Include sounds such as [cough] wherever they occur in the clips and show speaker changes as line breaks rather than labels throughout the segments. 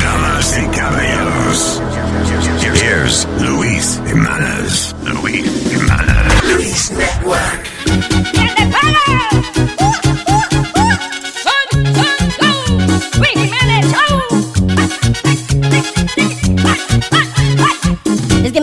Damas y caballeros, here's Luis Jimenez. Luis Jimenez. Luis Network.
Es que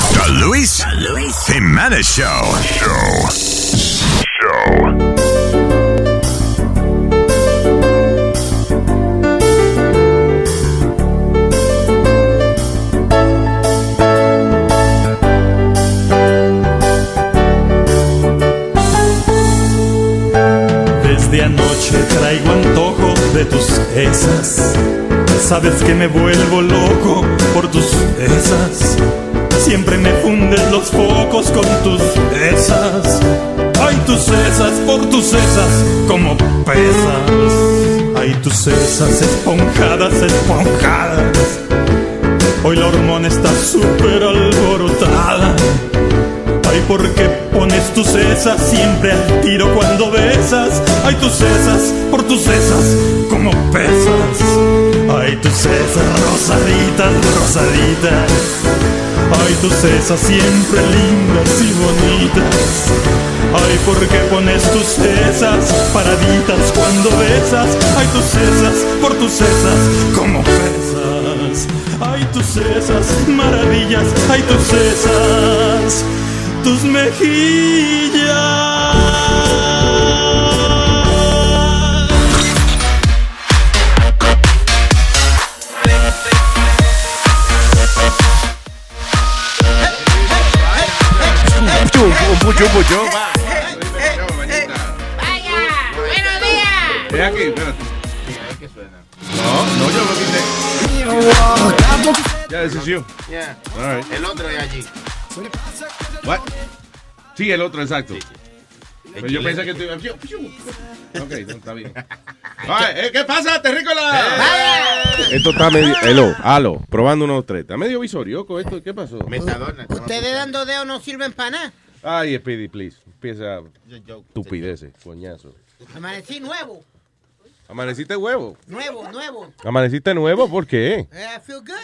The Luis, Jimenez Show. Show. Show.
Desde anoche traigo antojo de tus esas. Sabes que me vuelvo loco por tus esas. Siempre me fundes los focos con tus esas. Ay, tus esas, por tus esas, como pesas. Ay, tus esas esponjadas, esponjadas. Hoy la hormona está súper alborotada. Ay, ¿por qué pones tus esas siempre al tiro cuando besas? Ay, tus esas, por tus esas, como pesas. Ay, tus esas rosaditas, rosaditas. Ay, tus esas siempre lindas y bonitas. Ay, ¿por qué pones tus esas paraditas cuando besas? Ay, tus esas, por tus esas, como pesas. Ay, tus esas maravillas, ay, tus esas tus mejillas.
Ve aquí, espérate. No, no, yo lo quité. Ya, Ah. Pues this is you.
Yeah.
All right.
El otro de allí.
What? Sí, el otro, exacto.
Pues
Pero yo
chileno.
pensé que estoy aquí. Ok, no, está bien. All right, eh, ¿Qué pasa, terrícola?
Esto está medio. Hello, halo, probando unos tres. Está medio visorioco esto. ¿Qué pasó?
Ustedes dando dedos no sirven para nada.
Ay, Speedy, please. Empieza.
Yo- yo-
Estupideces, coñazo.
Amanecí nuevo,
¿Amaneciste huevo?
nuevo, nuevo.
¿Amaneciste nuevo? ¿Por qué?
Eh, I feel good.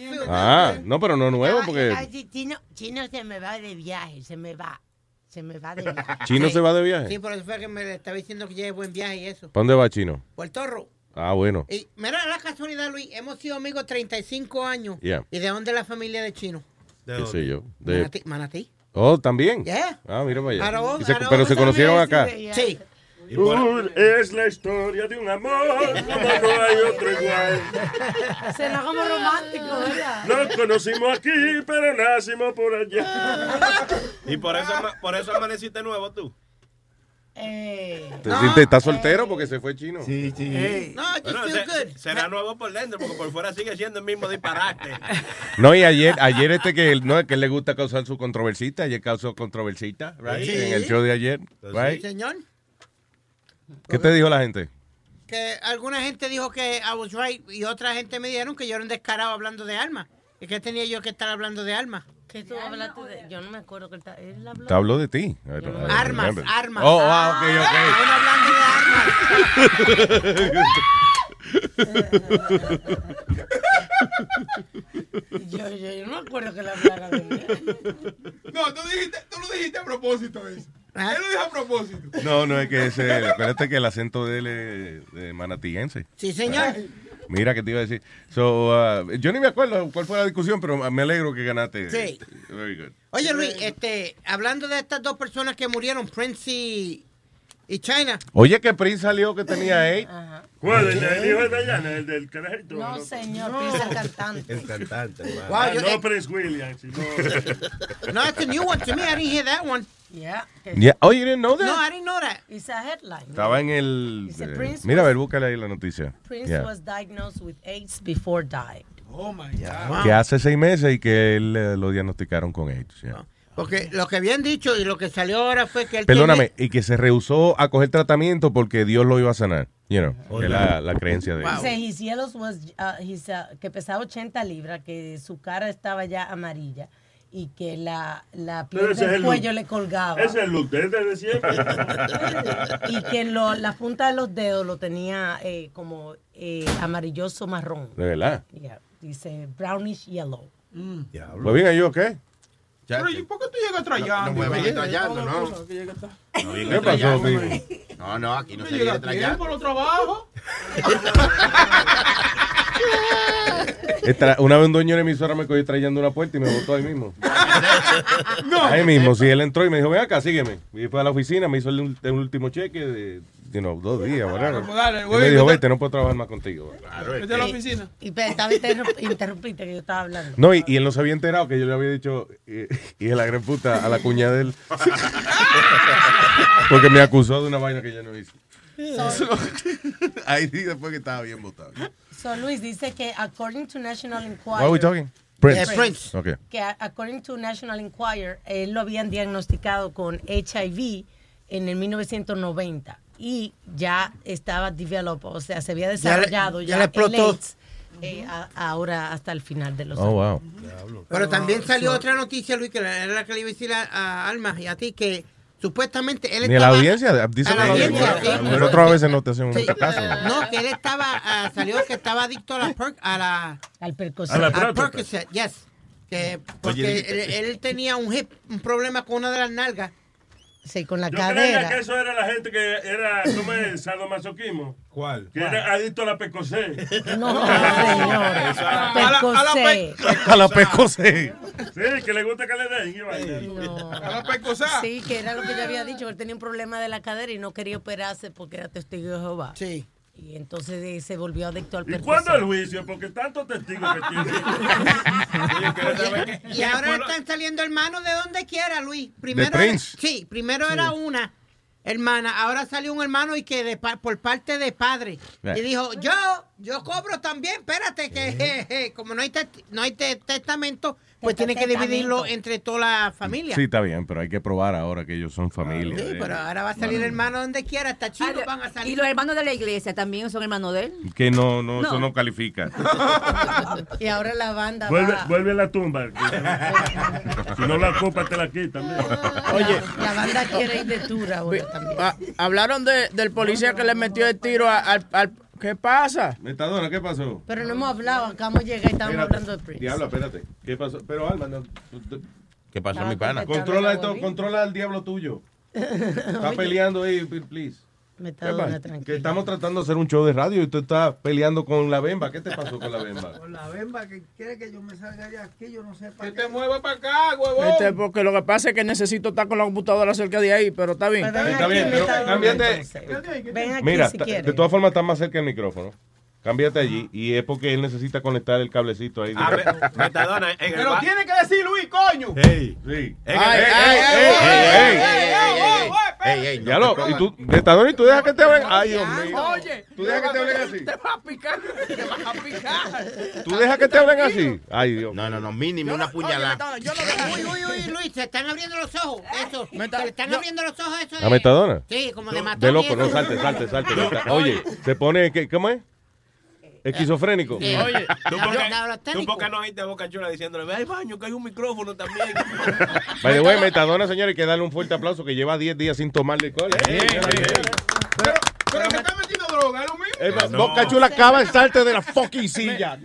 Feel good.
Ah, no, pero no nuevo
Ay, ay,
porque.
sí, chino, chino se me va de viaje, se me va. Se me va
[laughs]
de viaje.
¿Chino se va de viaje?
Sí, por eso fue que me estaba diciendo que lleve buen viaje y eso.
¿Para dónde va chino?
Puerto Rico.
Ah, bueno.
Y mira la casualidad, Luis. Hemos sido amigos 35 años.
Yeah.
¿Y de dónde es la familia de Chino?
¿Qué sé yo? De...
Manatí. Manatí.
Oh, también.
Yeah.
Ah, mira para allá.
Aragón,
Y se-
Aragón
Pero se
también
conocieron
es de
acá.
allá. Sí.
Es la historia de un amor, como no hay otro igual.
Será como romántico, ¿verdad?
Nos conocimos aquí, pero nacimos por allá.
Y por eso, ama- por eso amaneciste nuevo tú. Eh.
¿Te sientes- ¿Estás
eh.
soltero porque se fue chino? Sí,
Ey. Bueno, se-
se-
será nuevo por dentro, porque por fuera sigue siendo el
[laughs]
mismo disparate.
No, y ayer, ayer este que él- no, que él le gusta causar su controversita, ayer causó controversita, right?
Sí.
En el show de ayer, right?
Señor,
¿Qué te dijo la gente?
que alguna gente dijo que I was right y otra gente me dijeron que yo era un descarado hablando de alma. ¿Y qué tenía yo que estar hablando de alma?
Que tú hablaste de. Yo no me acuerdo que él, ta- él habló.
Te hablo de ti. I don't- I don't
Armas,
remember.
armas.
Oh, ah, ok, ok.
Estaban hablando de Yo, yo, yo no me acuerdo que le hablara de mí.
No, tú, dijiste, tú lo dijiste a propósito eso.
Ah.
Él lo dijo a propósito.
[laughs] No, no es que ese. Acuérdate que el acento de él es eh, manatiguense.
Sí, señor.
Mira que te iba a decir. So, uh, yo ni me acuerdo cuál fue la discusión, pero me alegro que ganaste.
Sí.
Very good.
Oye, Luis, este, hablando de estas dos personas que murieron, Prince y, y China.
Oye, que Prince salió que tenía eh? eight.
¿Cuál? ¿El, el hijo de Dayana? ¿El del carajito?
No, señor, piensa cantante.
El cantante.
Ah,
Wow, yo-
no,
eh-
Prince
[laughs]
William. sino-
No, that's a new one to me. I didn't hear that one.
Yeah.
Yeah. Oh, you didn't know that?
No, I didn't know that.
It's a headline.
Estaba en el.
Dice,
eh,
Prince
mira, a
was-
ver, búscale ahí la noticia.
Prince
Yeah.
was diagnosed with AIDS before died.
Oh my
Que hace seis meses y que él eh, lo diagnosticaron con AIDS. yeah.
Porque lo que habían dicho y lo que salió ahora fue que él.
Perdóname, y que se rehusó a coger tratamiento porque Dios lo iba a sanar. You know,
Oye.
que la, la creencia de él.
Dice, his yellows was, uh, his, uh, que pesaba 80 libras, que su cara estaba ya amarilla y que la, la
Pero
piel
ese es
del
el
cuello
look.
le colgaba.
Ese es el look de desde siempre.
Ah, y que lo- la punta de los dedos lo tenía eh, como eh, amarilloso marrón.
De verdad.
Yeah. Dice brownish yellow.
Mm.
Pues bien, yo qué?
Pero, ¿y por qué tú llegas trayando?
No, no me llegas trayando,
Todo
no.
el mundo que llega tra-
¿Qué
pasó,
No, no, aquí no
Me
se
llega
viene
a
trayando.
tiempo, lo [laughs] trabajo.
Estra- Una vez un dueño de emisora me cogió trayendo una puerta y me botó ahí mismo. Ahí mismo, sí, él entró y me dijo, ven acá, sígueme. Y fue a la oficina, me hizo el, ul- el último cheque de, you know, dos días, whatever.
Como dale,
Y
voy,
me dijo,
vete-
vete, no puedo trabajar más contigo.
Vete a la oficina.
Y pero estaba interrum- interrumpiste que yo estaba hablando.
No, y, y él no se había enterado que yo le había dicho, eh, [laughs] y de la gran puta, a la cuñada de él. Porque me acusó de una vaina que yo no hice.
So-
Ahí sí, después que estaba bien votado.
So Luis dice que according to National Enquirer,
What are we talking? Prince.
Eh, Prince.
Okay.
que a- according to National Enquirer, él lo habían diagnosticado con HIV en el 1990 y ya estaba developed, o sea, se había
le- ya
desarrollado ya,
le
el
explotó.
AIDS, eh, a- ahora hasta el final de los
Oh, wow.
Pero también salió otra noticia, Luis, que era la que le iba a decir a, a Alma y a ti, que supuestamente él
Ni a la
estaba.
audiencia, ah, dice
a la
que-
audiencia, sí.
Nosotros a veces no te hacemos
Sí.
un caso.
No, que él estaba, ah, salió que estaba adicto a la, per- a la
al
A
percocet.
la Percocet, yes. Que porque
Oye,
él, él tenía un, hip- un problema con una de las nalgas.
Sí, con la
Yo creía que eso era la gente que era, ¿cómo es? Sadomasoquismo.
¿Cuál?
Que era adicto a la pecosé.
No, señor. Percocet.
[laughs] A [laughs] la pescose.
Sí, que le gusta que le den. y vaina.
A la pescosa.
Sí, que era lo que yo había dicho, que él tenía un problema de la cadera y no quería operarse porque era testigo de Jehová.
Sí.
Y entonces eh, se volvió adicto al
¿Y
percocet.
cuándo el
[laughs]
juicio? Porque tantos testigos que
[laughs]
tiene.
Y ahora están saliendo hermanos de donde quiera, Luis. Primero
Prince?
Era, sí, primero era una hermana. Ahora salió un hermano y que de pa- por parte de padre.
Right.
Y dijo, yo, yo cobro también, espérate, que [laughs] je, je, como no hay, test- no hay te- testamento, pues tiene que
Testamento.
dividirlo entre toda la familia.
Sí, está bien, pero hay que probar ahora que ellos son familia. eh.
Sí, pero ahora va a salir hermano donde quiera, hasta chinos van a salir.
Ah, Y los hermanos de la iglesia también son hermanos
[laughs]
de él.
Que no, no,
No.
eso no califica.
Y ahora la banda
Vuelve,
va.
vuelve a la tumba. que- Si no la copa te la quitan. mira.
Oye.
La banda quiere ir de tour ahora también.
Ah, hablaron de- del policía que le metió el tiro a- al, al- ¿Qué pasa?
Metadona, ¿qué pasó?
Pero no hemos hablado, acabamos de llegar y estamos
Espérate,
hablando de Prince.
Diablo, espérate. ¿Qué pasó? Pero Alma, no, tú- tú-
¿Qué pasó,
Estaba
mi pana?
con- Controla esto, controla al diablo tuyo. Está
Oye.
peleando ahí, p- please.
Metadona,
Epa,
tranquila.
que estamos tratando de hacer un show de radio y tú estás peleando con la bemba. ¿Qué te pasó con la bemba?
Con la bemba que quiere que yo me salga de aquí, yo no sé para
Te mueve para acá, huevón.
Este, porque lo que pasa es que necesito estar con la computadora cerca de ahí, pero está bien.
Está bien, pero cámbiate.
Ven aquí
Mira,
si
ta-
quieres.
de todas formas está más cerca el micrófono. Cámbiate allí y es porque él necesita conectar el cablecito ahí.
Metadona, en el
Pero
ba-
tiene que decir Luis, coño.
Ey, sí.
en el-
Ya lo, y tú, Metadona, y tú dejas que te ven. Ay, Dios mío.
Oye,
tú dejas que te hablen así.
Te vas a picar, te vas a picar.
Tú dejas que te hablen así. Ay, Dios.
No, no, no, mínimo una puñalada.
Uy, uy, uy, Luis, se están abriendo los ojos. Eso, Eh, se le están abriendo los ojos. Eso
¿A Metadona?
Sí, como de matón.
De loco,
y
no,
eso.
salte,
Eh,
salte, salte. Oye, se pone, ¿qué- ¿cómo es? Esquizofrénico.
Oye, tú
Habla- habla
poca, tú
técnico.
poca no oíste a Boca Chula diciéndole, ve al baño, que hay un micrófono
[laughs]
también.
By the way, Metadona, señores, hay que darle un fuerte aplauso que lleva 10 días sin tomar licor.
Pero que está metiendo droga, es lo mismo.
Eh, va-
No.
Boca Chula acaba de saltarte de la fucking silla.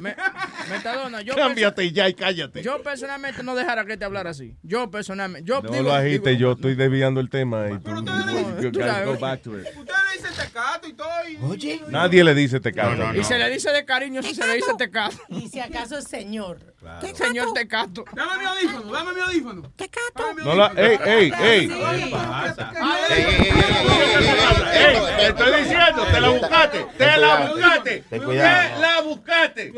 Metadona, yo,
Cámbiate ya y cállate.
perso- yo personalmente no dejara que te hablara así. Yo personalmente. Yo
No
digo-
lo agite,
digo-
yo estoy desviando el tema. y tú- you
tú
gotta
sabes.
go back to it.
Ustedes le dicen tecato y todo. y-
Oye.
Nadie le dice este tecato.
Y se le dice de cariño si se le dice tecato.
Y si acaso, señor.
Señor tecato.
Dame mi audífono, dame mi audífono. Tecato.
No la, ey, ey, ey.
Te estoy diciendo, te la buscaste, te la buscaste, te la buscaste.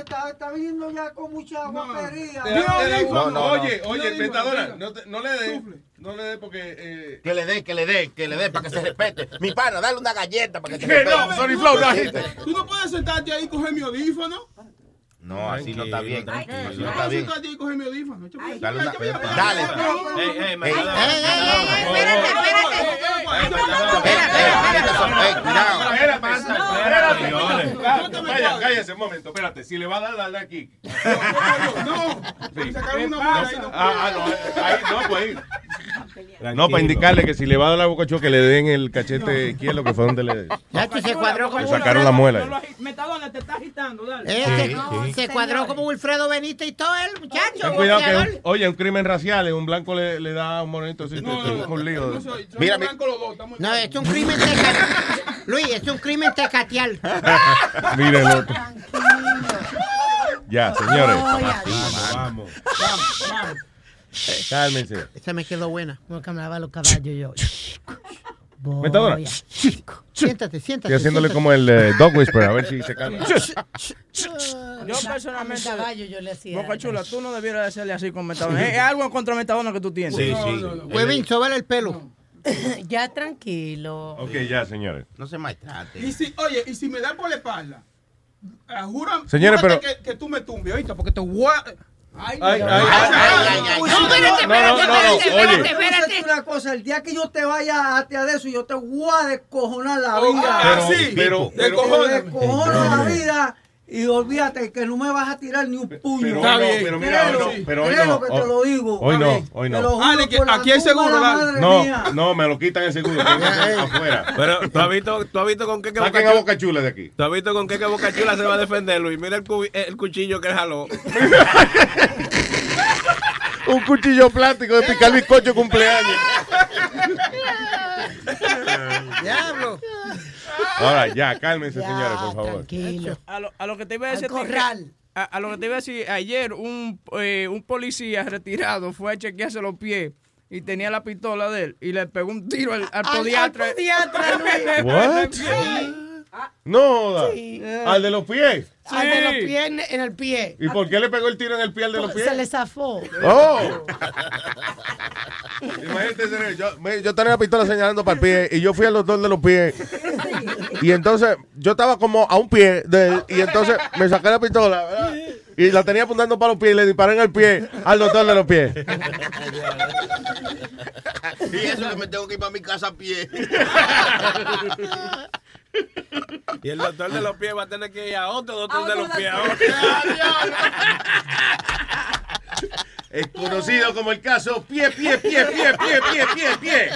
Está, está viniendo ya con mucha guapería.
Te- te-
no, no.
Oye, oye,
Audífono,
Metadona,
venga.
no te- no le des, no le des porque... eh,
Que le dé, que le dé, que le dé para que se
[laughs]
respete. Mi pana, dale una galleta para que se
Que
respete.
no, Sony Flow, no agite.
Tú no puedes sentarte ahí y coger mi audífono.
No, así no está bien.
Ay,
así
no
no está
puedes
bien.
sentarte ahí y coger mi audífono. Yo- yo-
Dale
yo-
una.
yo- yo-
Dale.
Ey, ey, me-
Espérate, Vaya, cállese un momento, espérate. Si le va a dar, dale aquí. No, no,
una
no. Ah, ah, no, ahí no, pues ahí.
No, para indicarle que si le va a dar la boca chulo, que le den el cachete izquierdo, que fue donde le,
Nacho se cuadró
le
como
sacaron la muela.
Metadona, te está agitando, dale.
Sí, sí.
se cuadró como Wilfredo Benítez y todo el muchacho.
Ten cuidado que,
boxeador.
un- oye, un crimen racial, eh, un blanco le, le da a un morenito así, te- te- un lío.
Mira, mi- blanco los dos, estamos-
No, es un crimen teca- [laughs] Luis, es un crimen
[laughs]
tecatial.
Mira el otro. Ya, señores.
Ay,
Vamos, vamos. Cálmense.
Esa me quedó buena.
Como caminaba los caballos yo.
Metadona.
Siéntate, siéntate.
Estoy haciéndole como el eh, dog whisper, a ver si se calma.
Yo personalmente.
A mi caballo yo le hacía.
Boca Chula, tú no debieras hacerle así con Metadona. Es es algo en contra de Metadona que tú tienes.
Sí, sí.
Huevín, sobale el pelo.
ya tranquilo.
Ok, ya, señores.
No se
[laughs]
maltrate.
Y si, oye, y si me dan por la espalda, ah, jura,
Señores,
júrate
pero-
que, que tú me tumbes, ¿oíste? Porque te voy a... Ay,
Ay, ay, ay,
ay, ay, ay.
No, no, no, no, oye.
Espérate una cosa, el día que yo te vaya a atear de eso, yo te voy a descojonar la
Oh,
vida.
ah, sí.
Pero,
Te
pero,
descojono la vida y olvídate que no me vas a tirar ni un puño.
pero hoy no, pero mira, hoy
Créelo,
no, pero hoy
créelo
no.
que te lo digo.
Hoy
Está
no,
bien.
hoy
Te lo
no.
juro por la
aquí hay
tumba de
seguro,
la
dale.
madre mía.
No, no, me lo quitan el
[laughs]
seguro. tengo que hacer afuera. [laughs]
Pero tú has visto, tú has visto con qué que
Saquen a Boca Chula de aquí.
¿Tú has visto con qué que Boca Chula se va a defender, Luis? Mira el, cu- el cuchillo que él jaló.
Un cuchillo plástico de picar bizcocho cumpleaños.
Diablo.
Ahora, ya, cálmense, señores, por favor.
A lo, a lo que te iba a
Al
decir.
corral.
A, a lo que te iba a decir, ayer un, eh, un policía retirado fue a chequearse los pies y tenía la pistola de él y le pegó un tiro al, al
Al- al
podiatra. [laughs]
podiatra, Luis.
What? No, joda. al de los pies.
Al de los pies en, en el pie.
¿Y por qué le pegó el tiro en el pie al de los pies?
Se le zafó.
¡Oh! Imagínate, señor, yo, me- yo tenía la pistola señalando para el pie y yo fui al doctor de los pies. Y entonces yo estaba como a un pie de- y entonces me saqué la pistola ¿verdad? y la tenía apuntando para los pies y le disparé en el pie al doctor de los pies.
Y eso que me tengo que ir para mi casa a pie.
Y el doctor de los pies va a tener que ir a otro doctor de los pies ahora.
Es conocido como el caso pie, pie, pie, pie, pie, pie, pie, pie.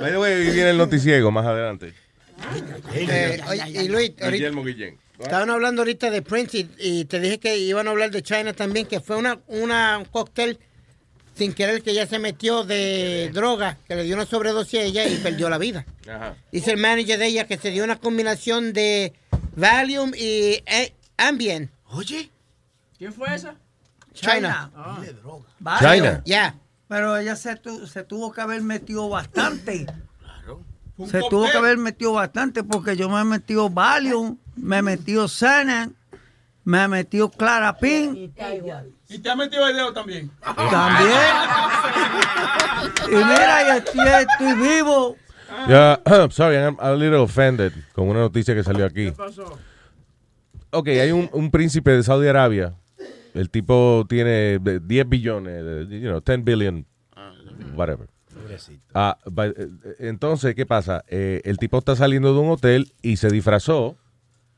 By the way, viene el noticiego más adelante.
Eh, oye, y Luis, ahorita,
Guillermo Guillén.
estaban hablando ahorita de Prince y, y te dije que iban a hablar de China también, que fue una, una, un cóctel sin querer que ella se metió de droga, que le dio una sobredosis a ella y perdió la vida.
Ajá.
Dice el manager de ella que se dio una combinación de Valium y eh, Ambien.
Oye,
¿Quién fue esa?
China.
Ah.
Valium.
China.
Ya.
Pero ella se, tu- se tuvo que haber metido bastante.
Un
Se
cóctel.
tuvo que haber metido bastante porque yo me he metido Valium, me he metido Xanax, me he metido Clarapin
Y te has metido el dedo también. [laughs]
también. Y mira, ya estoy, estoy vivo.
Ya, [clears throat] sorry, I'm a little offended con una noticia que salió aquí. Ok, hay un, un príncipe de Saudi Arabia. El tipo tiene de 10 billones, de, you know, 10 billion, whatever. Ah, Eh, but, eh, entonces, ¿qué pasa? Eh, el tipo está saliendo de un hotel y se disfrazó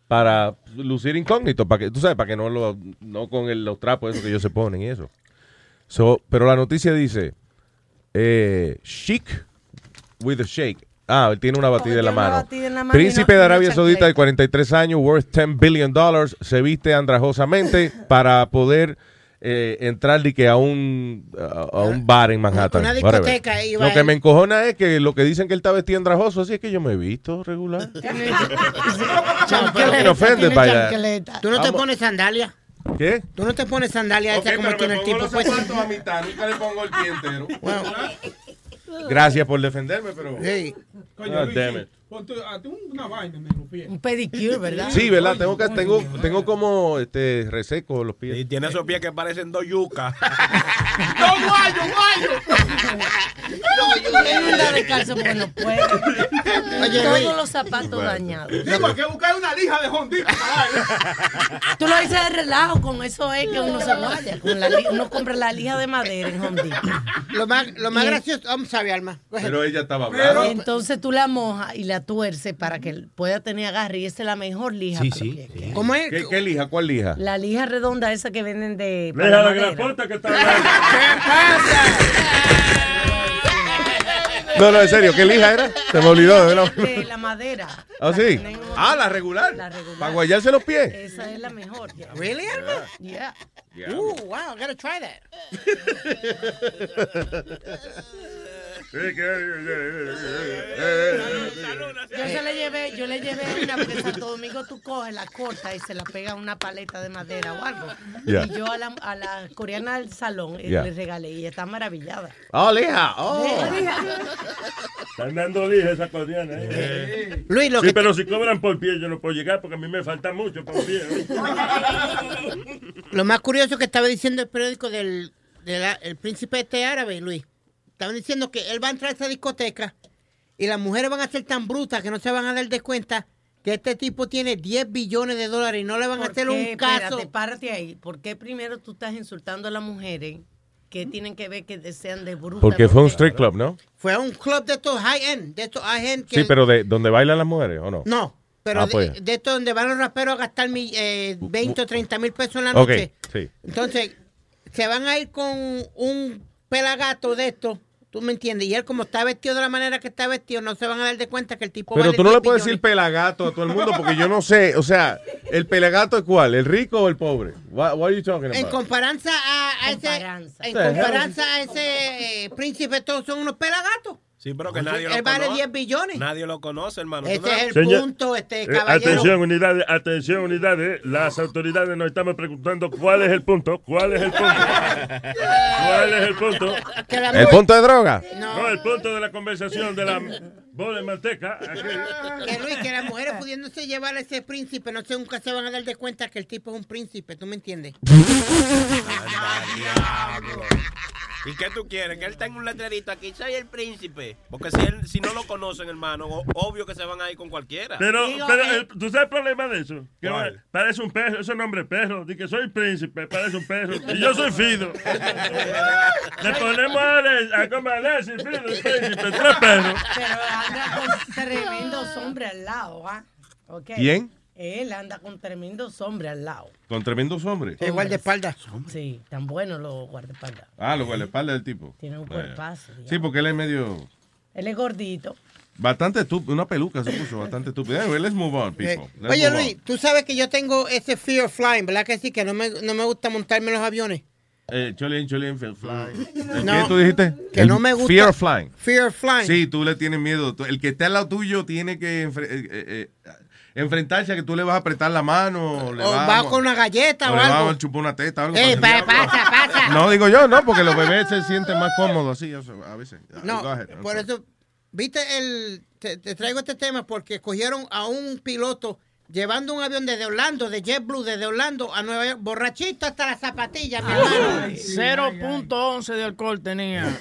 para lucir incógnito, para que, tú sabes, para que no lo, no con el- los trapos esos que ellos se ponen y eso. So, pero la noticia dice, eh, chic with a shake. Ah, él tiene una batida en la
tiene una
mano.
batida en la mano y
Príncipe de
no- y no
Arabia Saudita de
chancleta.
43 años, worth 10 billion dollars, se viste
[laughs]
andrajosamente para poder eh, entrar de que a un a, a
Ah,
un bar en Manhattan.
Una
whatever.
discoteca, iba
Lo que
él.
me encojona es que lo que dicen que él está vestido andrajoso, así es que yo me he visto
[laughs]
regular.
Chancleta,
Me ofende,
tiene
vaya.
chancleta. Tú no te
Vamos.
pones sandalia.
¿Qué?
Tú no te pones sandalia
Ok,
esa como
pero
tiene
me
el
pongo
tipo.
los
Pues.
zapatos a mitad, nunca le pongo el pie entero.
Gracias por defenderme, pero.
Hey.
Ah, damn it.
Ponte hazte un- una vaina, me los pies.
Un
[laughs]
pedicure, ¿verdad?
Sí, ¿verdad? Tengo, que, tengo, tengo como este, reseco los pies.
Y tiene esos pies que parecen dos yucas.
¡No, guayo, guayo!
Él [laughs] no anda descalzo porque no puede.
Oye,
Todos
Luis.
los zapatos dañados.
Digo, hay que buscar una lija de Hondipo.
Tú lo dices de relajo, con eso es que uno se vaya. Con la li- uno compra la lija de madera en Home Depot.
Lo más, lo más
Y-
gracioso, vamos a ver, Alma.
[laughs] Pero ella estaba
Y
hablando.
entonces tú la mojas y la tuerces para que pueda tener agarre y esa es la mejor lija. para los pies.
¿Cómo es?
¿Qué, qué lija? ¿Cuál lija?
La lija redonda esa que venden de... para
Deja la
madera.
grapota que está
No, no, en serio, ¿qué lija era? Se me olvidó, de verdad.
[laughs] De la madera.
¿Ah, sí?
tienen otra.
Ah, la regular.
La regular.
Para guayarse los pies.
Esa es la mejor. yeah.
Eh. Really, Alma?
Yeah.
Yeah.
Ooh, wow, I gotta try that.
Yo se le llevé, yo le llevé una porque en Santo Domingo tú coges la corta y se la pega a una paleta de madera o algo.
Yeah.
Y yo a la, a la coreana del salón eh,
Yeah.
le regalé y ella está maravillada.
Oh, lija. Oh.
Están dando lija esa cordiana. ¿eh?
Luis, lo
sí,
que-
pero si cobran por pie, yo no puedo llegar porque a mí me falta mucho por pie.
Lo más curioso que estaba diciendo el periódico del, de la- el príncipe este árabe, Luis. Estaban diciendo que él va a entrar a esa discoteca y las mujeres van a ser tan brutas que no se van a dar de cuenta que este tipo tiene 10 billones de dólares y no le van a
¿Por
hacer
qué?
un caso.
Espérate, párate ahí. ¿Por qué primero tú estás insultando a las mujeres que
Mm.
tienen que ver que desean de bruta?
Porque fue un strip club, ¿no?
Fue a un club de estos high-end, de estos high-end que...
Sí, pero de donde bailan las mujeres, ¿o no?
No, pero
Ah,
de- de,
pues.
estos donde van los raperos a gastar mi- eh, 20 o 30 mil pesos en la
Ok,
noche.
sí.
Entonces, se van a ir con un pelagato de esto, tú me entiendes, y él como está vestido de la manera que está vestido, no se van a dar de cuenta que el tipo
Pero
vale
tú no le
10
puedes
billones.
decir pelagato a todo el mundo porque yo no sé, o sea, ¿el pelagato es cuál? ¿El rico o el pobre? What, what are you talking
En
about?
comparanza a, a
Comparanza.
ese, en comparanza a ese eh, príncipe, todos son unos pelagatos.
Sí, pero que nadie lo
él vale
conoce.
10 billones.
Nadie lo conoce, hermano. ¿Tú
Ese
no-
es el
Señor-
punto, este
Eh,
caballero.
atención, unidades, atención, unidades. Las autoridades nos estamos preguntando cuál es el punto, cuál es el punto, cuál es el punto.
Que la
¿El
mujer-
punto de droga?
No, el punto de la conversación de la bola de manteca. aquel.
Que Luis, que las mujeres pudiéndose llevar a ese príncipe, no sé, nunca se van a dar de cuenta que el tipo es un príncipe, ¿tú me entiendes?
¿Y qué tú quieres? Que él tenga un letrerito aquí, soy el príncipe. Porque si, él- si no lo conocen, hermano, o- obvio que se van a ir con cualquiera.
Pero, pero eh, ¿tú sabes el problema de eso? Que va- parece un perro, ese nombre es perro. Dice que soy príncipe, parece un perro. Y yo soy Fido. Le ponemos a Alex, a como Alexis, Fido, el príncipe, tres perros.
Pero anda
[laughs]
con tremendos hombres al lado, ¿ah? Okay.
¿Quién?
Él anda con tremendos hombres al lado.
Con tremendos hombres.
de espalda.
Sí, tan buenos los guardaespaldas.
Ah, lo la espalda del tipo.
Tiene un
Ah,
cuerpazo.
ya. Sí, porque él es medio.
Él es gordito.
Bastante estúpido. Una peluca se puso bastante estúpida. Anyway, let's move on, people. Let's
Eh, Oye,
move on.
Luis, tú sabes que yo tengo ese fear of flying, ¿verdad que sí? Que no me, no me gusta montarme en los aviones.
Eh, Cholín, Cholín, fe- fly.
No,
¿Qué tú dijiste?
que
El
no me gusta-
Fear of flying.
Fear of flying.
Sí, tú le tienes miedo. Tú- El que está al lado tuyo tiene que enfre- eh, eh, eh, enfrentarse a que tú le vas a apretar la mano. O, le
O
vas
va
a-
con una galleta
o
o,
le vas a
algo.
chupar una teta o algo.
Eh,
para
pa-
que-
pasa, pasa.
[laughs] No, digo yo, no, porque los bebés se sienten más cómodos así o sea, a veces.
No,
Go ahead.
por eso, viste, el, te, te traigo este tema porque cogieron a un piloto llevando un avión desde Orlando, de JetBlue, desde Orlando a Nueva York, borrachito hasta las zapatillas, mi hermano.
0.11 de alcohol tenía.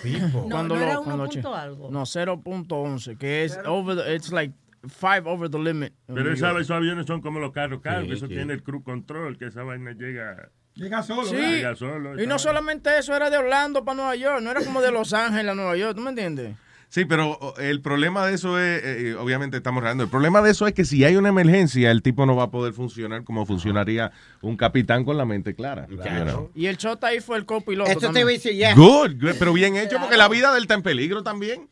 no
Cuando lo-
era
cuando
1.0
che-
algo.
No, 0.11, que es over the, it's like 5 over the limit.
Pero él sabe, esos aviones son como los carros caros,
Sí,
que eso
sí.
tiene el crew control, que esa vaina llega.
Llega solo,
Sí.
¿verdad? Llega solo.
Y no solamente eso, era de Orlando para Nueva York, no era como de Los Ángeles a Nueva York, ¿tú me entiendes?
Sí, pero o, el problema de eso es, eh, obviamente estamos hablando, el problema de eso es que si hay una emergencia, el tipo no va a poder funcionar como funcionaría un capitán con la mente clara. you know.
Y el chota ahí fue el copiloto.
Esto te
también.
voy a decir ya.
Good, good, pero bien hecho porque la vida de él está en peligro también.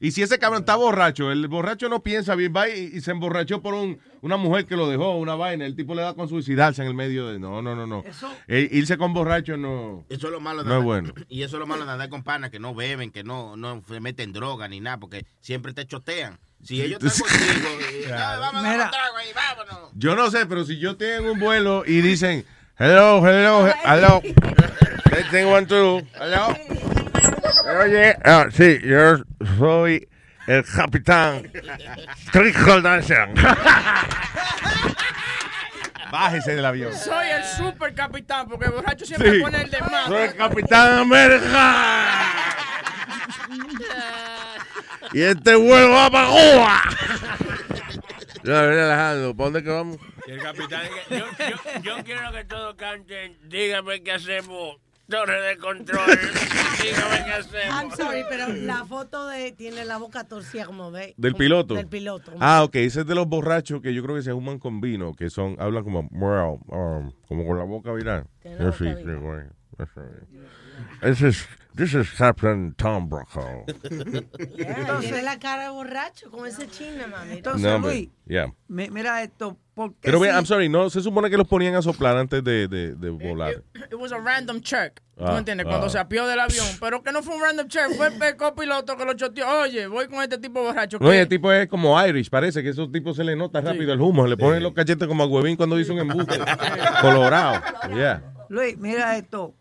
Y si ese cabrón está borracho, el borracho no piensa bien, va y, y se emborrachó por un- una mujer que lo dejó, una vaina, el tipo le da con suicidarse en el medio de... No, no, no, no.
Eso-
Eh, irse con borracho no...
Eso es lo malo de
No es
andar-
bueno.
Y eso es lo malo de andar con panas que no beben, que no, no se meten droga ni nada, porque siempre te chotean. Si ellos están
[laughs]
contigo, eh, ya, vamos a dar un trago ahí, vámonos.
Yo no sé, pero si yo tengo un vuelo y dicen, hello, hello, he- hello, testing one, two, hello. Oye, ah, sí, yo soy el capitán Trickle Dancer. Bájese del avión.
Soy el super capitán, porque el borracho siempre
Sí.
pone el de más.
Soy el capitán América. Y este vuelo va para Cuba. No, Alejandro, ¿para dónde que vamos?
El capitán, yo, yo- yo quiero que todos canten. Dígame qué hacemos. Torre de control. Dígame qué hacemos.
I'm sorry, pero la foto de tiene la boca torcida como ve.
Del piloto.
Eh, Del piloto.
Ah, ok, ese es de los borrachos que yo creo que se human con vino, que son, hablan como, "Wow", um, como con la boca virada.
Tienen la
Sí,
boca
sí, güey. Eso es. This is, this is Captain Tom
[laughs]
Brokaw.
Yeah, tiene la cara de borracho con ese china, mami.
Entonces,
No, hombre.
Luis,
Yeah.
mi- mira esto, ¿por qué
Pero vean,
si-
I'm sorry, no, se supone que los ponían a soplar antes de, de, de volar.
It was a random check. ¿Tú
Ah,
me entiendes? Cuando
ah.
se apió del avión. Pero que no fue un random check, fue el copiloto que lo choteó. Oye, voy con este tipo borracho.
No, y
que-
el tipo es como Irish, parece que esos tipos se le nota rápido el humo, le ponen los cachetes como a huevín cuando dice un embuste. Colorado. Yeah.
Luis, mira esto.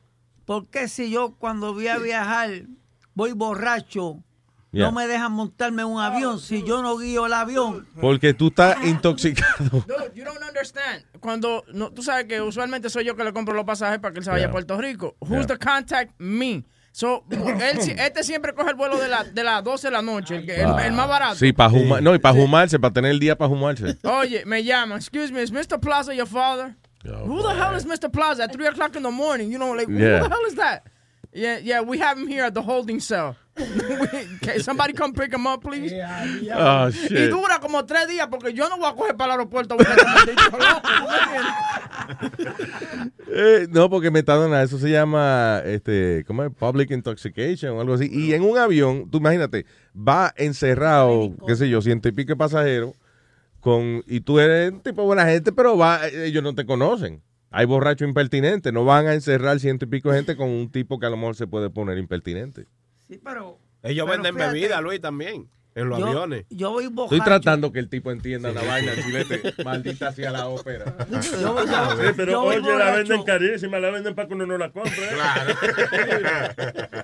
¿Por qué si yo cuando voy a viajar voy borracho,
Yeah.
no me dejan montarme en un avión si yo no guío el avión?
Porque tú estás intoxicado.
Dude, you don't understand. Cuando no, tú sabes que usualmente soy yo que le compro los pasajes para que él se vaya
Yeah.
a Puerto Rico. Who's
Yeah.
the contact? Me. So, él si- este siempre coge el vuelo de las de las 12 de la noche, el, que- el- el más barato.
Ah. Sí, para jumar, no, y para jumarse, para tener el día para jumarse.
Oye, Oh, me llama. Excuse me, is Mr. Plaza your father? who the hell is Mr. Plaza at 3 o'clock in the morning? You know, like,
Yeah.
who the hell is that? Yeah, yeah, we have him here at the holding cell. [laughs] Can somebody come pick him up, please?
Oh, shit.
Y dura como tres días porque yo no voy a coger para el aeropuerto. porque este maldito loco, ¿tú me entiendes?
Eh, no, porque metadona, eso se llama este, ¿cómo es? Public intoxication o algo así. Y en un avión, tú imagínate, va encerrado, qué sé yo, ciento y pico de pasajeros, con, y tú eres un tipo buena gente, pero va, ellos no te conocen. Hay borrachos impertinentes, no van a encerrar ciento y pico de gente con un tipo que a lo mejor se puede poner impertinente.
Sí, pero.
Ellos
pero
venden
fíjate,
bebida, Luis, también. En los
yo-
aviones.
Yo voy borracho.
Estoy tratando que el tipo entienda la
Sí.
vaina,
[laughs]
chilete, maldita sea la
[laughs]
ópera.
Sí, pero
yo voy
oye, la
borracho.
venden carísima, la venden para que uno no la ¿eh? compre.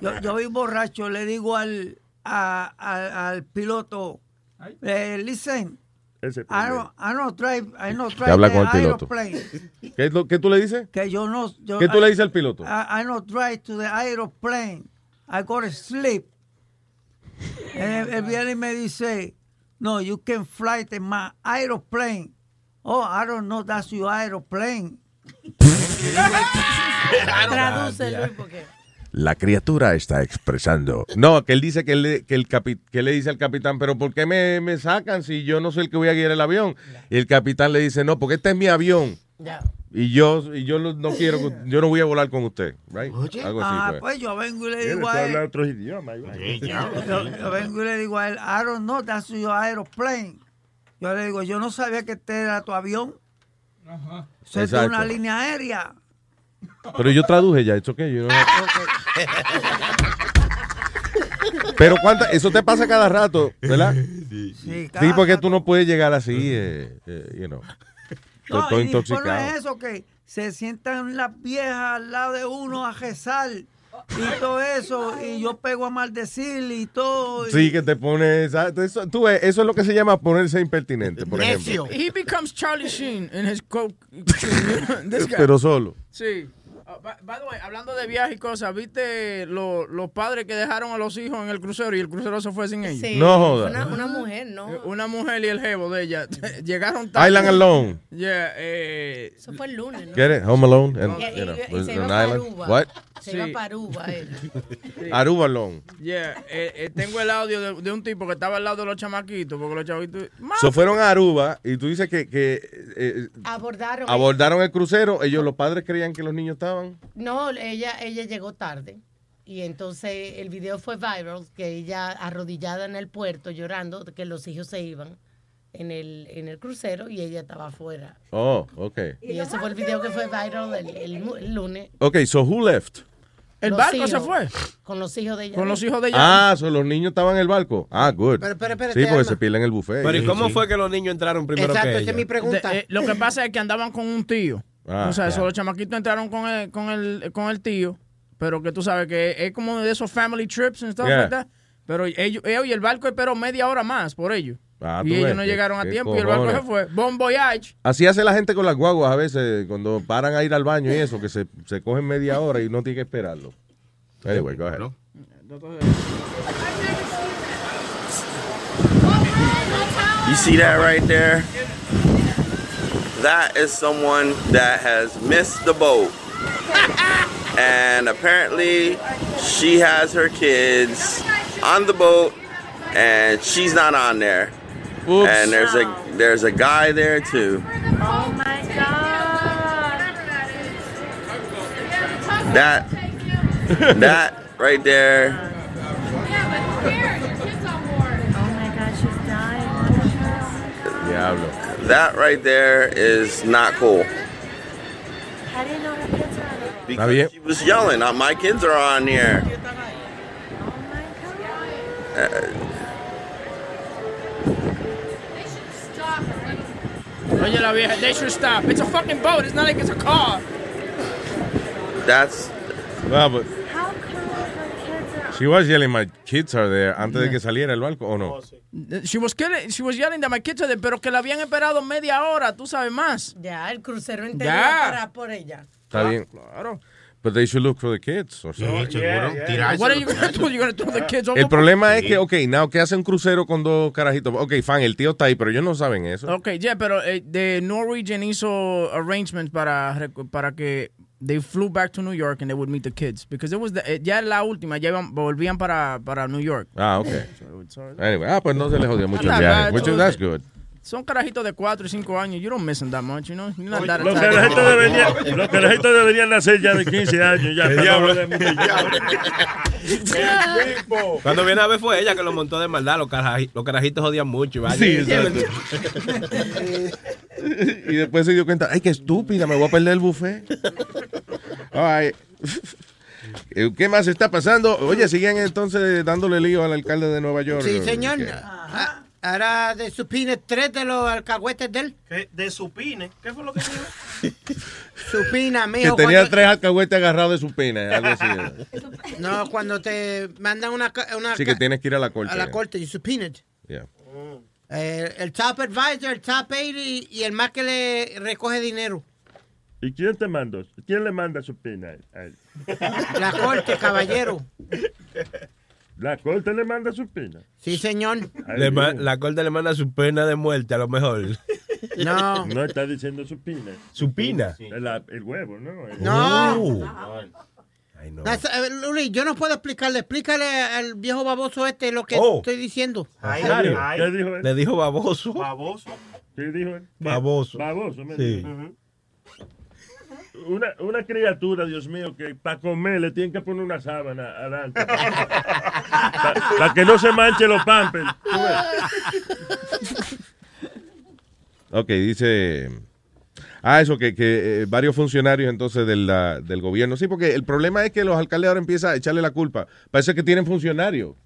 [laughs] Yo, yo voy borracho, le digo al, a- a- al piloto, eh, listen,
Ese
I don't, I don't drive, I don't drive
habla
the
con el piloto.
aeroplane.
¿Qué, es lo- qué tú le dices?
Que yo no. yo-
¿Qué tú le dices al piloto?
I, I don't drive to the aeroplane. I go
[laughs]
to sleep. And él, él viene y me dice, no, you can fly to my aeroplane. Oh, I don't know that's your aeroplane.
Traduce, Luis, porque.
La criatura está expresando. No, que él dice que, él le- que el capi- que le dice al capitán, pero ¿por qué me, me sacan si yo no soy el que voy a guiar el avión? Y el capitán le dice, no, porque este es mi avión.
Ya.
Y yo, y yo lo- no quiero, que- yo no voy a volar con usted, right? Algo así.
ah,
fue. ¿Eh?
pues yo vengo y le
Tú
digo a él.
hablas otros idiomas. igual.
Yo, yo vengo y le digo a él, I don't know, that's your aeroplane. Yo le digo, yo no sabía que este era tu avión. Eso es de
Exacto.
una línea
[laughs]
aérea.
Pero yo traduje ya, esto que yo no- Pero cuánta, eso te pasa cada rato, ¿verdad? Sí,
cada
porque tú no puedes llegar así, eh, eh, you know,
No,
todo
y después no
intoxicado.
es eso, que se sientan las viejas al lado de uno a rezar y todo eso, y yo pego a maldecir y todo.
[laughs]
y-
Sí, que te pones. exacto, Eso, tú ves, eso es lo que se llama ponerse impertinente, por ejemplo.
He becomes Charlie Sheen in his [laughs] coke.
Pero solo.
Sí. Uh, by, by the way, hablando de viajes y cosas, ¿viste lo- los padres que dejaron a los hijos en el crucero y el crucero se fue sin ellos? Eh,
Sí,
No joda.
Una, una mujer, ¿no?
Una mujer y el jevo
[laughs]
de ella [laughs] llegaron tarde.
Island Alone.
Yeah, eh,
Eso fue el lunes, ¿no?
Get it? Home Alone. And,
Y- y-
you know,
y se
an
iba para
island.
Aruba.
What?
Se
Sí.
iba para
[laughs]
Aruba él.
Sí.
Aruba Long.
Yeah, eh, eh, tengo el audio de, de un tipo que estaba al lado de los chamaquitos, porque los chamaquitos... Ma-
So fueron a Aruba y tú dices que, que, eh,
Abordaron. eh,
abordaron el crucero. Ellos, los padres creían que los niños estaban.
No, ella, ella llegó tarde. Y entonces el video fue viral, que ella arrodillada en el puerto llorando, que los hijos se iban en el, en el crucero y ella estaba afuera.
Oh, ok.
Y ese fue el video que fue viral el, el mu- el lunes.
Ok, so who left?
El
Los
barco se
hijos,
fue.
Con
[laughs]
los hijos de ella.
Con los hijos de
Ah, so los niños estaban en el barco. Ah, good.
Pero, pero, pero,
sí,
te
porque
ama.
se pila en el buffet.
Pero ¿y
Sí,
cómo
sí.
fue que los niños entraron primero que ella?
pregunta. eh, lo que pasa es que andaban con un tío.
Ah,
o sea, eso,
ya.
los chamaquitos entraron con el, con el, con el tío, pero que tú sabes que es, como de esos family trips and stuff
Yeah.
like that. Pero ellos, ellos y el barco esperó media hora más por ellos.
Ah, tú
y ellos
ves,
no
qué-
llegaron a
qué
tiempo y el barco
cojones.
se fue. Bon voyage.
Así hace la gente con las guaguas a veces, cuando paran a ir al baño y eso, que se, se cogen media hora y no tiene que esperarlo. Anyway, go ahead.
You see that right there? That is someone that has missed the boat. And apparently, she has her kids on the boat, and she's not on there. And there's a there's a guy there too.
Oh my God.
That that right there
Oh my God, she's dying.
Diablo.
That right there is not cool.
How do you know her kids are on it?
Because she was yelling, "Uh, my kids are on here. Uh,
Oye, la vieja, they should stop. It's a fucking boat. It's not like it's a car.
that's
Ah, but
How come her kids are
she was yelling, my kids are there, antes de que saliera el barco, ¿o no?
She was, killing- she was yelling that my kids are there, pero que la habían esperado media hora, tú sabes más.
Ya, el crucero entero
Ya.
iba a parar por ella.
Está bien.
Claro.
But they should look for the kids. or something.
What are you gonna do? You're gonna throw the kids
El
overboard?
problema es que, ok, now, ¿qué hace un crucero con dos carajitos? Ok, fan, el tío está ahí, pero ellos no saben eso.
Ok, yeah, pero eh, de Norwegian hizo arrangements para, recu- para que they flew back to New York and they would meet the kids. Because it was the- eh, ya la última, ya iban, volvían para, para New York.
Ah, ok. Anyway, ah, pues no se les jodió mucho el
Not
viaje.
bad,
Which is,
so-
that's good.
Son carajitos de 4 y 5 años. You don't miss them that much, you know? You're not that
Los
attached.
carajitos
[laughs]
deberían, los carajitos deberían nacer ya de 15 años. [laughs] Ya, para
El
no
diablo.
joder mucho.
Cuando viene a ver fue ella que lo montó de maldad. Los, caraji- los carajitos odian mucho. ¿vale? [laughs]
Sí, exacto. y después se dio cuenta, ay, qué estúpida, me voy a perder el buffet. All right. Eh, ¿Qué más está pasando? Oye, siguen entonces dándole lío al alcalde de Nueva York.
Sí, señor. Ah, Ahora de supine tres de los alcahuetes de él.
De supine. ¿Qué fue lo que dijo?
Supina,
Que
mijo.
tenía
cuando-
tres alcahuetes agarrados de su pena, algo así.
[laughs] No, cuando te mandan una, ca- una
Así que
ca-
tienes que ir a la corte.
a la corte, you subpoenaed.
Yeah.
Eh, el top advisor, el top aid y, y el más que le recoge dinero.
¿Y quién te mandó? ¿Quién le manda su pena? a él?
La corte, caballero.
La corte le manda su pena.
Sí, señor.
Le ma- la corte le manda su pena de muerte, a lo mejor.
No.
No está diciendo su pena.
[laughs] ¿Su pina? Oh.
El, el huevo, ¿no? El-
No.
No.
That's- eh, Luli, yo no puedo explicarle. Explícale al viejo baboso este lo que
Oh.
estoy diciendo.
¿En serio?
¿Qué dijo él?
Le dijo baboso.
Baboso. ¿Qué dijo él?
Baboso.
Baboso, me
Sí.
dijo. Ujú. Una, una criatura, Dios mío, que para comer le tienen que poner una sábana
[laughs]
adelante. para que no se manche los pampers. ¿Tú ves?
Ok, dice. Ah, eso, que, que eh, varios funcionarios entonces de la- del gobierno. Sí, porque el problema es que los alcaldes ahora empiezan a echarle la culpa. Parece que tienen funcionarios.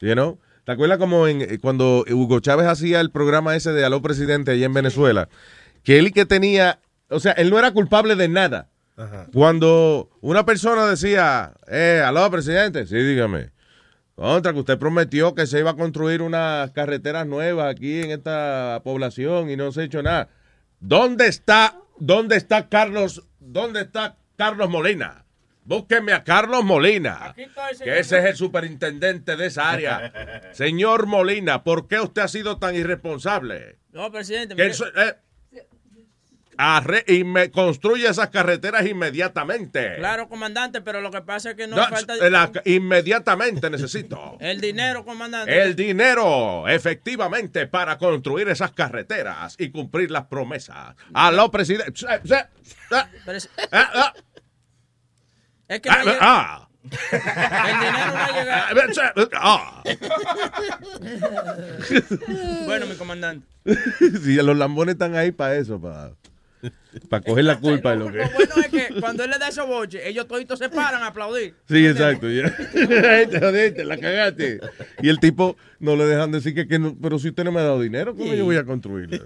You know? ¿Te acuerdas como en, eh, cuando Hugo Chávez hacía el programa ese de Aló Presidente allá en Venezuela? Que él que tenía. O sea, él no era culpable de nada. Cuando una persona decía, eh, aló, presidente, sí, dígame. Contra, que usted prometió que se iba a construir unas carreteras nuevas aquí en esta población y no se ha hecho nada. ¿Dónde está, dónde está Carlos, dónde está Carlos Molina? Búsqueme a Carlos Molina, que ese es el superintendente de esa
[laughs]
área. Señor Molina, ¿por qué usted ha sido tan irresponsable?
No, presidente.
Que
mire.
el so- eh,
arre- y me construye esas carreteras
eh.
inmediatamente.
Claro, comandante, pero lo que pasa es que no,
No,
falta
la- inmediatamente
[laughs]
necesito.
el dinero, comandante.
El dinero, efectivamente, para construir esas carreteras y cumplir las promesas. Aló, presidente.
Pero es-
Ah,
es que no llega-
ah,
el dinero no ha
ah,
llegado.
ah.
bueno, mi comandante.
[laughs] Sí, los lambones están ahí para eso, para, para coger la culpa de lo que.
Bueno, es que cuando él le da esos boches, ellos toditos se paran a aplaudir.
Sí, exacto. ya. [laughs] Ahí te jodiste, la cagaste. Y el tipo no le dejan decir que, que no- pero si usted no me ha dado dinero, ¿cómo yo voy a construirla?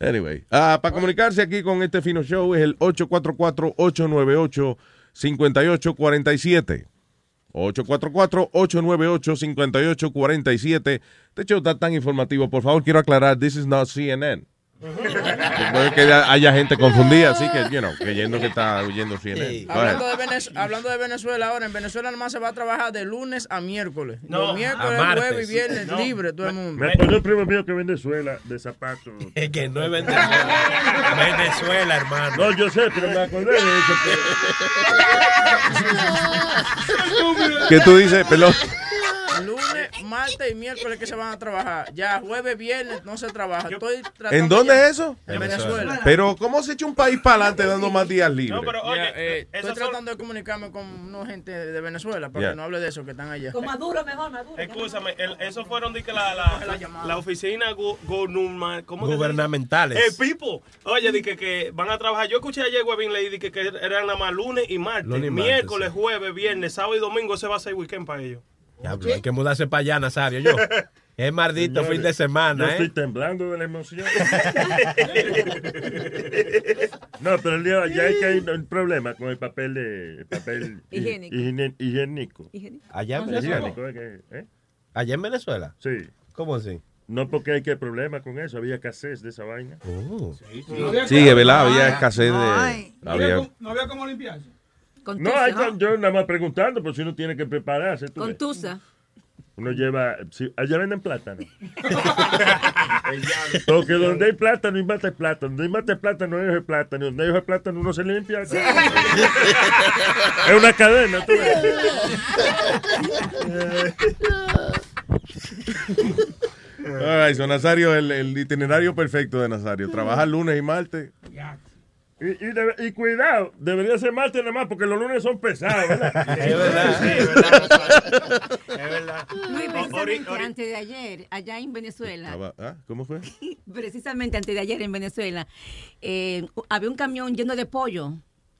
Anyway, ah, para comunicarse aquí con este fino show es el 844-898-5847. 844-898-5847. Este show está tan informativo. Por favor, quiero aclarar, this is not CNN. Puede que haya gente confundida, así que, you know, creyendo que está oyendo CNN. Go ahead.
Hablando de, Venez- hablando de Venezuela ahora, en Venezuela nomás se va a trabajar de lunes a miércoles.
No,
Los miércoles,
a martes.
jueves y viernes
No.
libre todo el mundo.
Me
[laughs]
acuerdo un primo mío que Venezuela de zapatos. Es [laughs] que no es [laughs] Venezuela. Venezuela, hermano. No, yo sé, pero me acordé de eso.
¿Qué tú dices, pelón?
Lunes, martes y miércoles que se van a trabajar. Ya jueves, viernes no se trabaja. Estoy tratando
¿En dónde
ya-
es eso?
En Venezuela.
Pero ¿cómo se echa un país para adelante dando más días libres?
Ya, eh, estoy tratando de comunicarme con una gente de Venezuela para
Yeah.
que no hable de eso que están allá.
Con
Maduro mejor, Maduro.
Escúchame, el- esos fueron de que la, la, la, oficina gu- gonuma- ¿cómo que se
Gubernamentales.
dice? Eh, Pipo. Oye, dije que, que van a trabajar. Yo escuché ayer, Webin, le dije que, que eran nada más lunes y martes.
Lunes y martes,
miércoles, jueves, viernes, sábado y domingo. Ese va a ser weekend para ellos.
Diablo, hay que mudarse para allá,
[laughs]
Nazario. Yo. Es maldito
Señores,
fin de semana,
yo
¿eh?
estoy [laughs] temblando de la emoción. No, pero Leo, ya hay que hay un problema con el papel de el papel hi-
Higiénico.
higiene- higiénico.
Allá en
No,
Venezuela.
higiénico, ¿eh? ¿Eh?
Allá en Venezuela.
Sí.
¿Cómo así?
No porque hay que problema con eso, había escasez de esa vaina.
Oh.
Sí, es verdad, había escasez de...
No había,
había-
cómo- no había cómo limpiarse.
No, hay con- yo nada más preguntando, pero si uno tiene que prepararse. tú ves.
Tusa.
Uno lleva. eh, sí, allá venden plátano. Porque donde hay plátano, hay mata de plátano. Donde hay mata de plátano, hay hoja de plátano. Donde hay hoja de plátano, uno se limpia. [laughs] es una cadena, tú ves.
All right, so Nazario, el, el itinerario perfecto de Nazario. Trabaja lunes y martes.
Y, y debe- y cuidado, debería ser martes nada más porque los lunes son pesados, ¿verdad?
Es verdad,
Sí,
es
verdad.
Luis,
Ori-
precisamente
ori-
antes de ayer, allá en Venezuela,
Traba- ¿Ah? ¿Cómo fue?
[laughs] precisamente antes de ayer en Venezuela, eh, había un camión lleno de pollo,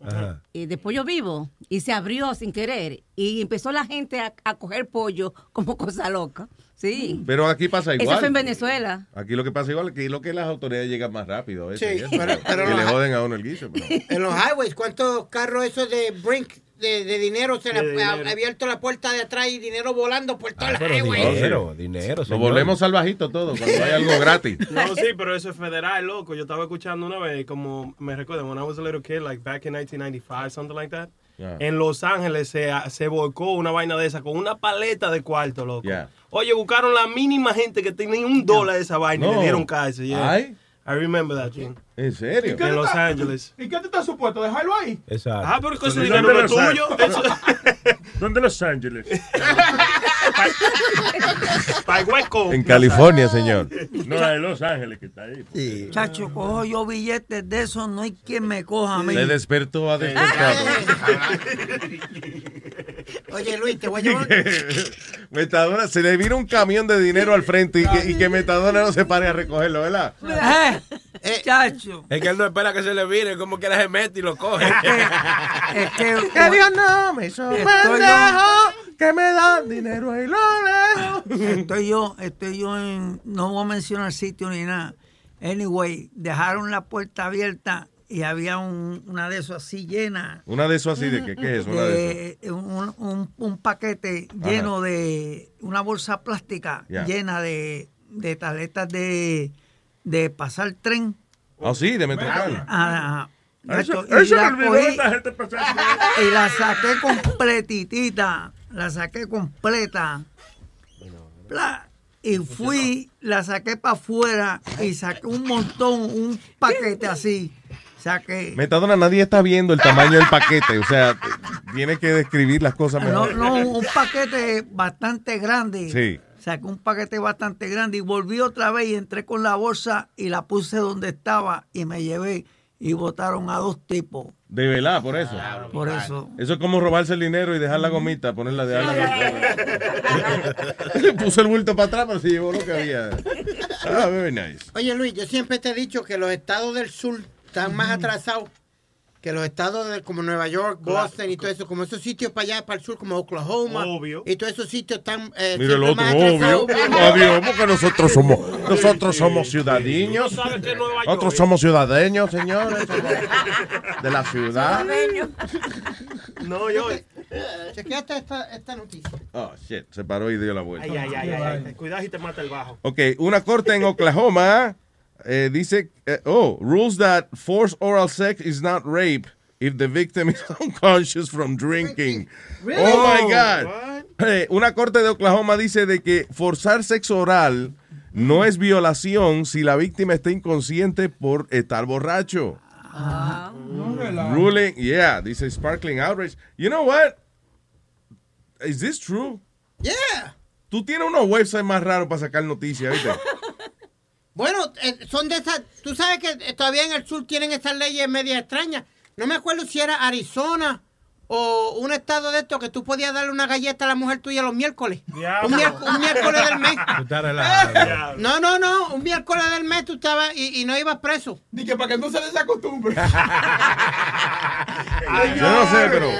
Ajá.
eh, de pollo vivo, y se abrió sin querer, y empezó la gente a, a coger pollo como cosa loca. Sí.
Pero aquí pasa
Eso fue en
igual.
Venezuela.
Aquí lo que pasa igual es que, lo que las autoridades llegan más rápido. a veces,
Sí,
¿eh?
pero- pero
que
no-
le joden a uno el guiso. pero-
En los highways, ¿cuántos carros esos de Brink, de, de dinero, se le
De
ha
dinero.
ha abierto la puerta de atrás y dinero volando por todo el
pero
highway?
Dinero,
Sí.
dinero,
Nos
señor.
volvemos salvajitos todos cuando hay algo gratis.
[laughs]
No, sí, pero eso es federal, loco. Yo estaba escuchando una vez, como me recuerdo, when I was a little kid, like back in 1995, something like that.
Yeah.
En Los Ángeles se, se volcó una vaina de esa con una paleta de cuarto, loco.
Yeah.
Oye, buscaron la mínima gente que tenía un dólar de esa vaina y
No.
le dieron cárcel. yeah.
Ay.
I remember that thing.
[laughs] ¿En serio?
En Los Ángeles.
¿Y qué tú estás supuesto? Dejarlo ahí.
Exacto.
Ah, pero que ese
¿Dónde
dinero no es
Los Ángeles?
tuyo.
[laughs] ¿Dónde Los Ángeles?
En California, señor.
No, en Los Ángeles que está ahí.
Chacho, cojo yo billetes de esos, no hay quien me coja a mí.
Se despertó
[laughs]
a despertar.
Oye, Luis, te voy a
[laughs]
llevar.
Metadona, se le vino un camión de dinero al frente y que, y que Metadona no se pare a recogerlo, ¿verdad?
Chacho.
Es que él no espera que se le vire, como quiera se mete y
[laughs]
lo coge.
[laughs]
que
Dios
no me
pendejo, que me dan dinero y lo
Estoy yo, estoy yo en, no voy a mencionar sitio ni nada. Anyway, dejaron la puerta abierta y había un- una de esos así llena.
Una de esos así de que, ¿qué es? Una de
de un, un- un paquete lleno de una bolsa plástica
Ya.
llena de, de tarjetas de, de pasar tren.
esos. Ah, sí, de Metadona.
Ah, ah,
Eso,
esto, y
eso
la
me olvidó
cogí
esta gente pasar.
[laughs] y la saqué completitita, la saqué completa. Pla, y fui, la saqué para afuera y saqué un montón, un paquete así. Saqué.
Metadona, nadie está viendo el tamaño del paquete. O sea, tiene que describir las cosas
No,
mejor.
no, un paquete bastante grande.
Sí.
Saqué un paquete bastante grande y volví otra vez y entré con la bolsa y la puse donde estaba y me llevé y votaron a dos tipos.
De velar, por eso.
Por eso.
Eso es como robarse el dinero y dejar la gomita, ponerla de Le [laughs] puso el bulto para atrás, pero se llevó lo que había. Ah, very nice.
Oye, Luis, yo siempre te he dicho que los estados del sur están más atrasados que los estados de- como Nueva York,
Claro.
Boston y todo eso. Como esos sitios para allá, para el sur, como Oklahoma. Y todos esos sitios están. eh,
Mira el
siempre
otro,
más
obvio.
atrasados.
Obvio, porque nosotros somos, nosotros somos ciudadanos. Nosotros somos ciudadanos, señores. somos De la ciudad.
No, yo. Chequeate esta, esta noticia.
Oh, shit, se paró y dio la vuelta.
Ay, ay, ay, ay, ay. Cuidado y te mata el bajo.
Ok, una corte en Oklahoma eh, dice, eh, oh, rules that forced oral sex is not rape if the victim is [laughs] unconscious from drinking.
Really?
Oh my
Oh,
God. Eh, una corte de Oklahoma dice de que forzar sexo oral no es violación si la víctima está inconsciente por estar borracho. Ruling, yeah, this is sparkling outrage. You know what? Is this true?
Yeah.
Tú tienes unos websites más raros para sacar noticias, ¿viste?
Bueno, eh, son de esas. Tú sabes que eh, todavía en el sur tienen esas leyes media extrañas. No me acuerdo si era Arizona o un estado de esto que tú podías darle una galleta a la mujer tuya los miércoles. Un, miérc-
[laughs]
un miércoles del mes.
Tú estás relajado.
[laughs] No, no, no. Un miércoles del mes tú estabas y, y no ibas preso. Ni que para que no se les [laughs] acostumbre.
Yo no sé, pero.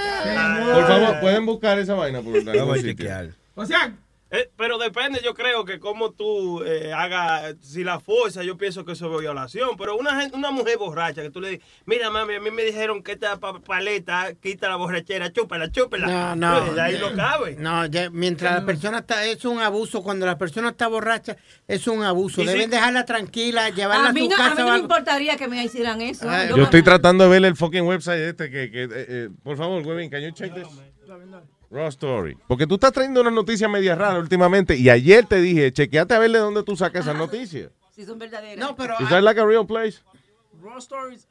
Por favor, pueden buscar esa vaina por algún
Vamos a
sitio?
O sea. Eh, pero depende, yo creo que como tú eh, hagas, si la fuerza, yo pienso que eso es violación. Pero una, gen- una mujer borracha que tú le dices, mira mami, a mí me dijeron que esta pa- paleta quita la borrachera, chúpala,
No,
chúpala.
no.
Pues, ahí lo cabe.
No, ya, mientras la persona está, es un abuso. Cuando la persona está borracha, es un abuso.
Y sí.
Deben dejarla tranquila, llevarla
A
a,
mí
su
no, a mí
casa.
no
o
me
algo.
importaría que me hicieran eso.
Ah,
Yo
Yo
me-
estoy tratando de ver el fucking website este que. que, eh, eh, por favor, Webin, can you check this? Raw Story. Porque tú estás trayendo unas noticias medias raras últimamente y ayer te dije, chequeate a ver de dónde tú sacas esas noticias.
Si son verdaderas. No, pero.
Is that like a real place?
Raw stories.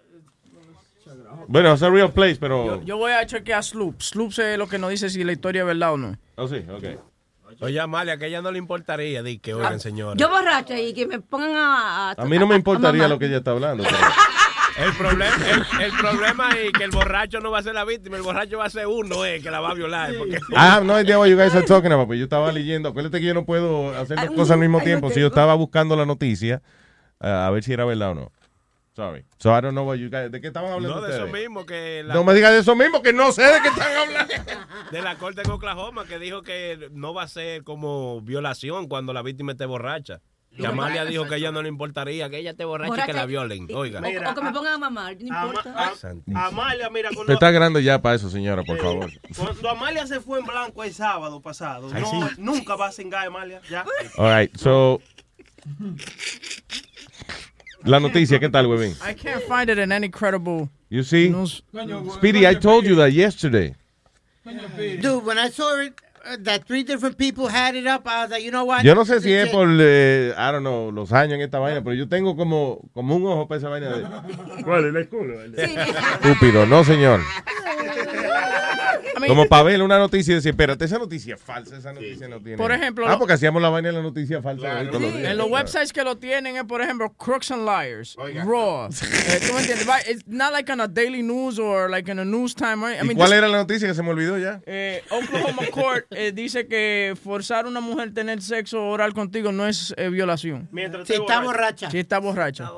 Bueno, it's a real place, pero.
Yo voy a chequear Sloop. Sloop es lo que nos dice si la historia es verdad o no.
Oh, sí, ok.
Oye, Amalia, que a ella no le importaría, di que "Oh". oigan, señora.
Yo borracha y que me pongan a.
A mí no me importaría lo que ella está hablando. pero-
El problema, el, el problema es que el borracho no va a ser la víctima, el borracho va a ser uno, eh, que la va a violar. Porque...
Ah, no idea what you guys are talking about, pero yo estaba leyendo. Acuérdate que yo no puedo hacer dos cosas al mismo tiempo. Si yo estaba buscando la noticia, eh, a ver si era verdad o no. Sorry. So I don't know what you guys. ¿De qué estaban hablando
No, de eso
ustedes?
[laughs]
mismo, que la,
No me digas de eso mismo, que no sé de qué están hablando.
de la corte en Oklahoma, que dijo que no va a ser como violación cuando la víctima esté borracha. Y Amalia dijo que a ella no le importaría, que ella esté borracha y que la violen. Oiga.
O, o que me pongan a mamar, no importa.
Amalia, mira, cuando,
Usted está grande ya para eso, señora, por favor.
cuando Amalia se fue en blanco el sábado pasado,
Ay,
no,
sí.
nunca va a cingar Amalia. Ya.
All right, so. La noticia, ¿qué tal, huevín?
I can't find it in any credible.
You see?
Coño,
Speedy, I told you that yesterday.
Dude, when I saw it, uh, that three different people had it up, I was like, you know what?
Yo no sé si
This
es por, eh, I don't know, los años en esta vaina, pero yo tengo como, como un ojo para esa vaina de...
¿Cuál es el culo?
Estúpido, no, señor.
I mean,
Como para ver una noticia y decir, espérate, esa noticia es falsa, esa noticia no tiene...
Por ejemplo,
Ah,
lo-
porque hacíamos la vaina de la noticia falsa. de todos los días.
en los websites que lo tienen es, por ejemplo, Crooks and Liars, Raw. Eh, ¿Tú me entiendes? Va- It's not like on a daily news or like in a news time, right? I
¿Y
mean,
cuál
this-
era la noticia que se me olvidó ya?
Eh, Oklahoma Court eh, dice que forzar a una mujer a tener sexo oral contigo no es eh, violación.
Mientras
Si esté está borracha. borracha.
Si está borracha.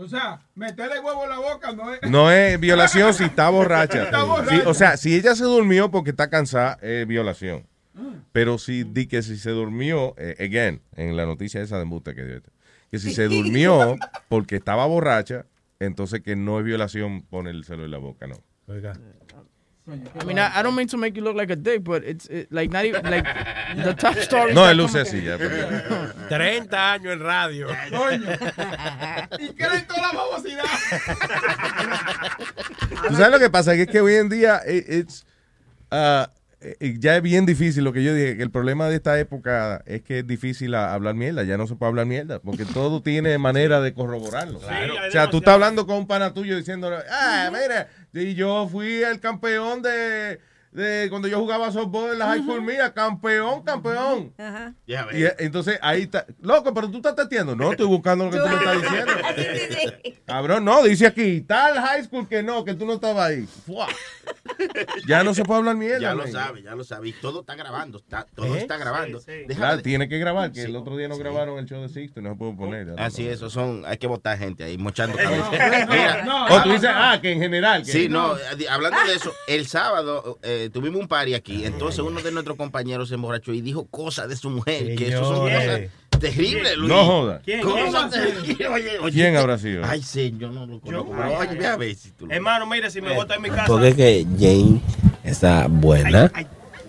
O sea, meterle huevo en la boca no es.
No es violación si está borracha.
Está borracha.
Sí, o sea, si ella se durmió porque está cansada, es violación.
Mm.
Pero si di que si se durmió, eh, again, en la noticia esa de Busta que dio, este, que si se
[laughs]
durmió porque estaba borracha, entonces que no es violación ponérselo en la boca, no.
I mean, I, I don't mean to make you look like a dick, but it's it- like not even like the top story.
No,
that
él luce
come-
así ya. porque-
[laughs] 30 años en radio.
Y creen toda la babosidad.
Pues, ¿Tú sabes lo que pasa? Que es que hoy en día eh, it's, uh, eh, ya es bien difícil lo que yo dije, que el problema de esta época es que es difícil a- hablar mierda, ya no se puede hablar mierda, porque todo tiene manera de corroborarlo.
Claro.
o sea, tú estás hablando con un pana tuyo diciendo, ah, mira, y yo fui el campeón de, de cuando yo [laughs] jugaba softball en la high school mía, campeón, campeón.
Ajá.
Y eh, entonces ahí está, loco, pero tú estás testeando, no, estoy buscando lo que tú me estás diciendo. Cabrón, no, dice aquí, tal high school que no, que tú no estabas ahí. Fuá. Ya no se puede hablar mierda.
Ya lo
men.
sabe, ya lo sabe. Y todo está grabando, está- todo
¿Eh?
está grabando. Deja-
Claro, tiene que grabar, que
Sí,
el otro día no
sí.
grabaron el show de Sixto y no se pudo poner.
Así es, esos son, hay que votar gente ahí, mochando
[laughs]
cabeza.
Mira, o tú dices, ah, que en general. que-
Sí, no, eh, di- hablando de eso, el sábado eh, tuvimos un party aquí, entonces uno de nuestros compañeros se emborrachó y dijo cosas de su mujer, que eso son
Señores.
cosas terribles,
¿Quién?
Luis.
No joda. ¿Quién?
Cosas
¿Quién?
terribles, oye, oye.
¿Quién habrá sido?
Ay, sí, yo no lo conozco, pero
ay,
oye,
ay.
ve a ver si tú lo-
Hermano, mire, si me bota en mi casa.
Porque es que Jane está buena.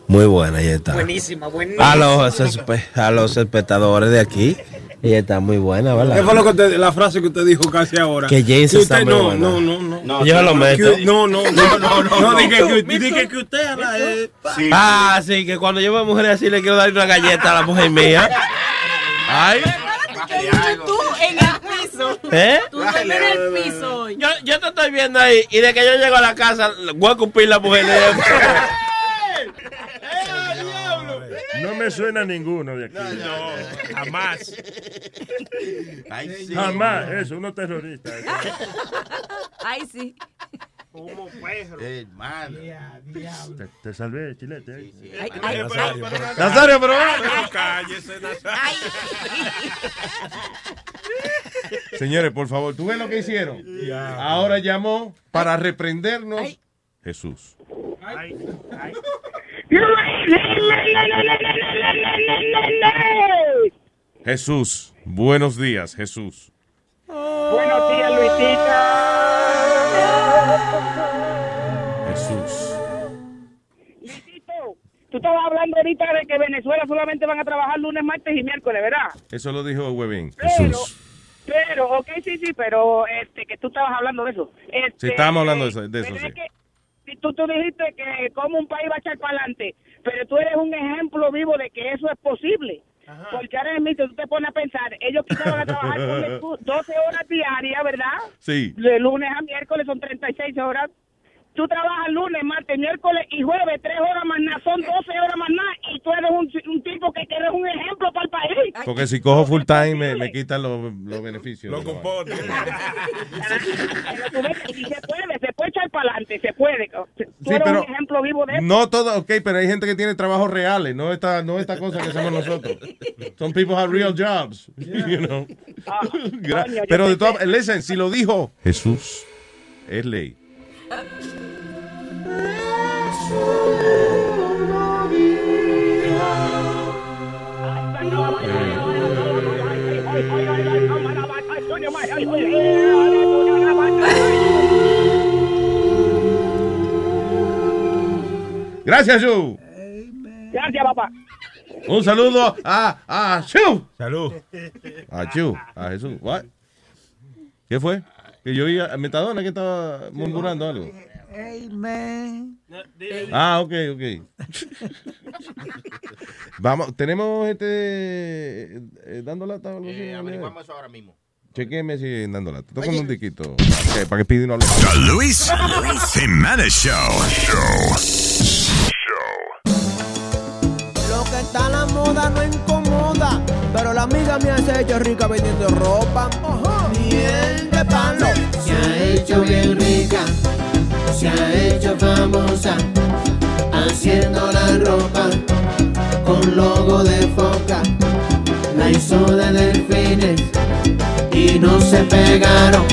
Muy buena, ella está.
Buenísima, buenísima.
A los, espe- a los espectadores de aquí, ella está muy buena, ¿verdad?
¿Qué fue lo que usted- la frase que usted dijo casi ahora?
Que James
usted
está muy
no,
buena.
no, no, no,
No, yo lo meto.
Que- No, no, no, no, no.
No,
dije que-
Mito,
dije
que usted habla de...
Ah, sí, que cuando yo veo mujeres así le quiero dar una galleta a la mujer mía. Ay.
Tú en el piso.
¿Eh?
Tú estás en el piso hoy.
Yo, yo te estoy viendo ahí y de que yo llego a la casa voy a cumplir la mujer.
No me suena ninguno de aquí.
No, jamás.
Jamás, eso, uno terrorista.
Ay, sí.
Como perro.
Hermano.
Te, te salvé, chilete. ¿eh?
Ay,
ay,
Nazario,
ay,
pero- Ah,
ay,
Nazario, pero-
ay, ay. Cállese, Nazario.
Señores, por favor, ¿tú ves lo que hicieron? Ahora llamó para reprendernos Jesús. Jesús, buenos días, Jesús.
Buenos días, Luisita.
Jesús.
Luisito, tú estabas hablando ahorita de que Venezuela solamente van a trabajar lunes, martes y miércoles, ¿verdad?
Eso lo dijo Webin.
Pero,
Jesús.
pero, ok, sí, sí, pero este, que tú estabas hablando de eso.
Sí,
Este,
estábamos hablando de eso, de eso
pero
sí.
es que si tú, tú dijiste que como un país va a echar para adelante, pero tú eres un ejemplo vivo de que eso es posible. Porque ahora mismo tú te pones a pensar, ellos quizás van a trabajar
[laughs]
ponle tú, 12 horas diarias, ¿verdad?
Sí.
De lunes a miércoles son 36 horas. Tú trabajas lunes, martes, miércoles y jueves, 3 horas más nada, son 12 horas más nada, y tú eres un, un tipo que que eres un ejemplo para el país.
Porque si cojo full time me, me quitan los, los beneficios.
Lo
componen.
[laughs] Pero tú ves que sí se puede, se puede echar para adelante, se puede. Tú
Sí,
eres
pero
un ejemplo vivo de eso.
No todo, ok, pero hay gente que tiene trabajos reales, no esta, no esta cosa que hacemos nosotros. Some people have real jobs, [laughs] you know. [laughs]
Ah,
Gra-
coño, yo
pero de
pensé-
todas, listen, si lo dijo Jesús, es ley. Gracias, Yu.
Gracias, papá.
Un saludo a, a Yu.
Salud.
A Yu, a Jesús. What? ¿Qué fue? Que yo oía a Metadona que estaba murmurando algo.
Amen.
Ah, ok, ok. Vamos, tenemos este eh, eh, dando lata o algo así.
Eh,
¿no?
averiguamos eso ahora mismo.
Chequéme si dando lata. Toca un tiquito. Ok, Eh, para que pide no hable.
The Luis Jiménez Show.
Lo que está en la moda no incomoda, pero la amiga me ha hecho rica vendiendo ropa. Miel de palo.
Se ha hecho bien rica, se ha hecho famosa, haciendo la ropa con logo de foca. La hizo de delfines y no se pegaron,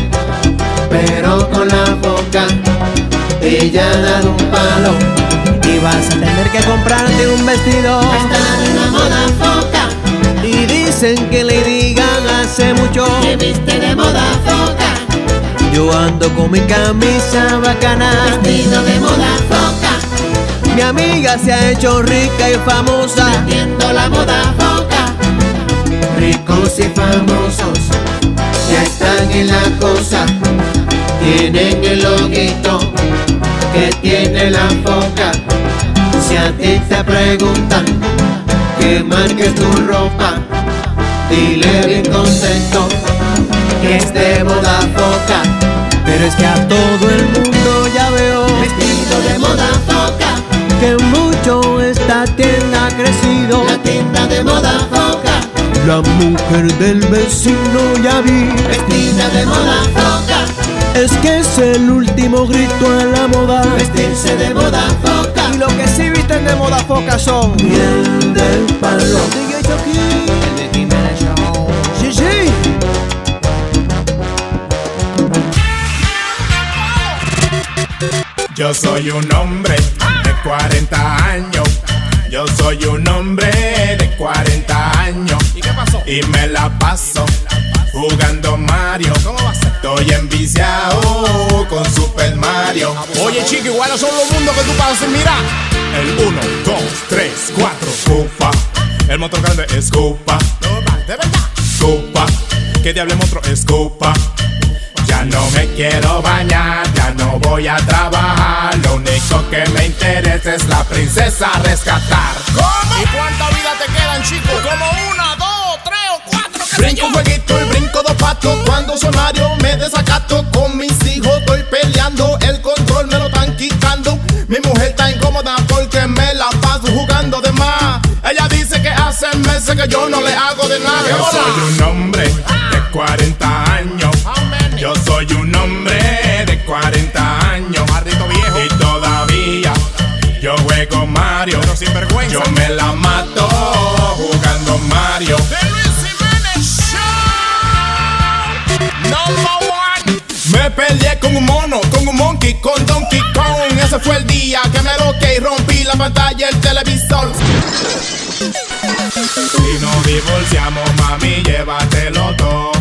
pero con la foca ella ha dado un palo.
Y vas a tener que comprarte un vestido.
Está de la moda foca,
Y dicen que le digan hace mucho.
que viste de moda foca,
Yo ando con mi camisa bacana.
vestido de moda foca.
Mi amiga se ha hecho rica y famosa.
Viendo la moda foca. Ricos y famosos ya están en la cosa. Tienen el loguito que tiene la foca. Si a ti te preguntan que marques tu ropa, dile bien contento que es de moda foca. Pero es que a todo el mundo ya veo vestido de moda foca.
Que mucho esta tienda ha crecido.
La tienda de moda foca,
La mujer del vecino ya vi.
vestida de moda foca,
Es que es el último grito a la moda.
vestirse de moda foca.
Y lo que sí visten de moda foca son. Miel del palo. DJ Chucky. Sí, sí.
Yo soy un hombre de 40 años. Yo soy un hombre de 40 años. ¿Y qué pasó? Y me la paso jugando Mario. Estoy enviciado con Super Mario.
Oye, chico, igual no son los mundos que tú pasas sin mirar.
El 1, 2, 3, 4, Cupa. El monstruo grande es Cupa. De verdad. Cupa. Que diable monstruo es Cupa. Ya no me quiero bañar, ya no voy a trabajar. Lo único que me interesa es la princesa rescatar.
¿Y cuánta vida te quedan, chicos? Como una, dos, tres o cuatro. qué sé
Brinco
yo.
un jueguito y brinco dos patos. Cuando soy Mario me desacato. Con mis hijos estoy peleando. El control me lo están quitando. Mi mujer está incómoda porque me la paso jugando de más. Ella dice que hace meses que yo no le hago de nada. Yo soy un hombre de 40 años. Yo soy un hombre de 40 años. viejo. Y todavía yo juego Mario. Yo me la mato jugando Mario.
Me peleé con un mono, con un monkey, con Donkey Kong. Ese fue el día que me loqué y rompí la pantalla del televisor.
Si nos divorciamos, mami, llévatelo todo.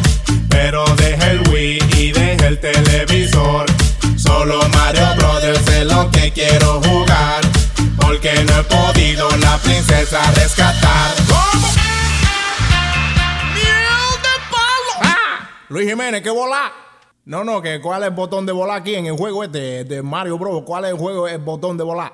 Pero deja el Wii y deja el televisor. Solo Mario Brothers es lo que quiero jugar. Porque no he podido la princesa rescatar.
Luis Jiménez, ¿qué volá? No, no, que cuál es el botón de volar aquí en el juego este de Mario Bros. ¿Cuál es el juego el botón de volar?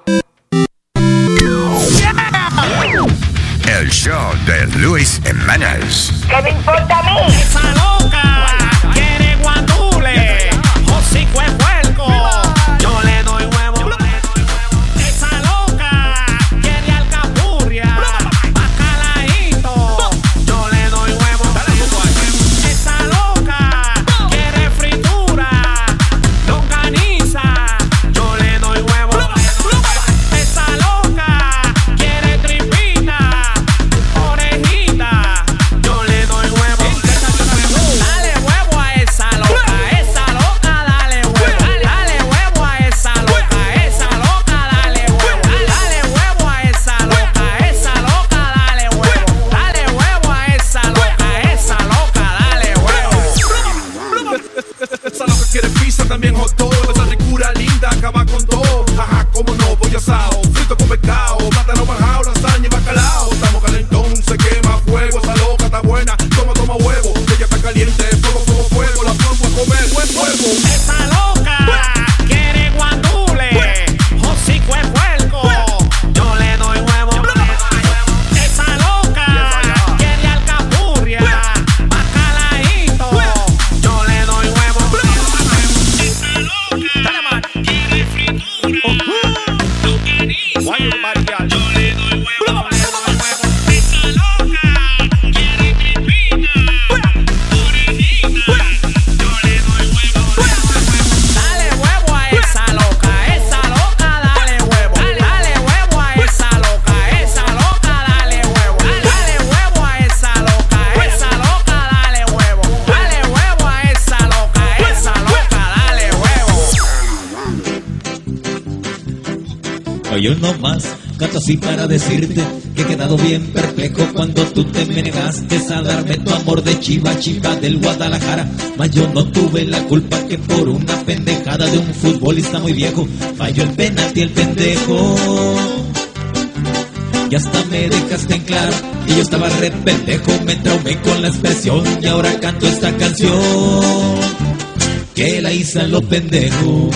El show de Luis Jiménez.
¿Qué me importa a mí? Esa loca quiere guandule, hocico es puerco. Yo le doy huevo. yo le doy huevo. Esa loca quiere alcapurria, bacalaíto. Yo le doy huevo. Esa loca quiere fritura, longaniza. Yo le doy huevo. Esa loca quiere tripita, orejita. Yo le doy huevo. Dale huevo a esa loca, a esa loca, dale huevo. Dale, dale huevo a esa loca, a esa loca, dale huevo. Dale huevo a esa loca, a esa loca, dale huevo. Dale huevo a esa loca, a esa loca, dale huevo.
Esa loca quiere pizza, también hot dog. Esa ricura linda acaba con todo. Ajá, cómo no, voy asado, frito con pescado, plátano bajado, lasaña y bacalao. Estamos calentón, se quema fuego. Esa loca está buena, toma, toma huevo. Ella está caliente, fuego, fuego, fuego. La pongo a comer, buen fuego.
Esa loca quiere guandule, hocico es puerco. Yo le doy huevo. Esa loca quiere alcapurria, bacalaíto. Yo le doy huevo. Esa loca quiere fritura, longaniza. Yo le doy huevo. Esa loca quiere tripita, orejita. Dale huevo a esa loca, a esa loca, dale huevo. Dale huevo a esa loca, a esa loca, dale huevo. Dale huevo a esa loca, a esa loca, dale huevo. Dale huevo a esa loca, a esa loca, dale huevo.
Oye, no más, canto así para decirte que he quedado bien perplejo cuando tú te me negaste a darme tu amor de chiva chiva del Guadalajara. Mas yo no tuve la culpa que por una pendejada de un futbolista muy viejo falló el penalti el pendejo. Y hasta me dejaste en claro y yo estaba re pendejo, me traumé con la expresión y ahora canto esta canción que la hice a los pendejos.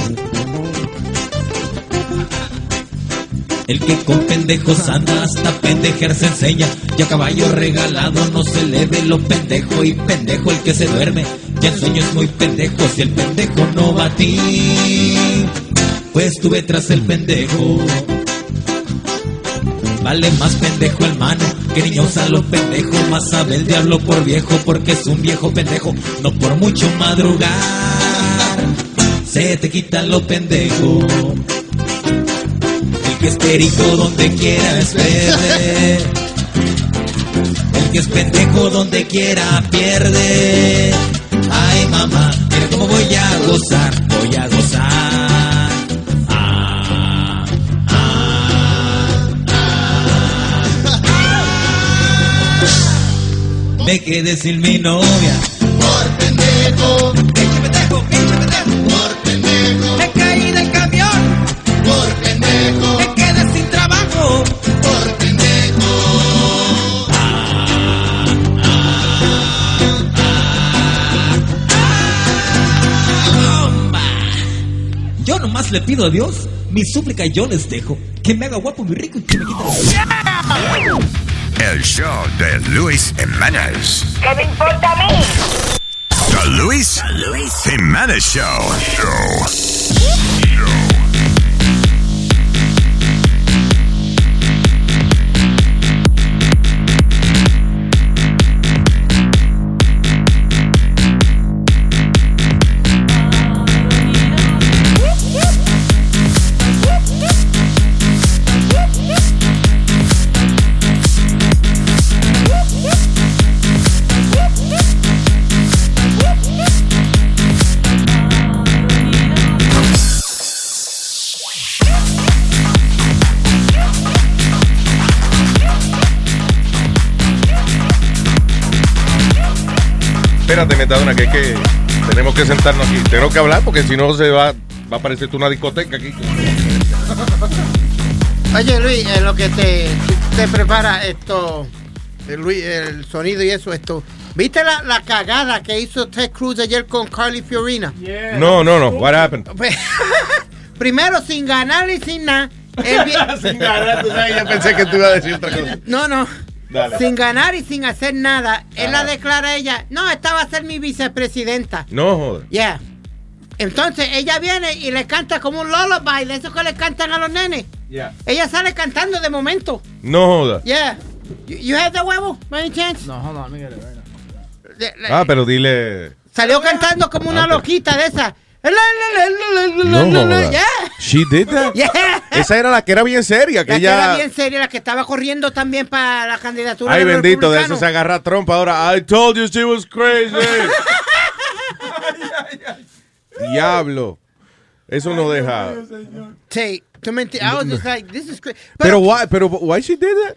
El que con pendejos anda hasta pendejer se enseña. Ya caballo regalado no se le ve lo pendejo y pendejo el que se duerme. Ya el sueño es muy pendejo si el pendejo no va a ti. Pues tuve tras el pendejo. Vale más pendejo el mano que niño usa lo pendejo. Más sabe el diablo por viejo porque es un viejo pendejo. No por mucho madrugar se te quita lo pendejo. El que es perico donde quiera es verde. El que es pendejo donde quiera pierde. Ay mamá, mira cómo voy a gozar, voy a gozar. Ah, ah, ah. Me quedé sin mi novia. Por pendejo, pinche pendejo, pinche pendejo. Por pendejo.
Me caí del camión.
Por pendejo.
Me quedé sin trabajo.
Por pendejo. Bomba. Yo nomás le pido a Dios, mi súplica yo les dejo, que me haga guapo, mi rico y que me quite los-
El show de Luis Jiménez.
¿Qué me importa a mí?
The Luis, Jiménez Show. Show.
Espérate, Metadona, que es que tenemos que sentarnos aquí. Tengo que hablar porque si no se va, va a parecer una discoteca aquí.
[laughs] Oye Luis, eh, lo que te, te prepara esto, eh, Luis, el sonido y eso, esto. ¿Viste la, la cagada que hizo Ted Cruz ayer con Carly Fiorina?
No, no, no. What [laughs] happened?
Primero, sin ganar y sin nada.
[laughs]
el vie-
Sin ganar, tú sabes, yo pensé que tú ibas a decir otra cosa.
No, no.
Dale.
Sin ganar y sin hacer nada. Él la
Ajá.
declara a ella, no, esta va a ser mi vicepresidenta.
No, joder.
Yeah. Entonces ella viene y le canta como un lullaby, de eso que le cantan a los nenes. Ella sale cantando de momento.
No, joda.
Yeah. You, you have the huevo, by any chance?
No, hold on, let me get it right now.
Le- le-
Ah, pero dile.
Salió cantando como
Ah,
una loquita de esa. La, la, la, la, la,
No,
la, la,
joda.
yeah.
She did [laughs] that.
Yeah.
Esa era la que era bien seria, que
La que era
ella.
bien seria, la que estaba corriendo también para la candidatura.
Ay,
de los
bendito, de eso
republicanos.
se agarra trompa ahora. I told you she
[laughs]
was crazy. Diablo. Eso no deja.
Sí, tú me enti- I was just like, this is crazy.
Pero why, pero why she did that?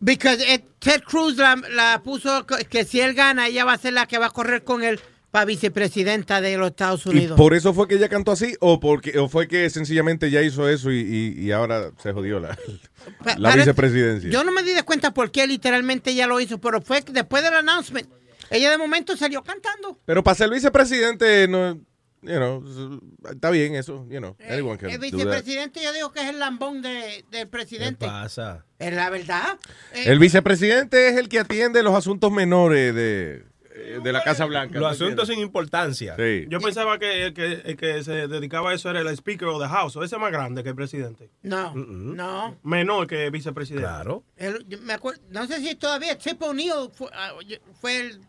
Because eh, Ted Cruz la, la puso co- que si él gana, ella va a ser la que va a correr con él para vicepresidenta de los Estados
¿Y
Unidos.
por eso fue que ella cantó así o porque o fue que sencillamente ya hizo eso y, y- y ahora se jodió la,
Pa-
la
para-
vicepresidencia?
Yo no me di de cuenta por qué literalmente ella lo hizo, pero fue que después del announcement. Ella de momento salió cantando.
Pero para ser vicepresidente, no, you know, está bien eso, you know, anyone can
Eh, El
do that.
vicepresidente yo digo que es el lambón de- del presidente.
pasa?
Es la verdad. Eh,
El vicepresidente es el que atiende los asuntos menores de, eh, de la Casa Blanca.
Los
¿tú
asuntos sin importancia.
Sí.
Yo pensaba que el, que el que se dedicaba a eso era el Speaker of the House, o ese es más grande que el presidente.
No,
Mm-hmm.
no.
Menor que el vicepresidente.
Claro.
El- yo me acuer- no sé si todavía Chip O'Neill fue, ah, yo- fue el,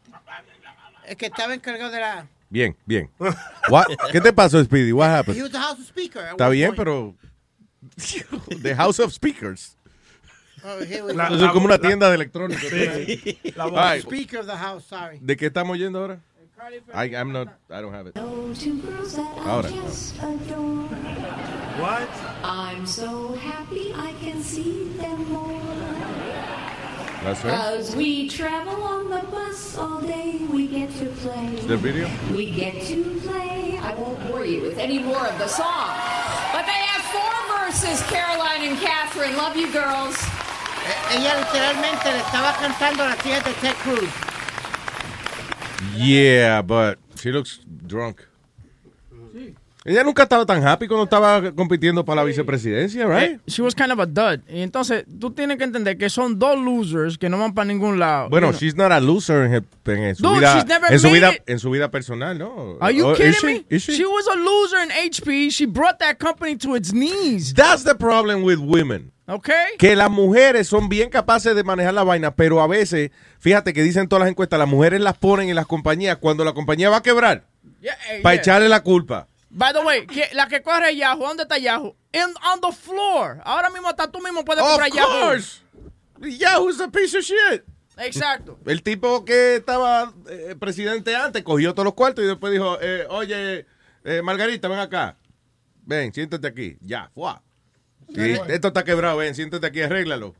el que estaba encargado de la.
entiendes? Bien, bien. What- ¿Qué te pasó, Speedy? What
He
happened?
was the House Speaker. at
Ah, pues, Está
one
bien,
point.
pero The House of Speakers.
Oh, he was-
Eso es como una tienda de electrónicos.
Sí.
La voz.
Ay. Speaker of the House, sorry.
¿De qué estamos yendo ahora? I, I'm not, I don't have it. Ahora.
What? I'm so happy I can see them more.
That's right.
Cause we travel on the bus all day, we get to play.
The video?
We get to play. I won't bore you with any more of the song. But they have four verses, Caroline and
[laughs]
Catherine. Love you girls.
E-,
Ella literalmente le estaba cantando la tía de Ted Cruz.
Yeah, but she looks drunk. Ella nunca estaba tan happy cuando estaba compitiendo para la vicepresidencia,
Eh,
right?
She was kind of a dud. Y entonces, tú tienes que entender que son dos losers que no van para ningún lado.
Bueno,
You know.
she's not a loser en, en su
Dude,
vida,
Eh, she's never
en su
made
vida,
it.
en su vida personal, ¿no?
Are you
Or-
kidding
Oh, is she?
me?
Is she?
was a loser in HP. She brought that company to its knees.
That's the problem with women.
Okay?
Que las mujeres son bien capaces de manejar la vaina, pero a veces, fíjate que dicen todas las encuestas, las mujeres las ponen en las compañías cuando la compañía va a quebrar,
Yeah, eh,
para
yeah.
echarle la culpa.
By the way, que- la que corre Yahoo, ¿dónde está Yahoo? In, on the floor. Ahora mismo hasta tú mismo puedes
Of
comprar
course. Yahoo. Yahoo's a piece of shit.
Exacto.
El tipo que estaba eh, presidente antes cogió todos los cuartos y después dijo, eh, oye, eh, Margarita, ven acá. Ven, siéntate aquí. Ya, fuá. Y esto está quebrado, ven, siéntate aquí, arréglalo.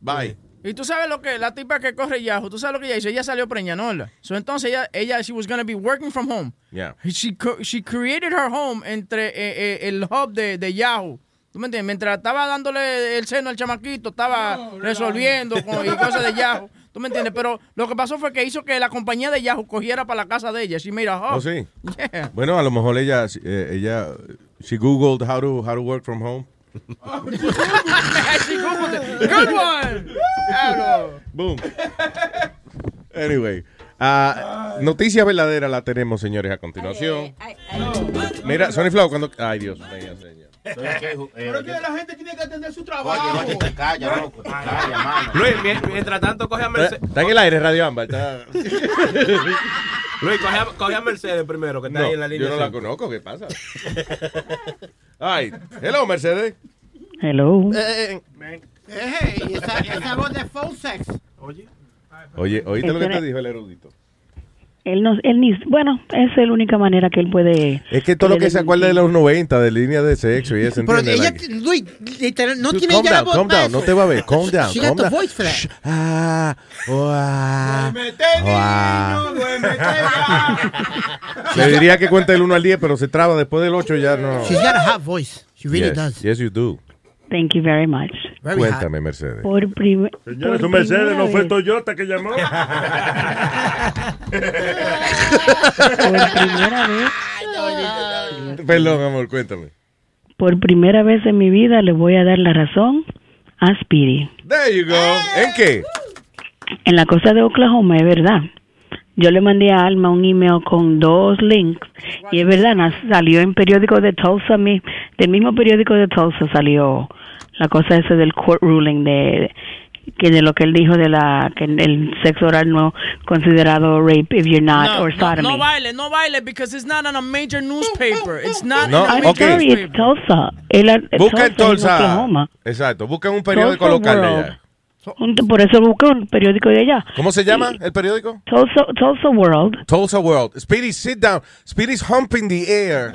Bye.
Y tú sabes lo que la tipa que corre Yahoo, tú sabes lo que ella hizo. Ella salió preñanola. So entonces ella, ella she was going to be working from home.
Yeah.
She, co- she created her home entre eh, eh, el hub de, de Yahoo. ¿Tú me entiendes? Mientras estaba dándole el seno al chamaquito, estaba resolviendo con, y cosas de Yahoo. ¿Tú me entiendes? Pero lo que pasó fue que hizo que la compañía de Yahoo cogiera para la casa de ella. She made a hub.
¿Oh, sí?
Yeah.
Bueno, a lo mejor ella, eh, ella, she googled how to, how to work from home.
She googled it. Good one. Claro.
[laughs] Boom. Anyway, ah, noticia verdadera la tenemos, señores, a continuación. oh. Mira, Sony Flow, cuando... Ay, Dios mío, señor.
Pero
que la gente tiene que atender su
trabajo. Oye, oye, calla, loco, te calla, mano.
Luis, mien- mientras tanto, coge a
Está
Mercedes.
está en el aire Radio Ámbar.
[laughs]
Está...
Luis, coge a, coge a Mercedes primero, que está
No,
ahí en la línea.
yo no la
cinco.
conozco, ¿qué pasa? Ay, hello, Mercedes.
Hello.
Eh, eh, y esa, esa voz de phone sex. Oye.
Oye, oíste lo que
Espera.
te dijo el erudito.
Él no, él ni, bueno, esa es la única manera que él puede.
Es que todo lo que se acuerda de los 90, de líneas de sexo y eso,
Pero
¿entiendes?
ella
Like,
Luis, literal, no
dude,
tiene
calm
ya la
down,
voz
calm
para
down, no
eso.
te va a ver, calm down,
She
calm
got the
down.
voice for that.
Shh, [laughs] ah, oh, ah, oh, ah. Le diría que cuente el 1 al 10, pero se traba después del 8 ya no.
She's got a hot voice. She
yes, Yes, you do.
Thank you very much.
Cuéntame, Mercedes.
Por, prim-
Señores,
por
su Mercedes
primera
no fue
vez-
Toyota que llamó.
[laughs] por primera vez, Ah.
Perdón, amor, cuéntame.
por primera vez en mi vida le voy a dar la razón a Speedy.
There you go.
Ah.
¿En qué?
En la cosa de Oklahoma, es verdad. Yo le mandé a Alma un email con dos links y es verdad, nas- salió en periódico de Tulsa, mi- del mismo periódico de Tulsa salió la cosa esa del court ruling de que de lo que él dijo de la que el sexo oral no considerado rape if you're not or sodomy.
No baile, no baile, because it's not on a major newspaper. It's not
No,
in a
I'm
major
sorry, it's Tulsa. El, el
Busca en
en
Tulsa.
Oklahoma.
Exacto, busca un periódico
Tulsa
local de
World.
allá.
Un- Por eso busco un periódico de allá.
¿Cómo se llama el periódico?
Tulsa, Tulsa World.
Tulsa World. Speedy, sit down. Speedy's humping the air.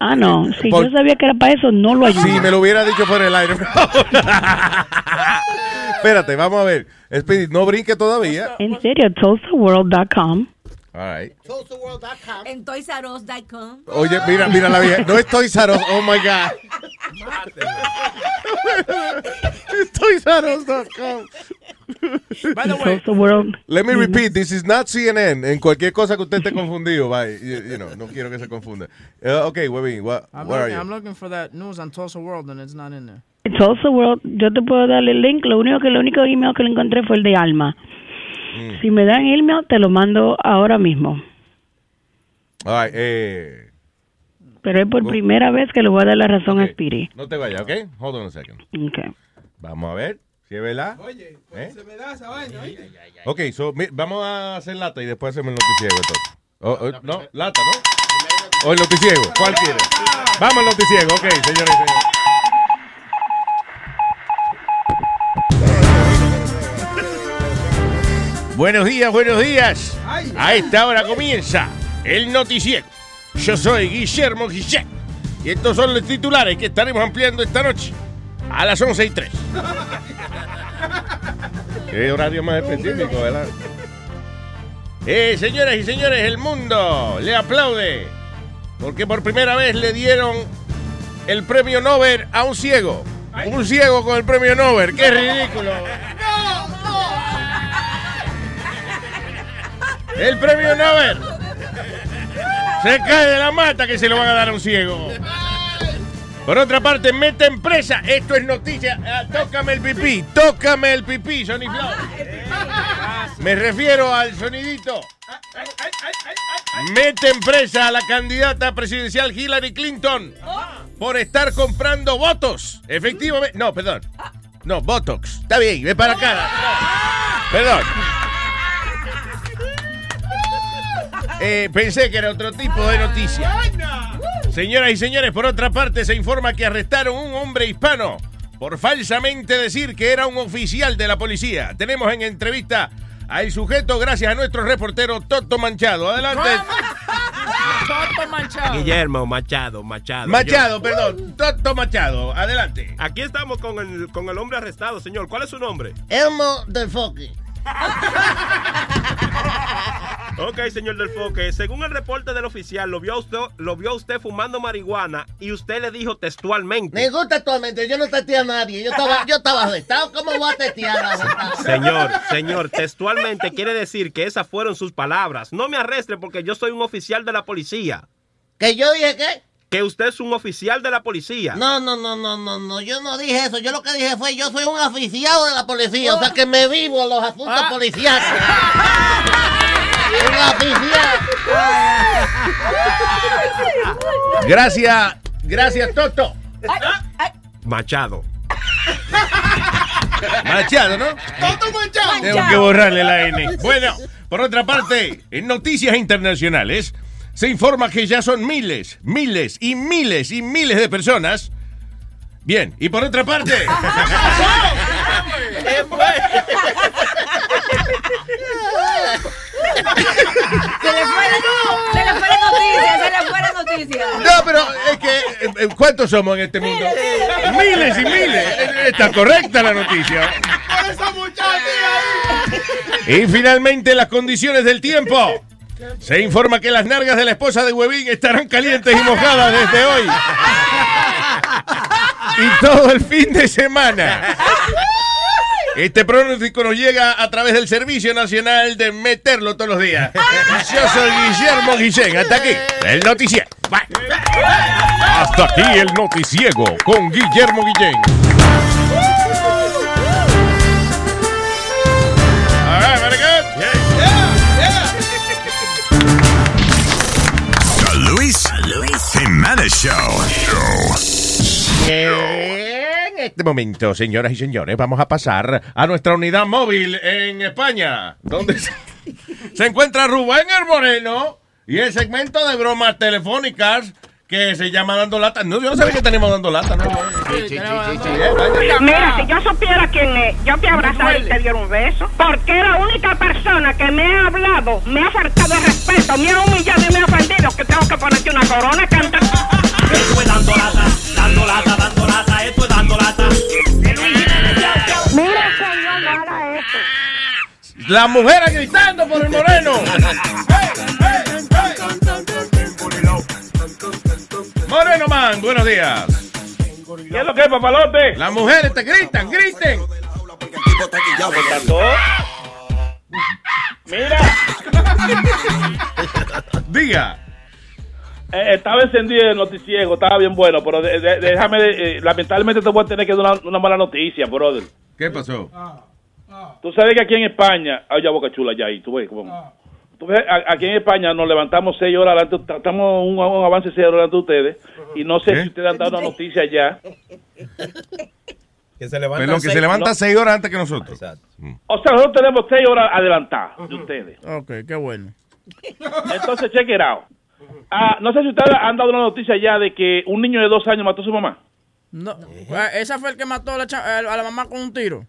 Ah, no. Si
Por-
yo sabía que era para eso, no lo ayudé.
Si me lo hubiera dicho por el aire. por favor. [laughs] Espérate, vamos a ver. Speedy, no brinque todavía.
En serio, TulsaWorld.com.
All right.
En toysaros.com.
Oye, mira, mira la vieja. No estoy zaroso. Oh my God. estoy zaroso.com.
By the way- Tulsa World.
Let me repeat, this is not CNN. En cualquier cosa que usted esté confundido, bye. You, you know, no quiero que se confunda. Eh, ok, Webby, what,
I'm
where are
looking,
you?
I'm looking for that news on Tulsa World and it's not in there.
Tulsa World, yo te puedo dar el link. Lo único que el único email que le encontré fue el de Alma. Si me dan el email, te lo mando ahora mismo.
All right, eh,
Pero es por
Go-
primera vez que le voy a dar la razón a Spiri.
no te vayas, ok? Hold on a second.
Okay.
Vamos a ver si es verdad.
Oye,
¿Eh?
se me da esa vaina. ¿eh?
Ok, so, mi- vamos a hacer lata y después hacemos el noticiero. entonces. Oh, oh, no, lata, ¿no? O el noticiero, ¿cuál quiere? Vamos al noticiero, ok, señores y señores.
Buenos días, buenos días. A esta hora comienza el noticiero. Yo soy Guillermo Guillet. Y estos son los titulares que estaremos ampliando esta noche a las 11 y 3.
Qué horario más específico, ¿verdad?
Eh, señoras y señores, el mundo le aplaude porque por primera vez le dieron el premio Nobel a un ciego. Un ciego con el premio Nobel, qué ridículo. El premio Nobel
Se cae de la mata que se lo van a dar a un ciego. Por otra parte, meten presa. Esto es noticia. Ah, tócame el pipí. Tócame el pipí, Sony Flow. Me refiero al sonidito. Meten presa a la candidata presidencial Hillary Clinton por estar comprando votos. Efectivamente. No, perdón. No, Botox. Está bien, ve para acá. Perdón. Eh, pensé que era otro tipo de noticia. Señoras y señores, por otra parte se informa que arrestaron un hombre hispano por falsamente decir que era un oficial de la policía. Tenemos en entrevista al sujeto gracias a nuestro reportero Toto Manchado. Adelante.
Toto manchado.
Guillermo Machado, Machado.
Machado,
Yo-
perdón. Toto Machado, adelante.
Aquí estamos con el, con el hombre arrestado, señor. ¿Cuál es su nombre?
Elmo de Foque.
Ok, señor Del Foque. Según el reporte del oficial, lo vio a usted, lo vio a usted fumando marihuana y usted le dijo textualmente.
Me gusta actualmente, yo no testeo a nadie. Yo estaba, yo estaba arrestado. ¿Cómo voy a testear a
Señor, señor, textualmente quiere decir que esas fueron sus palabras. No me arreste porque yo soy un oficial de la policía.
¿Que yo dije qué?
Que usted es un oficial de la policía.
No, no, no, no, no, no, yo no dije eso. Yo lo que dije fue, yo soy un aficionado de la policía, o sea que me vivo en los asuntos policiales. un aficionado.
Gracias, gracias Toto.
Machado.
Machado, ¿no?
Toto Manchado.
Tengo que borrarle la N. Bueno, por otra parte, en noticias internacionales se informa que ya son miles, miles y miles y miles de personas. Bien, y por otra parte, [laughs]
Se le fue la, se le fue la noticia, se le fue la noticia.
No, pero es que, eh, eh, ¿cuántos somos en este mundo? Miles y miles. Eh, Está correcta la noticia.
Por esa muchacha
Y finalmente las condiciones del tiempo. Se informa que las nargas de la esposa de Huevín estarán calientes y mojadas desde hoy. Y todo el fin de semana. Este pronóstico nos llega a través del Servicio Nacional de Meterlo todos los días. Y Yo soy Guillermo Guillén. Hasta aquí, el noticiero. Bye. Hasta aquí el noticiego con Guillermo Guillén.
The Luis, Jimenez Show.
En este momento, señoras y señores, vamos a pasar a nuestra unidad móvil en España, donde se, se encuentra Rubén el Moreno y el segmento de bromas telefónicas que se llama Dando Lata. No, yo no sabía que tenemos Dando Lata, ¿no?
Mira, si yo supiera quién es, yo te abrazara y te diera un beso. Porque es la única persona que me ha hablado, me ha faltado el respeto, me ha humillado y me ha ofendido que tengo que ponerte una corona cantar.
dando lata, dando lata, dando lata, esto es pues dando lata.
Mira, señor, no haga eso.
La mujer gritando por el moreno. Moreno Man, buenos días. ¿Qué es lo que es, papalote? Las mujeres te gritan, griten.
Mira.
Diga.
Eh, estaba encendido el noticiero, estaba bien bueno, pero de- de- déjame, de- eh, lamentablemente te voy a tener que dar una, una mala noticia, brother.
¿Qué pasó?
Ah. Tú sabes que aquí en España, ay ya boca chula ya ahí, tú ves, cómo-
Ah.
tú ves, a- aquí en España nos levantamos seis horas adelante, ta- estamos un, un avance seis horas adelante de ustedes, y no sé si ustedes han dado una noticia ya.
Que se levanta.
Perdón, que se levanta seis horas antes que nosotros.
Mm. O sea, nosotros tenemos seis horas adelantadas de ustedes.
Ok, qué bueno.
Entonces, check it out. Ah, no sé si ustedes han dado una noticia ya de que un niño de dos años mató a su mamá.
No, ah, esa fue el que mató a la, cha- a la mamá con un tiro.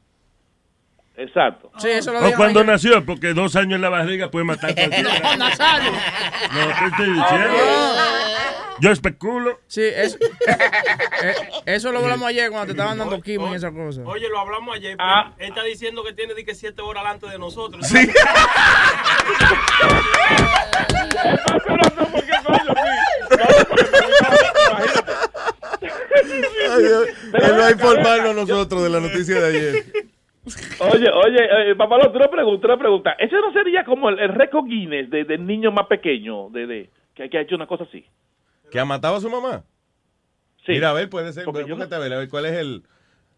Exacto.
Sí, eso lo
O
dijo.
cuando
ayer.
nació, porque dos años en la barriga puede matar a cualquiera. [laughs]
[laughs] No, Nazario.
No, te estoy diciendo. Yo especulo.
Sí, eso, eh, eso lo hablamos ayer cuando te estaban dando quimo y esas cosas.
Oye, lo hablamos ayer. pero Él está diciendo que tiene de que siete horas delante de nosotros. [laughs]
Él va a informarnos a nosotros de la noticia de ayer.
Oye, oye, eh, papalote, una pregunta, una pregunta. ¿Eso no sería como el, el récord Guinness de- del niño más pequeño? De, de, que, que ha hecho una cosa así.
¿Que ha matado a su mamá?
Sí.
Mira, a ver, puede ser.
Porque yo
búscate, a ver, a ver, ¿cuál es el.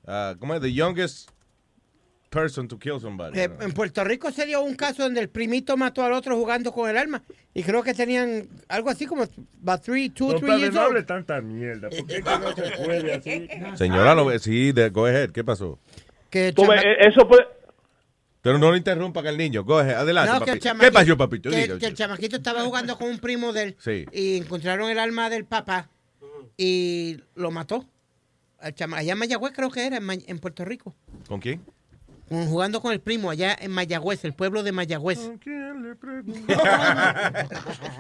ah, ¿Cómo es? The youngest person to kill somebody.
Eh, en Puerto Rico se dio un caso donde el primito mató al otro jugando con el arma. Y creo que tenían algo así como about three, two,
No
three years old.
hable tanta mierda. ¿Por qué que no se puede así?
Señora, no, sí, de- go ahead, ¿qué pasó?
Que
Tú ves, eh, eso puede.
Pero no le interrumpa que el niño, go ahead, adelante.
No, que el
papi.
chamaquito-
¿Qué pasó, papito?
que-
Diga,
que el chamaquito estaba jugando con un primo de él
Sí.
y encontraron el alma del papá y lo mató. Al chama- allá en Mayagüez creo que era, en, Ma- en Puerto Rico.
¿Con quién?
con- Jugando con el primo allá en Mayagüez, el pueblo de Mayagüez.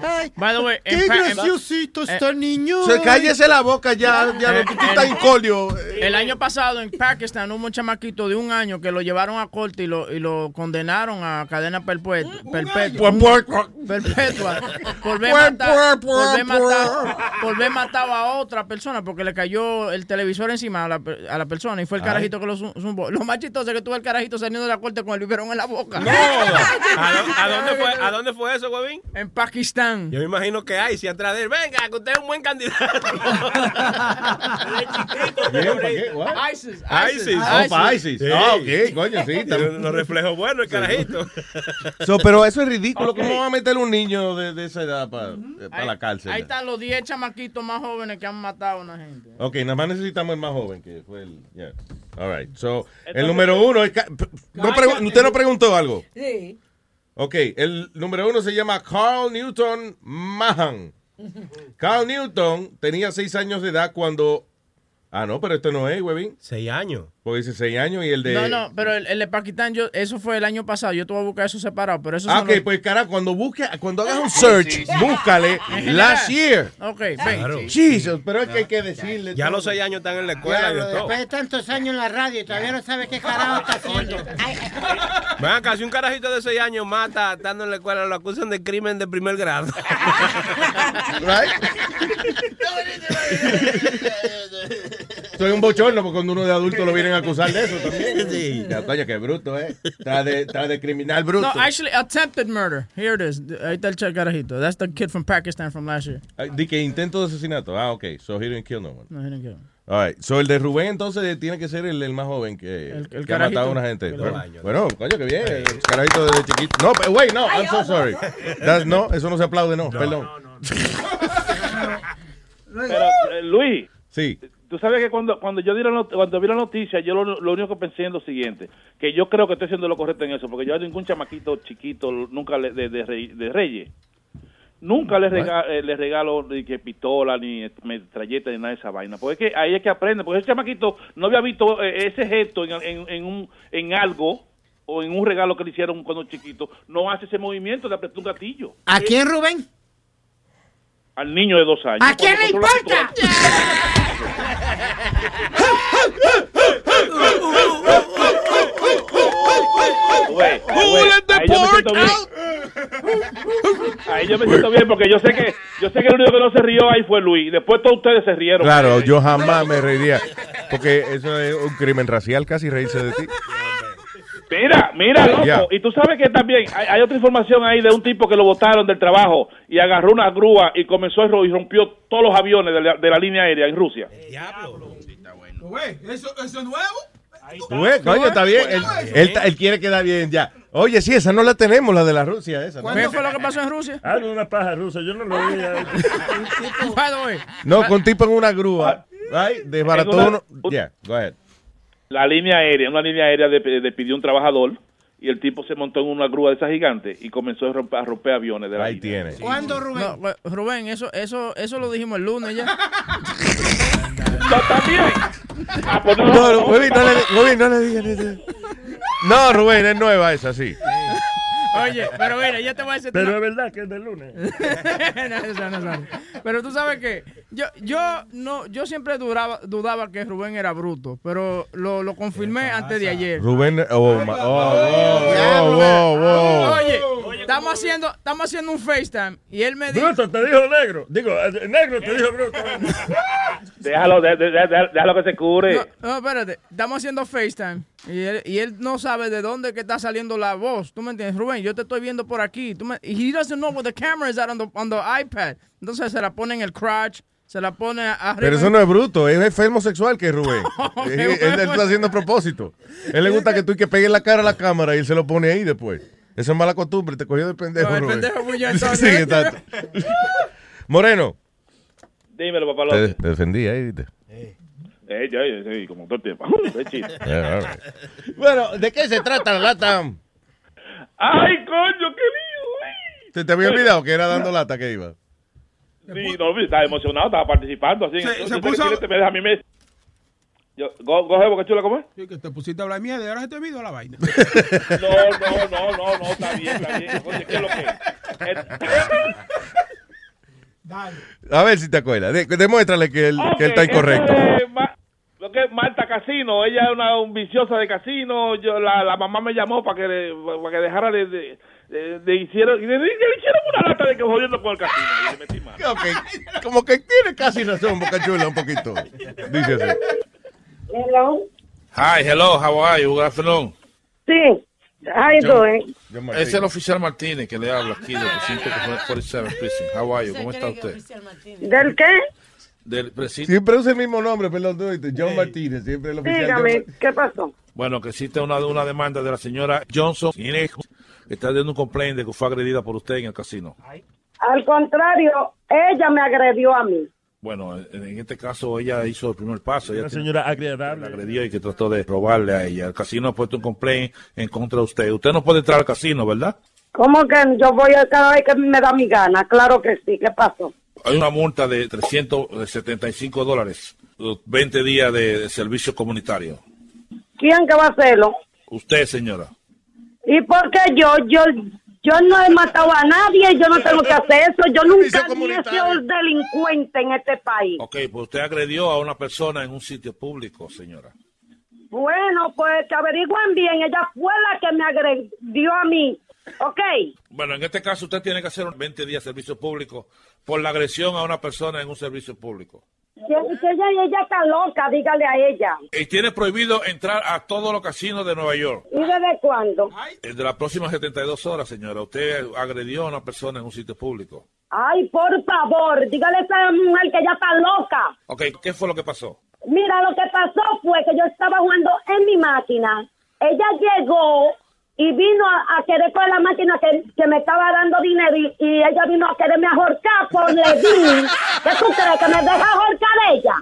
Ay,
By the way,
¡Qué
en fa- en-
graciosito
eh,
está el niño!
Se cállese la boca ya, ya no,
Eh,
tú
eh,
estás incolio.
El año pasado en Pakistán hubo un chamaquito de un año que lo llevaron a corte y lo, y lo condenaron a cadena perpetua. perpetua,
año? Pues, pues,
perpetua por ver
Pues,
matar,
pues,
por ver
pues,
matar- por ver matar a otra persona porque le cayó el televisor encima a la, per- a la persona y fue el
Ay.
carajito que lo zum- zumbó. Lo más chistoso es que tuvo el carajito saliendo de la corte con el biberón en la boca.
¿A, [laughs] dó- a dónde fue, ¿A dónde fue eso, huevín?
En Pakistán.
Yo me imagino que hay, si atrás de él. Venga, que usted es un buen candidato.
Bien, ¿para qué? What?
ISIS.
ISIS.
Oh, para ISIS. Ah, ok, coño, sí.
Los reflejos buenos, el carajito.
[laughs] So, pero eso es ridículo. ¿Cómo va a meter un niño de, de esa edad para la cárcel?
Ahí están los 10 chamaquitos más jóvenes que han matado a una gente.
Ok, nada más necesitamos el más joven, que fue el. yeah. All right. So, el
Entonces-
número uno. es ca- p- no pregu- usted no preguntó algo.
Sí.
Ok, el número uno se llama Carl Newton Mahan. Carl Newton tenía seis años de edad cuando. Ah, no, pero esto no es, huevín.
Seis años.
Pues dice seis años y el de.
No, no, pero el, el de Pakistán, yo, eso fue el año pasado. Yo tuve a buscar eso separado, pero eso
Ah, ok, pues cara, cuando busque, cuando hagas un search, búscale
[laughs]
last year.
Ok,
Claro.
[laughs]
ven.
Jesus, pero es que hay que decirle.
Ya
todo.
los seis años están en la escuela. y
Diablo,
de todo.
después de tantos años en la radio y todavía no sabe qué carajo está haciendo.
Ven acá, si un carajito de seis años mata estando en la escuela, lo acusan de crimen de primer grado.
Soy un bochorno porque cuando uno de adulto lo vienen a acusar de eso también.
[laughs]
Sí. Ya, coño, qué bruto, ¿eh? Está de, está de criminal bruto.
No, actually, attempted murder. Here it is. Ahí está el che- carajito. That's the kid from Pakistan from last year.
Ah, Di que intento de asesinato. Ah, ok. So he didn't kill no one.
No, he didn't kill.
All right. So el de Rubén entonces tiene que ser el, el más joven que,
El- el
que ha
carajito.
matado a una gente.
Que lo
Bueno,
daño.
bueno, coño, qué bien. El carajito desde chiquito. No, pero wait, no.
Ay,
I'm so
no,
sorry. That's- no, eso no se aplaude, no. Perdón.
Pero, eh, Luis.
Sí.
Tú sabes que cuando, cuando yo di la not- cuando vi la noticia, yo lo, lo único que pensé es lo siguiente, que yo creo que estoy haciendo lo correcto en eso, porque yo a ningún chamaquito chiquito nunca le, de, de rey- de reyes, nunca le, rega- eh, le regalo ni que pistola, ni metralleta, ni nada de esa vaina, porque es que ahí es que aprende, porque ese chamaquito no había visto eh, ese gesto en, en, en un, en algo o en un regalo que le hicieron cuando chiquito, no hace ese movimiento de apretar un gatillo
¿A quién, Rubén?
al niño de dos años.
¿A quién le
Cuando controla-
importa?
Güey, güey, ahí yo me siento bien. Ahí yo me siento bien porque yo sé que yo sé que el único que no se rió ahí fue Luis. Después todos ustedes se rieron.
Claro, yo jamás me reiría. Porque eso es un crimen racial casi reírse de ti.
Mira, mira, loco.
Ya.
Y tú sabes que también hay, hay otra información ahí de un tipo que lo botaron del trabajo y agarró una grúa y comenzó a ro- y rompió todos los aviones de la, de la línea aérea en Rusia.
Pues, Güey, ¿eso, eso es nuevo?
Tú ves, coño, está bien. Él, él ta- él quiere quedar bien ya. Oye, sí, esa no la tenemos, la de la Rusia, esa. ¿no?
¿Qué fue lo que pasó en Rusia?
Ah, no, una paja rusa. Yo no lo vi. ah.
By the way,
No, con tipo en una
Ah,
grúa. Right? Desbarató
En una-
uno. Yeah, go ahead.
La línea aérea, una línea aérea de- despidió un trabajador y el tipo se montó en una grúa de esas gigantes y comenzó a romper, a romper aviones de la Ahí
tiene.
¿Cuándo, Rubén? Rubén, eso, eso, eso lo dijimos el lunes ya.
No, no, Rubén, no le, Rubén, no le digan eso. No, Rubén, es nueva esa, sí.
Oye, pero mira, yo te voy a decir.
Pero es [laughs] verdad que es del lunes.
[laughs] No, eso no sabe. Pero tú sabes que yo, yo no, yo siempre duraba- dudaba que Rubén era bruto, pero lo, lo confirmé antes de ayer.
Rubén. Oh, ma- oh, wow, wow, wow, wow.
Ah, Oye, Estamos haciendo, estamos haciendo un FaceTime y él me dijo.
Bruto, te dijo negro. Digo, eh, negro te dijo bruto.
Déjalo, de- de- de- déjalo que se cure.
No, espérate, estamos haciendo FaceTime y él, y él no sabe de dónde que está saliendo la voz. ¿Tú me entiendes, Rubén? Yo te estoy viendo por aquí. ¿Tú me... He doesn't know where the camera is at on the, on the iPad. Entonces se la pone en el crotch, se la pone arriba.
Pero eso no es bruto, es enfermo sexual que es [laughs] Rubén. Él, él lo está haciendo a propósito. Él le gusta que tú que pegues la cara a la cámara y él se lo pone ahí después. Eso es mala costumbre, te cogió de pendejo,
No, el
Rubén.
pendejo
[laughs]
fui yo,
Sí,
entonces.
sí, exacto. Moreno,
Dímelo,
te,
papalote.
te defendí ahí, viste.
Eh, yo, yo, sí, como todo el tiempo. [laughs]
[laughs]
Qué chiste.
Yeah, all right.
Bueno, ¿de qué se trata la lata?
¡Ay, coño, qué lío!
¿Te, te había olvidado que era dando lata que iba.
Sí, no, estaba emocionado, estaba participando. Así,
Se- se
Yo sé
puso-
que quieres, te me deja a mí me... Yo, go, go, Boca Chula, ¿cómo es?
Sí, que te pusiste a hablar mierda y ahora se te olvidó la vaina.
[laughs] No, no, no, no, no, está bien, está bien. Oye, ¿qué es lo que
[laughs]
es?
A ver si te acuerdas. De- demuéstrale que él, que él está
Ah, Ok,
incorrecto.
esto es Ma- lo que es Marta Casino, ella es una un viciosa de casino. Yo, la, la mamá me llamó para que, le- para que dejara de, de, de, de hicieron, de- de- le hicieron una lata de que jodiendo con el casino. Y le metí mano.
Ok, Como que tiene casi razón, Boca Chula, un poquito. Dice así.
Hello?
Hi, hello, how are you? Good afternoon.
Sí. How you
Yo-
doing?
Es el oficial Martínez que le habla aquí del precinto que fue 47 Prison. How are you? ¿Cómo está usted?
¿Del qué?
Del precinto.
Siempre usa el mismo nombre, perdón, tú, oíste, John Martínez, siempre el oficial.
Dígame, ¿qué pasó?
Bueno, que existe una, una demanda de la señora Johnson Inés, que está dando un complaint de que fue agredida por usted en el casino.
Al contrario, ella me agredió a mí.
Bueno, en en este caso ella hizo el primer paso. Ella
Una
tiene-
señora agradable.
la agredió y que trató de robarle a ella. El casino ha puesto un complaint en contra de usted. Usted no puede entrar al casino, ¿verdad?
¿Cómo que yo voy a cada vez que me da mi gana? Claro que sí, ¿qué pasó?
Hay una multa de 375 dólares, los 20 días de, de servicio comunitario.
¿Quién que va a hacerlo?
Usted, señora.
¿Y por qué yo? Yo yo no he matado a nadie, yo no tengo que hacer eso, yo nunca ni he sido delincuente en este país.
Ok, pues usted agredió a una persona en un sitio público, señora.
Bueno, pues que averigüen bien, ella fue la que me agredió a mí, ¿ok?
Bueno, en este caso usted tiene que hacer un 20 días de servicio público por la agresión a una persona en un servicio público.
Que- que ella, ella está loca, dígale a ella.
Y tiene prohibido entrar a todos los casinos de Nueva York.
¿Y desde cuándo?
Desde las próximas 72 horas, señora, usted agredió a una persona en un sitio público.
Ay, por favor, dígale a esa mujer que ella está loca.
Ok, ¿qué fue lo que pasó?
Mira, lo que pasó fue que yo estaba jugando en mi máquina. Ella llegó y vino a, a querer con la máquina que, que me estaba dando dinero y, y ella vino a quererme ahorcar
[laughs]
por Levin. ¿Qué tú crees? ¿Que me deja ahorcar ella?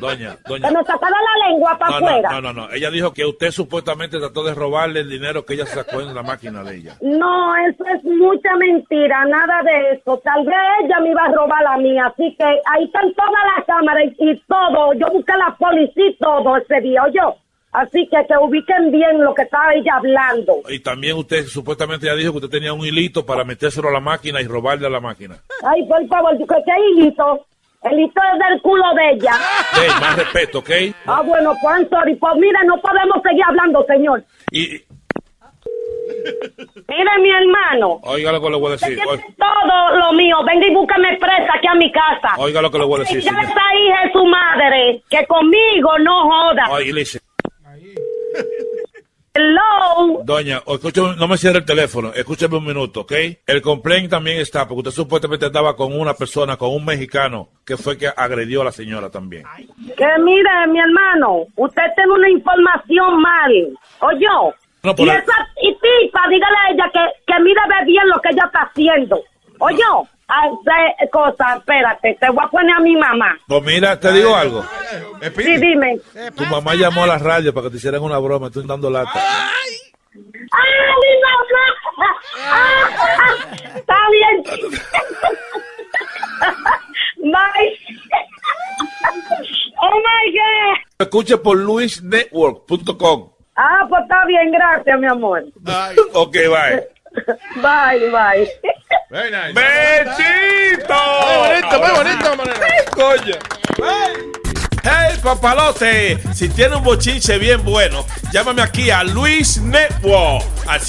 Doña, doña.
¿Que me sacara la lengua para
No, no,
afuera?
no, no, no. Ella dijo que usted supuestamente trató de robarle el dinero que ella sacó en la máquina de ella.
No, eso es mucha mentira, nada de eso. Tal vez ella me iba a robar la mía, así que ahí están todas las cámaras y, y todo. Yo busqué a la policía y todo ese día, yo. Así que que ubiquen bien lo que estaba ella hablando.
Y también usted supuestamente ya dijo que usted tenía un hilito para metérselo a la máquina y robarle a la máquina.
Ay, por favor, ¿qué, qué hilito? El hito es del culo de ella.
Ey, más respeto, ¿ok?
Ah, bueno, pues, I'm sorry. Pues, mire, no podemos seguir hablando, señor.
Y
Mire, mi hermano,
oiga lo que le voy a decir. Oi-
todo lo mío, venga y búscame presa aquí a mi casa.
Oiga lo que le voy a
Y
decir,
ya
señor.
está hija es su madre, que conmigo no joda.
Oye, Lice,
Hello.
Doña, o- escúchame, no me cierre el teléfono, escúcheme un minuto, ¿ok? El complaint también está, porque usted supuestamente estaba con una persona, con un mexicano, que fue que agredió a la señora también.
Que mire, mi hermano, usted tiene una información mal. Oye,
No,
y
por ahí-
esa y tipa, dígale a ella que, que mire ve bien lo que ella está haciendo. Oye, hace cosas, espérate, te voy a poner a mi mamá.
Pues mira, te digo algo.
Sí, dime.
Tu mamá llamó a la radio para que te hicieran una broma, estoy dando lata.
¡Ah, mi mamá! [laughs] Ah, ah, Está bien. [laughs] My... [laughs] Oh my God.
Escuche por luisnetwork.com.
Ah, pues está bien, gracias, mi amor.
Ok, bye.
Bye, bye.
¡Bechito!
Ah.
Muy bonito, muy bonito,
Coño.
El
papalote. Si tiene un bochinche bien bueno, llámame aquí a Luis Network al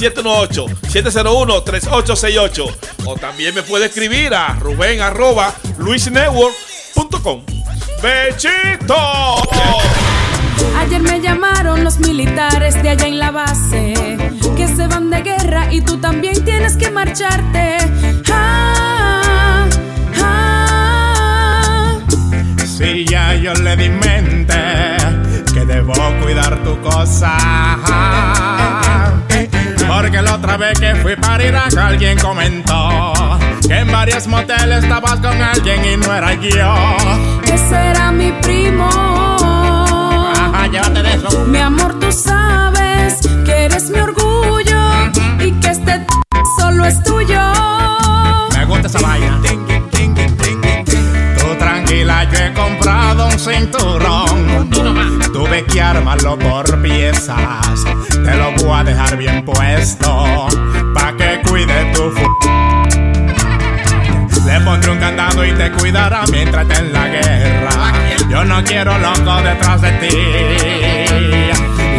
718-701-3868. O también me puede escribir a Rubén arroba luisnetwork.com. ¡Bechito!
Ayer me llamaron los militares de allá en la base que se van de guerra y tú también tienes que marcharte. Ah, ah,
Si ya yo le di mente que debo cuidar tu cosa. Porque la otra vez que fui para Irak alguien comentó que en varios moteles estabas con alguien y no era yo.
ese era mi primo. Ajá,
llévate de eso.
Mi amor, tú sabes que eres mi orgullo y que este t- solo es tuyo.
Me gusta esa vaina. Tú tranquila, yo he comprado un cinturón. Tuve que armarlo por piezas. Te lo voy a dejar bien puesto. Pa' que cuide tu fu- Le pondré un candado y te cuidará mientras esté en la guerra. Yo no quiero loco detrás de ti.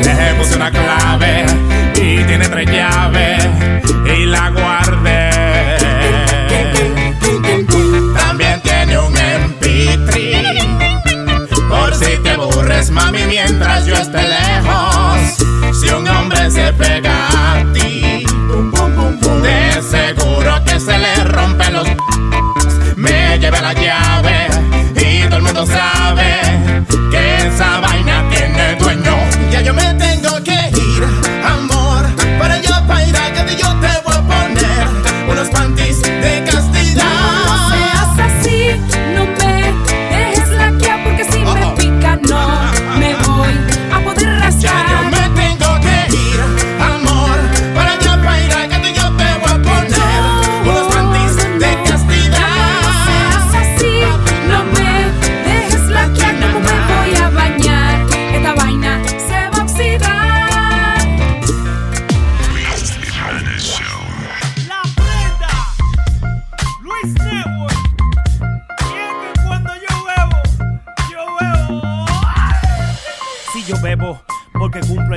Le puse una clave y tiene tres llaves y la guardé. También tiene un MP3 por si te aburres, mami, mientras yo esté lejos. Si un hombre se pega a ti, de seguro que se le rompen los. Me llevé la llave y todo el mundo sabe que esa vaina tiene dueño.
Ya yo me tengo que ir, amor. Para yo para ir a que yo te voy a poner unos panties de
No
castidad.
seas Pues así, no me dejes la que porque si me pica no me voy a poder
Ya yo
rascar.
me tengo que ir, amor. Para allá, para ir acá, que yo te voy a poner unos panties de castidad.
Así no me dejes la que como me voy a bañar. Esta vaina se va a oxidar.
Luis Jiménez Show.
La prenda, Luis Network. Y es que cuando yo bebo, yo bebo.
Si yo bebo, porque cumplo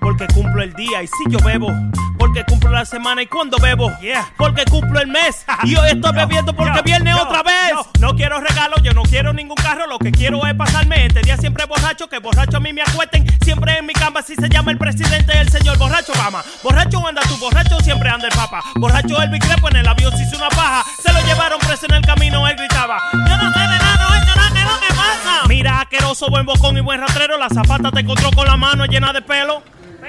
porque cumplo el día y si yo bebo, porque cumplo la semana y cuando bebo, porque cumplo el mes y hoy estoy bebiendo porque viene otra vez. No, quiero regalos, yo no quiero ningún carro, lo que quiero es pasarme este día siempre borracho, que borracho a mí me acuesten, siempre en mi cama, si se llama el presidente, el señor borracho Obama. Borracho anda tú, borracho siempre anda el papa. Borracho el bicrepo en el avión se hizo una paja, se lo llevaron preso en el camino, él gritaba. Yo no sé de nada, oye, nada, ¿qué es lo que pasa? Mira, asqueroso, buen bocón y buen rastrero, la zapata te encontró con la mano llena de pelo.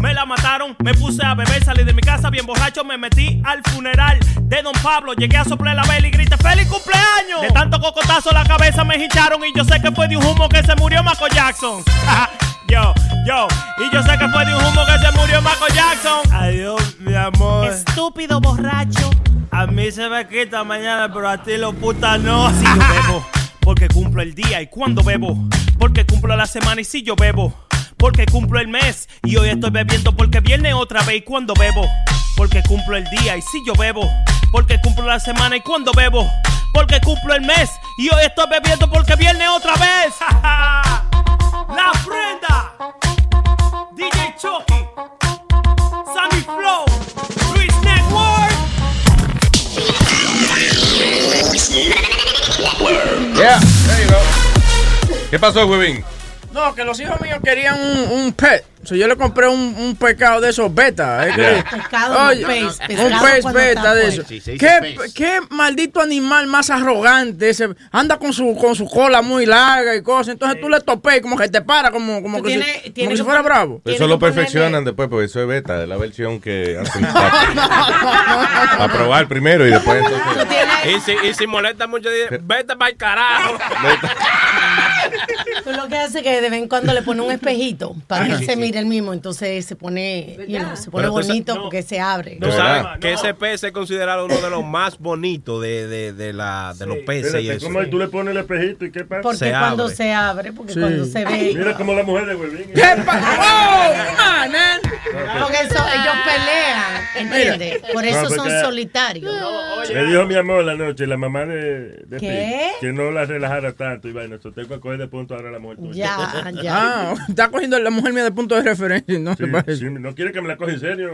me la mataron. Me puse a beber, salí de mi casa bien borracho, me metí al funeral de Don Pablo. Llegué a soplar la vela y grité ¡Feliz cumpleaños! De tanto cocotazo la cabeza me hincharon y yo sé que fue de un humo que se murió Michael Jackson. [laughs] yo, yo, y yo sé que fue de un humo que se murió Michael
[laughs]
Jackson.
Adiós, mi amor.
Estúpido borracho.
A mí se me quita mañana, pero a ti lo puta no.
Si yo bebo, porque cumplo el día y cuando bebo, porque cumplo la semana y si yo bebo, porque cumplo el mes y hoy estoy bebiendo porque viene otra vez y cuando bebo, porque cumplo el día y si yo bebo, porque cumplo la semana y cuando bebo, porque cumplo el mes y hoy estoy bebiendo porque viene otra vez. [laughs]
La prenda, DJ Chucky, Sammy Flow, Luis
[laughs]
Network.
Yeah, there you go. ¿Qué pasó, Webin? No, que los hijos míos querían un, un pet. So, yo le compré un, un pescado de esos beta. ¿eh?
Yeah.
Que-
Pescado, no
Oye,
pez,
Un
pescado
pez
cuando
beta
está
de
muerto.
esos.
Sí, se dice
¿Qué,
pez.
qué maldito animal más arrogante. ese? anda con su, con su cola muy larga y cosas. Entonces tú le topé y como que te para, como, como,
Tú
que,
tienes-
si, como
tienes
que si
que
fuera
poner-
bravo.
Eso lo perfeccionan después, porque eso es beta, es la versión que hacen para,
[laughs]
para probar primero y después entonces.
Y si, y si molesta mucho, dice, vete para
[laughs]
el carajo.
Tú lo que hace es que de vez en cuando le pone un espejito para que él se mire el mismo, entonces se pone, you know, se pone
Pero tú sa-
bonito porque se abre.
Tú sabes que ese pez es considerado uno de los más bonitos de, de, de, la, de los peces y
Espérate,
eso.
¿cómo es? tú le pones el espejito y qué pasa?
Porque
Se
cuando
abre.
se abre, porque
Sí.
cuando se ve.
Mira como la mujer de Huevín.
Porque eso, ellos pelean, ¿entiendes?
Mira.
Por eso
No,
son
porque-
solitarios.
Me dijo mi amor la noche, la mamá de, de
¿Qué?
Pete, que no la relajara tanto. Y bueno, eso tengo que coger de punto ahora a la mujer tuya.
Ya, ya.
Ah, está cogiendo la mujer mía de punto de referencia. No te parece.
Sí,
[laughs]
no quiere que me la coja en serio.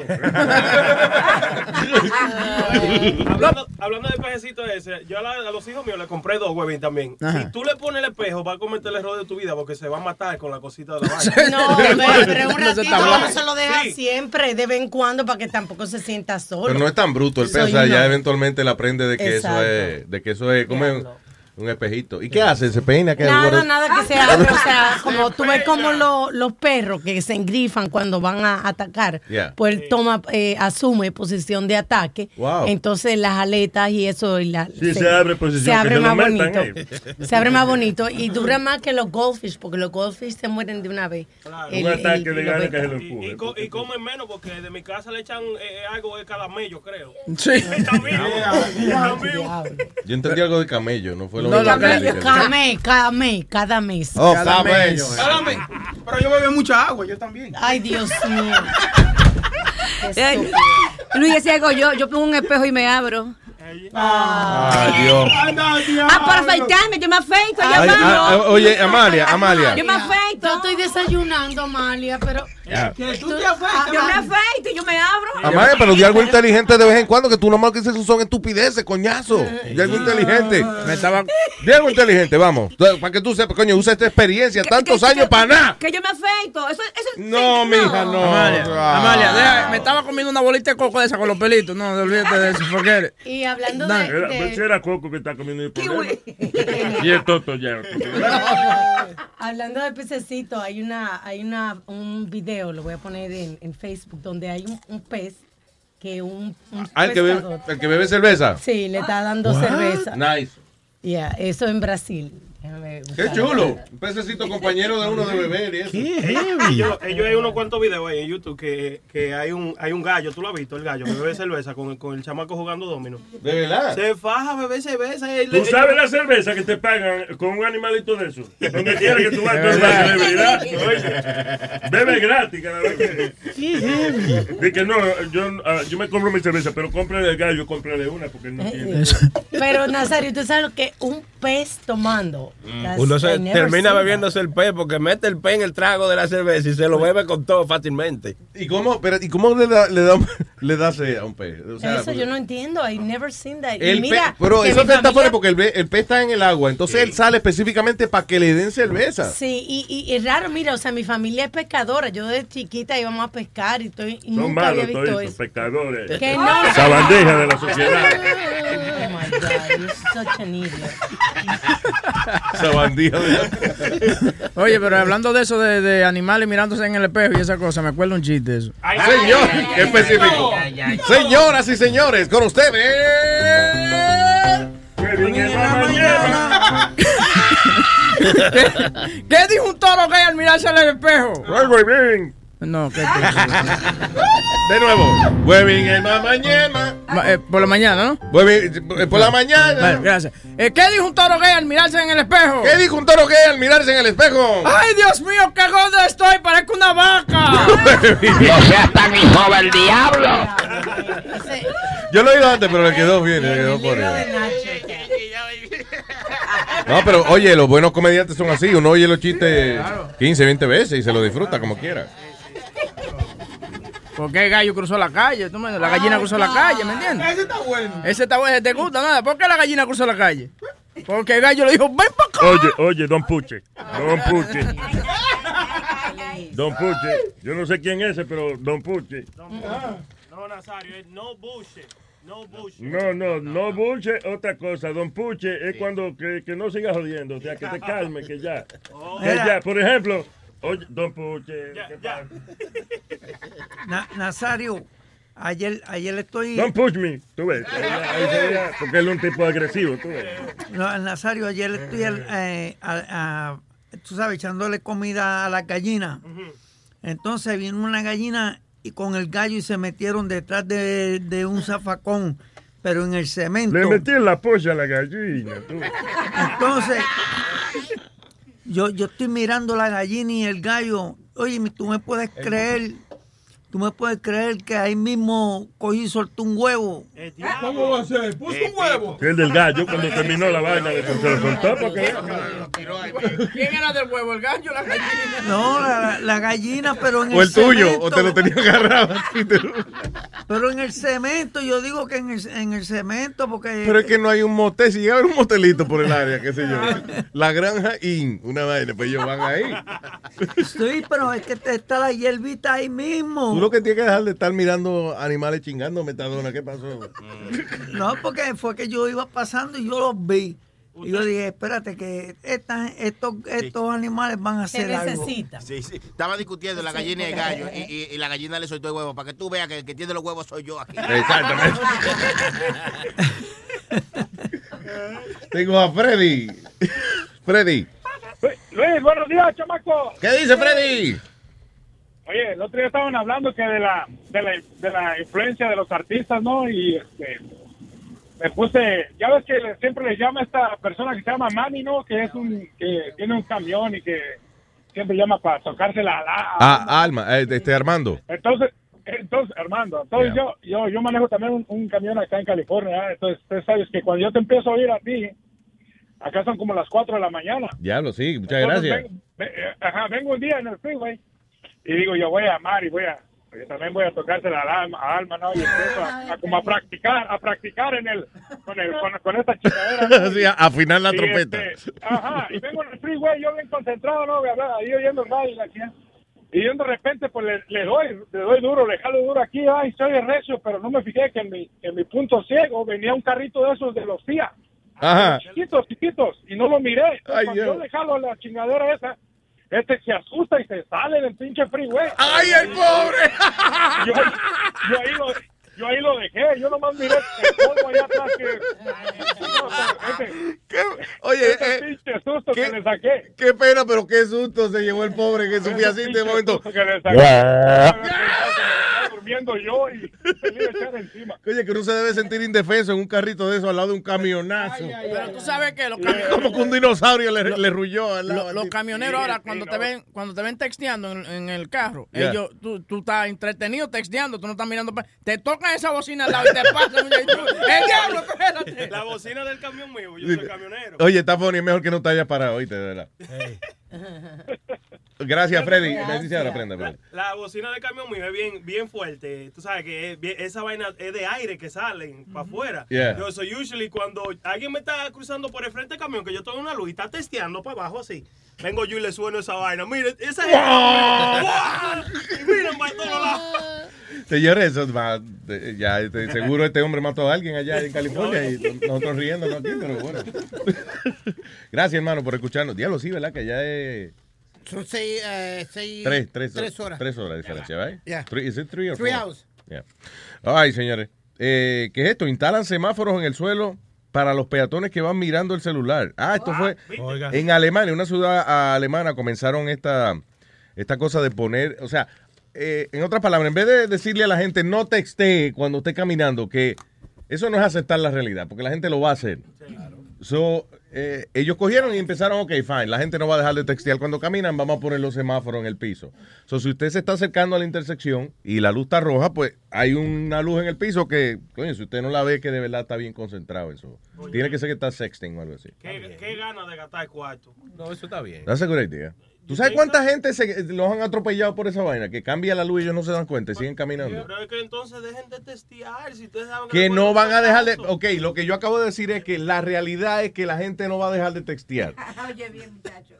hablando, hablando de pejecito ese, yo a, la- a los hijos míos le compré dos huevín también.
Ajá.
Si tú le pones el espejo, va a cometer el error de tu vida porque se va a matar con la cosita de [laughs] la
No,
vaina.
pero, pero un
No se
ratito
está
uno
hablando.
se lo deja siempre, de vez en cuando, para que tampoco se sienta solo.
Pero no es tan bruto el pez, o
Soy
sea, ya
una-
eventualmente le aprende de que
Exacto.
eso es, de que eso es como un, un espejito. ¿Y qué hace? ¿Se peina? ¿Qué
Nada, nada que se abre. O sea, como tú ves como lo- los perros que se engrifan cuando van a atacar,
Yeah.
pues él toma, eh, asume posición de ataque.
Wow.
Entonces las aletas y eso. Y la,
Sí, se abre posición,
Se
que
abre
no lo
más
metan eh,
bonito.
ahí.
Se abre más bonito y dura más que los goldfish, porque los goldfish se mueren de una vez. El-
Un
el-
ataque de
los
gana
beta.
que se lo empuje.
Y, co- y comen menos porque de mi casa le echan eh, eh, algo de calamello, creo. [laughs]
Sí.
[laughs]
Están vivos. Están vivos.
Yo entendí algo de camello, no fue lo
No,
mismo
no,
que
camello,
dije.
cada mes, cada mes, cada mes.
Oh, cada mes.
Espérame, Pero yo bebo mucha agua, yo también.
Ay, Dios mío.
[laughs] Eh, Luis, ese hago yo, yo pongo un espejo y me abro.
Ay, Dios.
Ah, para afeitarme, yo me afeito. yo
Ay,
me
ah, ah, oh,
abro.
oye, Amalia, Amalia.
Yo me afeito.
Yo estoy desayunando, Amalia, pero.
Ya.
Yo me afeito y yo me abro.
Amalia, Ah, pero di algo inteligente de vez en cuando, que tú lo más que dices son estupideces, coñazo. Di algo inteligente. Me estaba... Di algo inteligente, vamos. Para que tú sepas, coño, usa esta experiencia, tantos años para nada.
Que yo me afeito. Eso, eso
No, mija, no.
Amalia,
Ah.
Amalia, deja- me estaba comiendo una bolita de coco de esa con los pelitos. No, olvídate de eso, porque
Y hablando
Nah,
de.
era-
de-
Ese era Coco que está comiendo el problema. y el Toto ya.
[laughs] Hablando de pececito, hay una, hay una, un video, lo voy a poner en, en Facebook, donde hay un, un pez que un, un
Ah, el que bebe,
pescador-
el que bebe cerveza.
sí, le está dando
What?
cerveza.
Nice.
Yeah, eso en Brasil. Déjame
Qué
buscar.
chulo. Un pececito compañero de uno de beber y eso. [laughs]
Ellos, ellos hay unos cuantos videos ahí en YouTube que, que hay un hay un gallo, tú lo has visto, el gallo que bebe cerveza con, el- con el chamaco jugando domino.
¿De verdad?
Se faja, bebe cerveza. él-
¿Tú
él-
sabes la cerveza que te pagan con un animalito de eso? Donde quiera que tú vas, tú vas a beber gratis. oye. Bebe gratis cada vez que... De que no, yo, ah, yo me compro mi cerveza, pero cómprale el gallo, cómprale una porque él no tiene.
Pero Nazario, ¿tú sabes lo que un pez tomando?
Mm.
That's-
Uno se
I never
termina
seen
bebiéndose el pez porque mete el pez en el trago de la cerveza y se lo bebe con todo fácilmente.
¿Y cómo, pero, ¿y cómo le, da, le, da, le das eh, a un pez? O
that.
sea, pues,
eso yo no entiendo. I never seen that. Y
El
mira,
pe- pero
que
eso
mi
te está
familia-
fuera porque el, pe- el pez está en el agua, entonces él sale específicamente para que le den cerveza. [laughs]
Sí, y, y- y es raro, mira, o sea, mi familia es pescadora. Yo desde chiquita íbamos a pescar y, estoy, y
Son
nunca había
malos
visto
todos
eso.
pecadores.
Que no.
Esa bandeja de la sociedad.
[laughs] Oh my God, you're such an idiot.
Oye, pero hablando de eso de, de animales mirándose en el espejo y esa cosa, me acuerdo un chiste de eso.
Señor, qué específico. Señoras y señores, con ustedes.
¿Qué, qué dijo un toro gay al mirarse en el espejo?
bien.
No, qué
De nuevo. Huevín en la mañana.
eh,
eh,
por la mañana, ¿no?
por la mañana.
Vale, gracias. [laughs] Eh, ¿Qué dijo un toro gay al mirarse en el espejo?
¿Qué dijo un toro gay al mirarse en el espejo?
¡Ay, Dios mío, qué gordo estoy! ¡Parezco una vaca!
No
seas tan hijo del diablo.
Yo lo he oído antes, pero le quedó bien. Le quedó por ahí. No, pero oye, los buenos comediantes son así. Uno oye los chistes 15, 20 veces y se lo disfruta como quiera.
Porque el gallo cruzó la calle, ¿tú me entiendes? la gallina cruzó la calle, ¿me entiendes? Ese está bueno. Ese está bueno, te gusta nada. ¿Por qué la gallina cruzó la calle? Porque el gallo le dijo, ven para acá.
Oye, oye, don Puche. Don Puche. Don Puche. Yo no sé quién es ese, pero Don Puche.
No, Nazario, es no buche.
[laughs]
No buche.
No, no, no Puche, otra cosa. Don Puche es cuando que, que no sigas jodiendo, o sea, [laughs] que te calme, que ya. Que Oh, ya, por ejemplo, oye, Don Puche. ¿qué pasa?
Na- Nazario, ayer, ayer estoy.
Don't push me, tú ves. Ahí- ahí se [laughs] veía, porque él es un tipo agresivo, tú ves.
No, Nazario, ayer estoy, eh, a- a- tú sabes, echándole comida a las gallinas. Entonces vino una gallina y con el gallo y se metieron detrás de, de un zafacón, pero en el cemento.
Le metí en la polla a la gallina, tú.
Entonces, yo, yo estoy mirando la gallina y el gallo. Oye, mi- tú me puedes creer, tú me puedes creer que ahí mismo cogí y soltó un huevo.
Eh, ¿Cómo va a ser? Puso
Eh,
un huevo.
El del gallo, cuando terminó la vaina, de- se lo soltó
eh,
porque...
¿Quién era del huevo? ¿El gallo o la gallina?
No, la, la gallina, pero en
O el tuyo,
cemento.
o te lo tenía agarrado. así, tú.
Pero en el cemento, yo digo que en el, en el cemento, porque.
Pero es que no hay un motel. Si llega a haber un motelito por el área, qué sé yo. La granja IN, una vaina, pues ellos van ahí.
Sí, pero es que te- está la hierbita ahí mismo.
Tú lo que tienes que dejar de estar mirando animales chingando metadona, ¿qué pasó?
No, porque fue que yo iba pasando y yo los vi. Y yo dije, espérate, que estas, estos, estos animales van a hacer algo.
Sí, sí. Estaba discutiendo la gallina y el gallo. Y, y- y la gallina le soltó el huevo para que tú veas que el que tiene los huevos soy yo aquí. [laughs]
Exactamente. Tengo a Freddy. Freddy.
[laughs] Luis, buenos días, chamaco.
¿Qué dice Freddy?
Oye, el otro día estaban hablando que de la, de la, de la influencia de los artistas, ¿no? Y este, me puse, ya ves que le- siempre les llama a esta persona que se llama Manny, ¿no? Que es un, que tiene un camión y que siempre llama para tocarse la, la-
Ah, Alma, eh, este Armando.
Entonces, entonces, Armando, entonces yo, yo, yo manejo también un, un camión acá en California, ¿eh? entonces ustedes sabes que cuando yo te empiezo a oír a ti, acá son como las 4 de la mañana.
Diablo, sí, muchas
Entonces,
gracias.
ven- ve- eh, ajá, vengo un día en el freeway y digo, yo voy a amar y voy a, yo también voy a tocarse la alma, a alma ¿no? Y empiezo a, a como a practicar, a practicar en el, con, el, con, con esta chingadera. ¿no?
[laughs] Sí, a- afinar la
Y,
trompeta.
este, ajá, y vengo en el freeway, yo bien concentrado, ¿no? Ahí oyendo el radio y la chingada. Y yo de repente pues le, le doy, le doy duro, le jalo duro aquí, ay, soy recio, pero no me fijé que en mi, en mi punto ciego venía un carrito de esos de los CIA
Ajá.
chiquitos, chiquitos, y no lo miré. Entonces,
Ay,
cuando yo
Dios.
le jalo la chingadera esa, este se asusta y se sale del pinche freeway.
¡Ay, el pobre!
Yo, yo ahí lo... Yo ahí lo dejé, yo nomás miré el polvo allá atrás que...
Oye,
Ese
eh,
pinche susto
¿qué-
que le saqué.
Qué pena, pero qué susto se llevó el pobre que sufría así de momento.
durmiendo yo y se le iba a echar encima.
Oye, que uno se debe sentir indefenso en un carrito de eso al lado de un camionazo.
Pero tú sabes que los
Como que un dinosaurio le, le rulló al lado.
Lo- los camioneros ahora cuando te ven cuando te ven texteando en, en el carro
Yeah.
ellos tú, tú estás entretenido texteando tú no estás mirando pa- te tocan esa bocina al lado y te pasan y tú, el diablo espérate
La bocina del camión mío, yo
[laughs]
soy camionero.
Oye, está funny, es mejor que no te hayas parado, oíste, de verdad. Gracias, Freddy.
Gracias.
Me dice ahora, prenda, prenda.
La bocina del camión mío es bien, bien fuerte. Tú sabes que es bien- esa vaina es de aire que salen para afuera.
Yeah.
Yo soy usually cuando alguien me está cruzando por el frente del camión, que yo tengo una luz y está testeando para abajo así. Vengo yo y le sueno esa vaina. Mire, esa es.
¡Wow! ¡Ah!
¡Wow! [laughs] Y Miren para todos lados.
Señores, eso va, eh, ya, este, seguro este hombre mató a alguien allá en California y nosotros riéndonos aquí, pero
[laughs]
bueno. Gracias, hermano, por escucharnos. Diablo, sí, ¿verdad? Que ya es
Son seis, eh, seis-
tres, tres,
tres horas.
Tres horas de diferencia, ¿verdad?
Yeah.
Three, is it three or
Three
four?
hours.
Yeah. Ay, señores. Eh, ¿Qué es esto? Instalan semáforos en el suelo para los peatones que van mirando el celular. Ah, esto fue
Oiga.
en Alemania, en una ciudad alemana comenzaron esta, esta cosa de poner, o sea, eh, en otras palabras, en vez de decirle a la gente no textee cuando esté caminando, que eso no es aceptar la realidad, porque la gente lo va a hacer. So, eh, ellos cogieron y empezaron, ok, fine, la gente no va a dejar de textear cuando caminan, vamos a poner los semáforos en el piso. So, si usted se está acercando a la intersección y la luz está roja, pues hay una luz en el piso que, coño, si usted no la ve, que de verdad está bien concentrado en eso. Tiene que ser que está sexting o algo así.
¿Qué, qué ganas de gastar cuarto?
No, eso está bien.
That's a good idea. ¿Tú sabes cuánta gente se, los han atropellado por esa vaina? Que cambia la luz y ellos no se dan cuenta y siguen caminando.
Pero es que entonces dejen de testear. Si ustedes saben
Que
le
no
pueden
van a
dar
dejar de...
caso.
Ok, lo que yo acabo de decir es que la realidad es que la gente no va a dejar de textear.
Oye, bien, muchacho.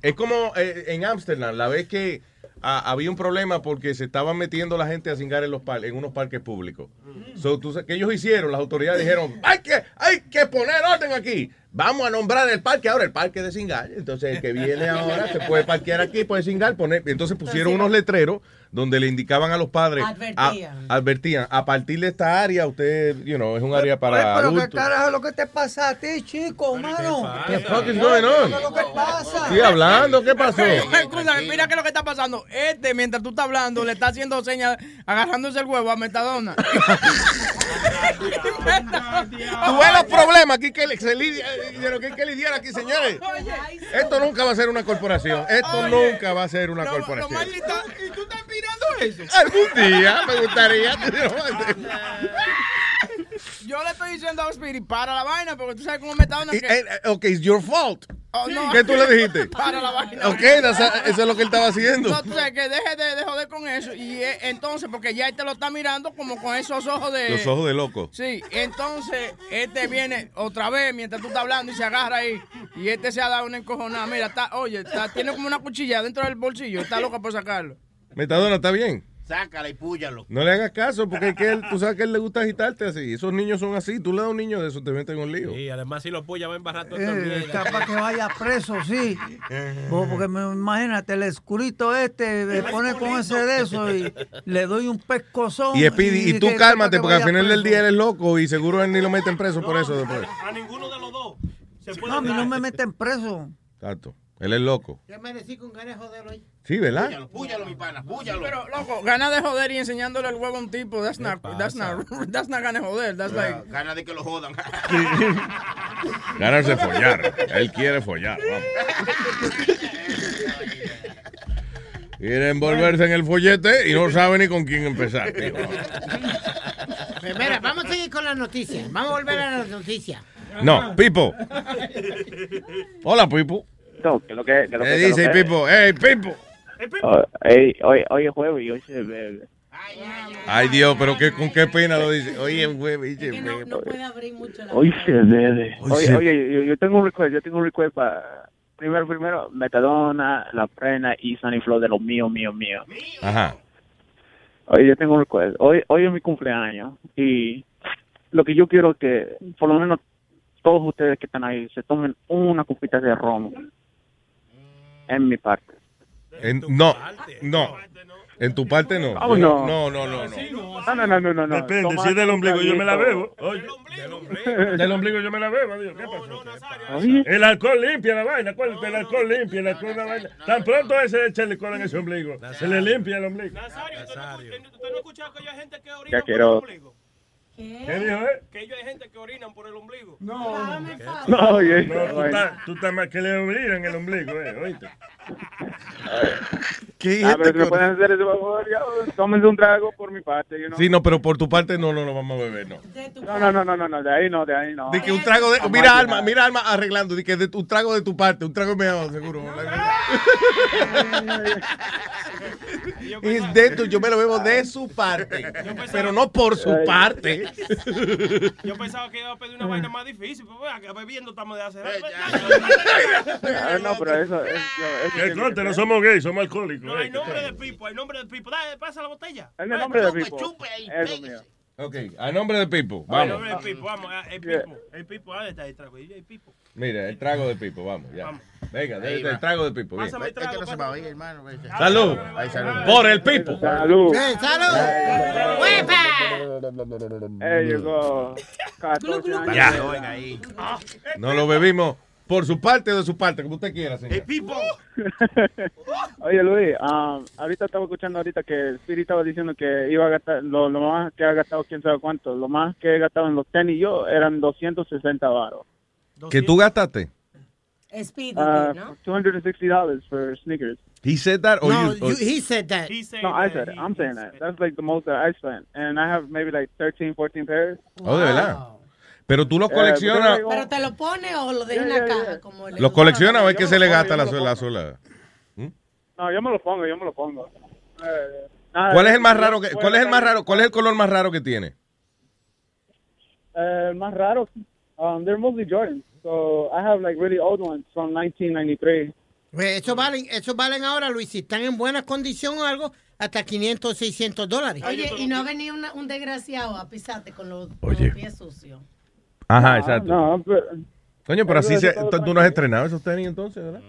Es como eh, en Ámsterdam, la vez que ah, había un problema porque se estaban metiendo la gente a cingar en, los par- en unos parques públicos. So, tú sa- ¿Qué ellos hicieron? Las autoridades dijeron, hay que, hay que poner orden aquí. Vamos a nombrar el parque ahora, el parque de cingar. Entonces, el que viene ahora se puede parquear aquí, puede cingar, poner. Entonces pusieron unos letreros donde le indicaban a los padres,
Advertían.
a- advertían, a partir de esta área, usted, you know, es un área para
Pues, Pero qué
adultos.
carajo es lo que te pasa a ti, chico, mano.
The fuck is going on?
¿Qué es lo que pasa?
Estoy hablando, ¿qué pasó?
[laughs] Excusa, mira qué es lo que está pasando. Este, mientras tú estás hablando, le está haciendo señas, agarrándose el huevo a [laughs] Metadona.
Tú ves los problemas aquí que se lidia, de lo que hay que lidiar aquí, señores. Esto nunca va a ser una corporación. Esto nunca va a ser una corporación.
¿Y tú estás mirando eso?
Algún día me gustaría.
Yo le estoy diciendo a Spirit, para la vaina, porque tú sabes cómo Metadona.
Y,
Ah, que-
eh, ok, it's your fault.
Oh, no.
¿Qué tú le dijiste?
[laughs] Para la vaina.
Ok, that's- eso es lo que él estaba haciendo.
No, tú sabes que deje de, de joder con eso. Y eh, entonces, porque ya él te lo está mirando como con esos ojos de.
Los ojos de loco.
Sí, entonces este viene otra vez mientras tú estás hablando y se agarra ahí. Y este se ha dado una encojonada. Mira, está, oye, está- tiene como una cuchilla dentro del bolsillo. Está loca por sacarlo.
Metadona, ¿está bien?
Sácala y púyalo.
No le hagas caso, porque es que él- tú sabes que a él le gusta agitarte así. Esos niños son así. Tú le das a un niño de eso, te meten en un lío.
Y además si lo puya va a embarrar todo
Eh, capaz que vaya preso, sí.
Eh.
Oh, porque me, imagínate, el escurito este me pone con ese de eso y le doy un pescozón.
Y Speedy, y tú
que-
cálmate,
capaz que
porque al
vaya
final del
preso.
día eres loco y seguro él ni lo meten preso por eso después.
No, a mí no me meten preso.
Tato, él es loco.
Yo merecí con ganas de joderlo ahí.
Sí, ¿verdad?
Púyalo, púyalo, mi pana, púyalo.
Pero, loco, gana de joder y enseñándole el huevo a un tipo. That's not, that's not, [laughs] that's not gana de joder. That's like.
Gana de que lo jodan.
[laughs]
Ganas de follar.
[laughs]
Él quiere follar. Vamos.
Quiere envolverse en el follete y no sabe ni con quién empezar. tío.
Pero mira, vamos a seguir con las noticias. Vamos a volver a las noticias.
No, Pipo. Hola, Pipo.
lo que, que lo
Le
que- que lo
dice
que-
Pipo, ¡Ey, Pipo!
Oh, ey, hoy, hoy es jueves y hoy se bebe.
Ay, Dios, pero qué, con qué pena lo dice. Oye, güey, dice,
No puede abrir mucho la
Hoy se bebe.
Hoy
Oye,
se-
oye, yo, yo tengo un request, yo tengo un request para... Primero, primero, Metadona, La Frena y Sunny Flow de los míos, mío, mío.
Ajá.
Oye, yo tengo un request. Hoy, hoy es mi cumpleaños y lo que yo quiero es que, por lo menos, todos ustedes que están ahí se tomen una copita de ron en mi parte.
En- no, no. En tu parte no.
Ah, no.
No, no, no. no.
No, no, no, no, no. no.
Depende,
Toma
si es del
un
ombligo yo me la
traguito.
bebo. Oye, del ombligo yo me la bebo. Dios, ¿qué pasó?
Oye,
El alcohol limpia la vaina, acuérdate, el alcohol limpia, el alcohol la vaina. Tan pronto ese echa el licor en ese ombligo, se le limpia el ombligo.
ya quiero...
¿Qué dijo él?
No,
No, oye,
No, tú
bueno.
estás- tú estás más que le obligan el ombligo, eh, oíste.
Ah, pero si me pueden hacer ese favor, ya, tómense un trago por mi parte. you know.
Sí, no, pero por tu parte no, no lo vamos a beber, no.
No, no, no, no, no, no, de ahí no, de ahí no.
Di que un trago de. Mira, Alma, mira, Alma arreglando. Di que de, un trago de tu parte, un trago mío, seguro. Es de tu, yo me lo bebo de su parte, pero no por su parte.
Yo pensaba que iba a
Eh.
pedir una vaina más difícil, pero bueno, que bebiendo estamos de hace rato.
Ah, no, pero eso es. Yo, eso
Que
tiene
conte,
ser.
no somos gays, somos alcohólicos. eh,
No hay
oíste.
nombre de Pipo, hay nombre de Pipo. Dale, pasa la botella.
En
Dale,
el nombre de
chupe,
Pipo.
chupe ahí,
Eso
pégase.
mío.
Ok, a nombre de Pipo,
Ay,
vamos.
nombre de Pipo, vamos. ah, El Pipo, el Pipo, ¿dónde está el trago? El Pipo.
Mira, el trago de Pipo, vamos, ya. Venga,
Ahí
el
va.
trago de Pipo. bien.
Pásame el trago.
No se va a oír, hermano.
Salud.
Ay, salud.
Por el Pipo.
Salud.
Eh, ¡Salud!
Eh, llegó. 14 años.
Ya.
Oiga ahí.
No lo bebimos por su parte o de su parte, como usted quiera, señor.
Pipo.
Oye, Luis, ah, ahorita estaba escuchando ahorita que Spirit estaba diciendo que iba a gastar, lo, lo más que ha gastado, quién sabe cuánto, lo más que he gastado en los tenis yo eran 260 varos.
Que tú gastaste.
Speedy,
Ah,
¿no?
$260 for sneakers.
He said that or
No,
you, or-
He said that.
No, I said it. I'm saying that. That's like the most that I spent. And I have maybe like 13, 14 pairs.
Oh, de verdad. Pero tú los
Eh,
coleccionas,
pero-
Pero te lo pone o lo deja en la caja. Como el-
los coleccionas o es que se le gasta la sola sola.
No, yo me lo pongo, yo me lo pongo. Eh, nada,
¿Cuál es el más
yo-
raro? que- ¿Cuál es el más raro? ¿Cuál es el color más raro que tiene?
Eh, el más raro. Um, they're mostly Jordans. So I have like really old ones from 1993.
Pues esos valen, esos valen ahora, Luis, si están en buena condición o algo, hasta 500, 600 dólares.
Oye, y no ha venido una- un desgraciado a pisarte con los, con los pies sucios.
Ajá, exacto.
No, pero,
Coño, pero así se, tú tú no has estrenado esos tenis entonces, ¿verdad?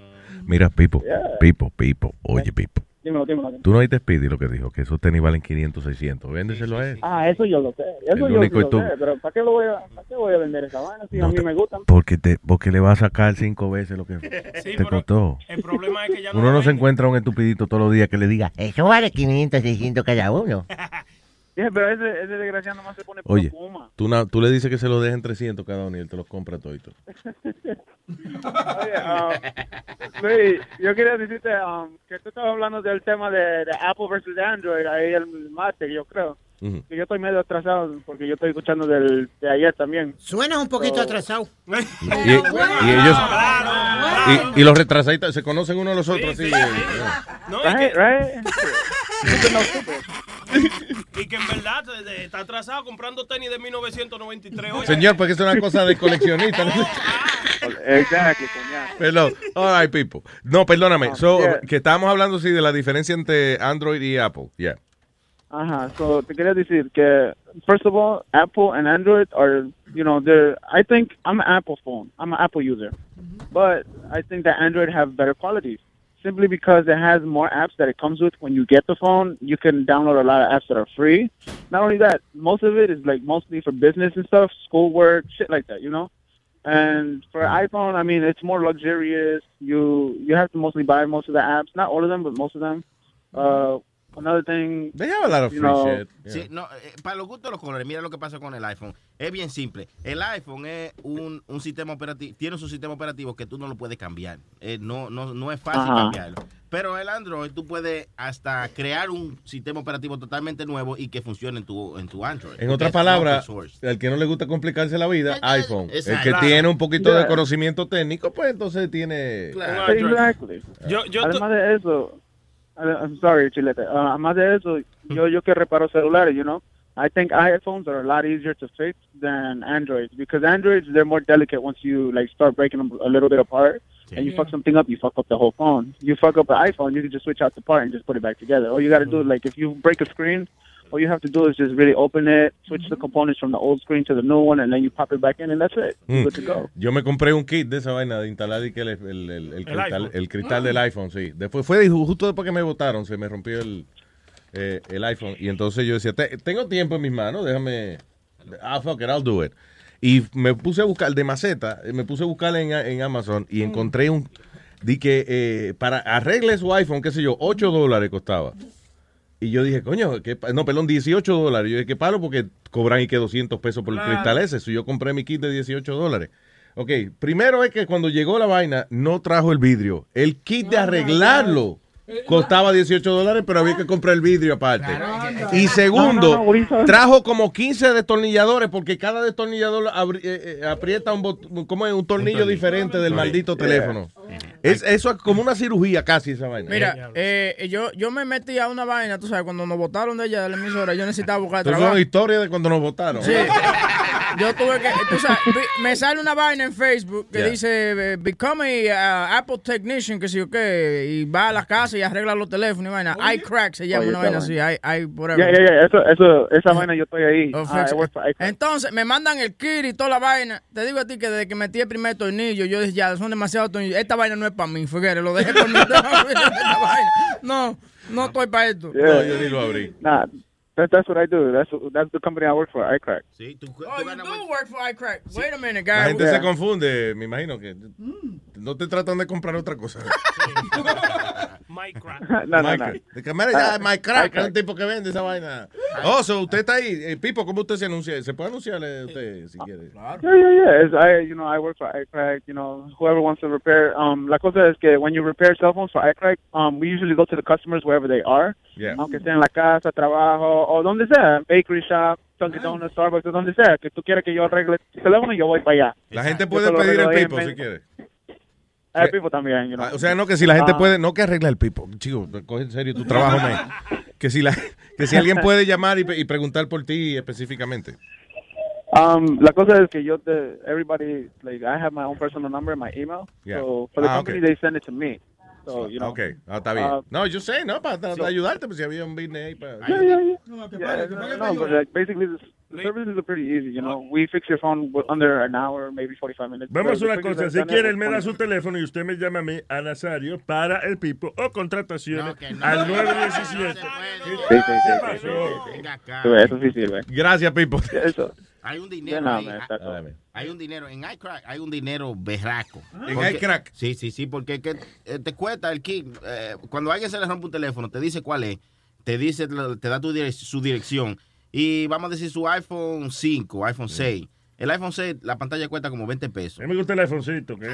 Mira, Pipo,
Yeah.
Pipo, Pipo, oye, Pipo.
dímelo, dímelo.
Tú no oíste Speedy lo que dijo, que esos tenis valen 500, 600. Véndeselo a él.
Ah, eso yo lo sé.
El
Eso yo sí
único y
lo
tú.
sé. Pero ¿para qué, lo voy a, ¿para qué voy a vender esa vaina si a mí me gustan?
Porque, te, porque le va a sacar cinco veces lo que te costó.
el problema es que ya no
Uno no se encuentra un estupidito todos los días que le diga, eso vale 500, 600 cada uno.
Dije, [laughs] pero ese, ese desgraciado nomás se pone puro
Oye,
puma. [laughs]
tú, na- tú le dices que se lo dejen 300 cada uno y él te los compra todito.
Oye, ah, Luis, yo quería decirte ah, que tú estabas hablando del tema de, de Apple versus Android, ahí el máster, yo creo.
Ujú.
Que Yo estoy medio atrasado porque yo estoy escuchando del, de ayer también.
Suena un
[laughs]
poquito atrasado.
Y, y ellos... Y, y los retrasaditos se conocen uno a los otros. así, eh, eh.
Y que en verdad eh, eh, está atrasado comprando tenis de 1993. Oye,
Señor, porque es una cosa de coleccionista.
Oh.
Exacto, coñazo.
Perdón. All right, people. No, perdóname. so,
yeah.
Que estábamos hablando, sí, de la diferencia entre Android y Apple. Yeah.
Ajá, so te quería decir que, first of all, Apple and Android are, you know, they're, I think I'm an Apple phone. I'm an Apple user. But I think that Android have better qualities simply because it has more apps that it comes with when you get the phone. You can download a lot of apps that are free. Not only that, most of it is like mostly for business and stuff, schoolwork, shit like that, you know? And for iPhone, I mean, it's more luxurious. You you have to mostly buy most of the apps, not all of them, but most of them. Uh, another thing,
they have a lot of
you
free
know,
shit.
Sí, no, eh, para los gustos los colores, mira lo que pasa con el iPhone. Es bien simple. El iPhone es un, un sistema operativo, tiene su sistema operativo que tú no lo puedes cambiar. Eh, no, no, no es fácil
Ajá.
cambiarlo. Pero el Android tú puedes hasta crear un sistema operativo totalmente nuevo y que funcione en tu, en tu Android.
En otras
Porque es
palabras,
open source.
al que no le gusta complicarse la vida, iPhone. El que
Claro.
tiene un poquito de
Yeah.
conocimiento técnico, pues entonces tiene...
Exactly. además de eso, I- I'm sorry, Chilete. Uh, además de eso, yo, yo que reparo celulares, you know, I think iPhones are a lot easier to fix than Androids because Androids they're more delicate once you like start breaking them a little bit apart and you fuck something up, you fuck up the whole phone. You fuck up an iPhone, you can just switch out the part and just put it back together. All you got to do is like if you break a screen. All you have to do is just really open it, switch the components from the old screen to the new one, and then you pop it back in, and that's it. You're
Mm.
good to go.
Yo me compré un kit de esa vaina de instalar y que el, el- el- el cristal,
iPhone.
el cristal
Mm.
del iPhone, sí. Después fue ju- justo después que me votaron, se me rompió el, eh, el iPhone. Y entonces yo decía, "Te- tengo tiempo en mis manos, déjame. Ah, fuck it, I'll do it. Y me puse a buscar, de maceta, eh, me puse a buscar en, en Amazon y encontré un. Di que eh, para arregle su iPhone, qué sé yo, 8 dólares costaba. Y yo dije, coño, ¿qué pa- no, perdón, 18 dólares. Yo dije, qué palo, porque cobran y que 200 pesos por el
Claro.
cristal ese. So, yo compré mi kit de 18 dólares. Ok, primero es que cuando llegó la vaina, no trajo el vidrio. El kit de arreglarlo costaba 18 dólares, pero había que comprar el vidrio aparte. Y segundo,
No, no, no, Wilson.
trajo como 15 destornilladores, porque cada destornillador abri- eh, eh, aprieta un, bot- ¿cómo es? un tornillo diferente del maldito
Yeah.
teléfono. Es, eso es como una cirugía casi esa vaina.
Mira, eh, yo, yo me metí a una vaina, tú sabes, cuando nos votaron de ella, de la emisora, yo necesitaba buscar
Entonces
trabajo.
son historias de cuando nos votaron.
[laughs] Sí. Yo tuve que, eh, tú sabes, vi- me sale una vaina en Facebook que
Yeah.
dice eh, Become a uh, Apple Technician, que sé yo qué, y va a la casa y arregla los teléfonos y vaina. iCrack se llama
Oye,
una vaina
está
así, i, i whatever.
Yeah, yeah, yeah. Eso, eso, esa vaina yo estoy ahí. Ah,
fix-
I work for iCloud.
Entonces me mandan el kit y toda la vaina. Te digo a ti que desde que metí el primer tornillo, yo dije, ya, son demasiados tornillos. Esta vaina no es para mí, Figueres, lo dejé [laughs] por mí. Esta vaina, No, no estoy para esto.
Yeah.
No, yo ni lo abrí.
Nah, that, that's what I do. That's that's the company I work for, iCrack.
Oh, you do work for iCrack. Wait a
La
minute, guys.
gente se confunde, me imagino que
Mm.
no te tratan de comprar otra [laughs] cosa.
[laughs] No, no, no.
Minecraft. De que, mira, ya,
Ah,
Minecraft, que es
Minecraft.
un tipo que vende esa vaina. Oh, so usted está ahí. Eh, Pipo, ¿cómo usted se anuncia? ¿Se puede anunciarle usted si quiere?
Yeah, yeah, yeah. It's, I, you know, I work for iCrack. You know, whoever wants to repair. Um, la cosa es que when you repair cell phones for iCrack, um, we usually go to the customers wherever they are.
Yeah.
Aunque sea en la casa, trabajo o donde sea, bakery
Ah.
shop, Dunkin' Donuts, Starbucks, o donde sea que tú quieras que yo arregle tu teléfono, yo voy para allá.
La gente
Yo
puede
te lo
pedir el
arreglo ahí en
Pipo
men-
si quiere.
El Pipo también. You know.
O sea, no, que si la gente
Ah.
puede, no que arregla el Pipo. Chico, coge en serio tu trabajo, man.
[laughs]
Que si, la, que si alguien puede llamar y, pe- y preguntar por ti específicamente.
Um, la cosa es que yo te, everybody, like, I have my own personal number and my email.
Yeah.
So for the
Ah,
company,
okay.
they send it to me. So, you know.
Ok, ah, está bien.
Ah,
no, yo sé, ¿no? Para tratar de ayudarte, pues si había un business ahí para...
Yeah, yeah, yeah.
pare,
Yeah,
que pare,
no,
que
but
pare.
like, basically, the s- the services are pretty easy. You know, we fix your phone with- under an hour, maybe 45 minutes.
Vamos a
The
una
quickest
cosa,
I've
si
done it
quiere,
was
él me da
20
su teléfono y usted me llama a mí, a Nazario, para el Pipo o contrataciones
no.
al 917.
Sí, sí, sí, sí,
pasó?
sí, sí. Sí, güey, eso sí sirve.
Gracias, Pipo.
Eso.
Hay un dinero.
nada,
ahí,
man,
ah,
exacto.
hay un dinero. En iCrack hay un dinero berraco.
En
Porque-
iCrack.
Sí, sí, sí, porque que, eh, te cuesta el kit. eh, cuando alguien se le rompe un teléfono, te dice cuál es, te dice, lo- te da tu direc- su dirección. Y vamos a decir su iPhone 5, iPhone 6. El iPhone 6, la pantalla cuesta como 20 pesos.
Me gusta el iPhonecito, que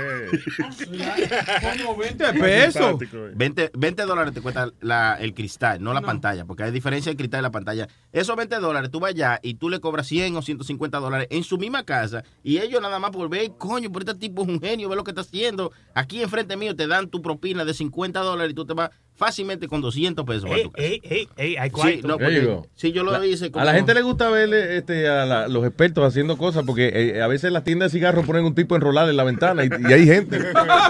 Como 20
20
pesos.
eh.
20, dólares te cuesta la- el cristal, no la pantalla, porque hay diferencia del cristal y la pantalla. Esos 20 dólares, tú vas allá y tú le cobras 100 o 150 dólares en su misma casa y ellos nada más por ver, coño, pero este tipo es un genio, ve lo que está haciendo. Aquí enfrente mío te dan tu propina de 50 dólares y tú te vas fácilmente con 200 pesos. para tu casa. Sí, no,
There you
porque-
go.
sí, yo lo
La-
hice.
A la
como-
gente le gusta ver eh, este, a la- los expertos haciendo cosas porque eh, a veces las tiendas de cigarros ponen un tipo enrolado en la ventana y, y hay gente,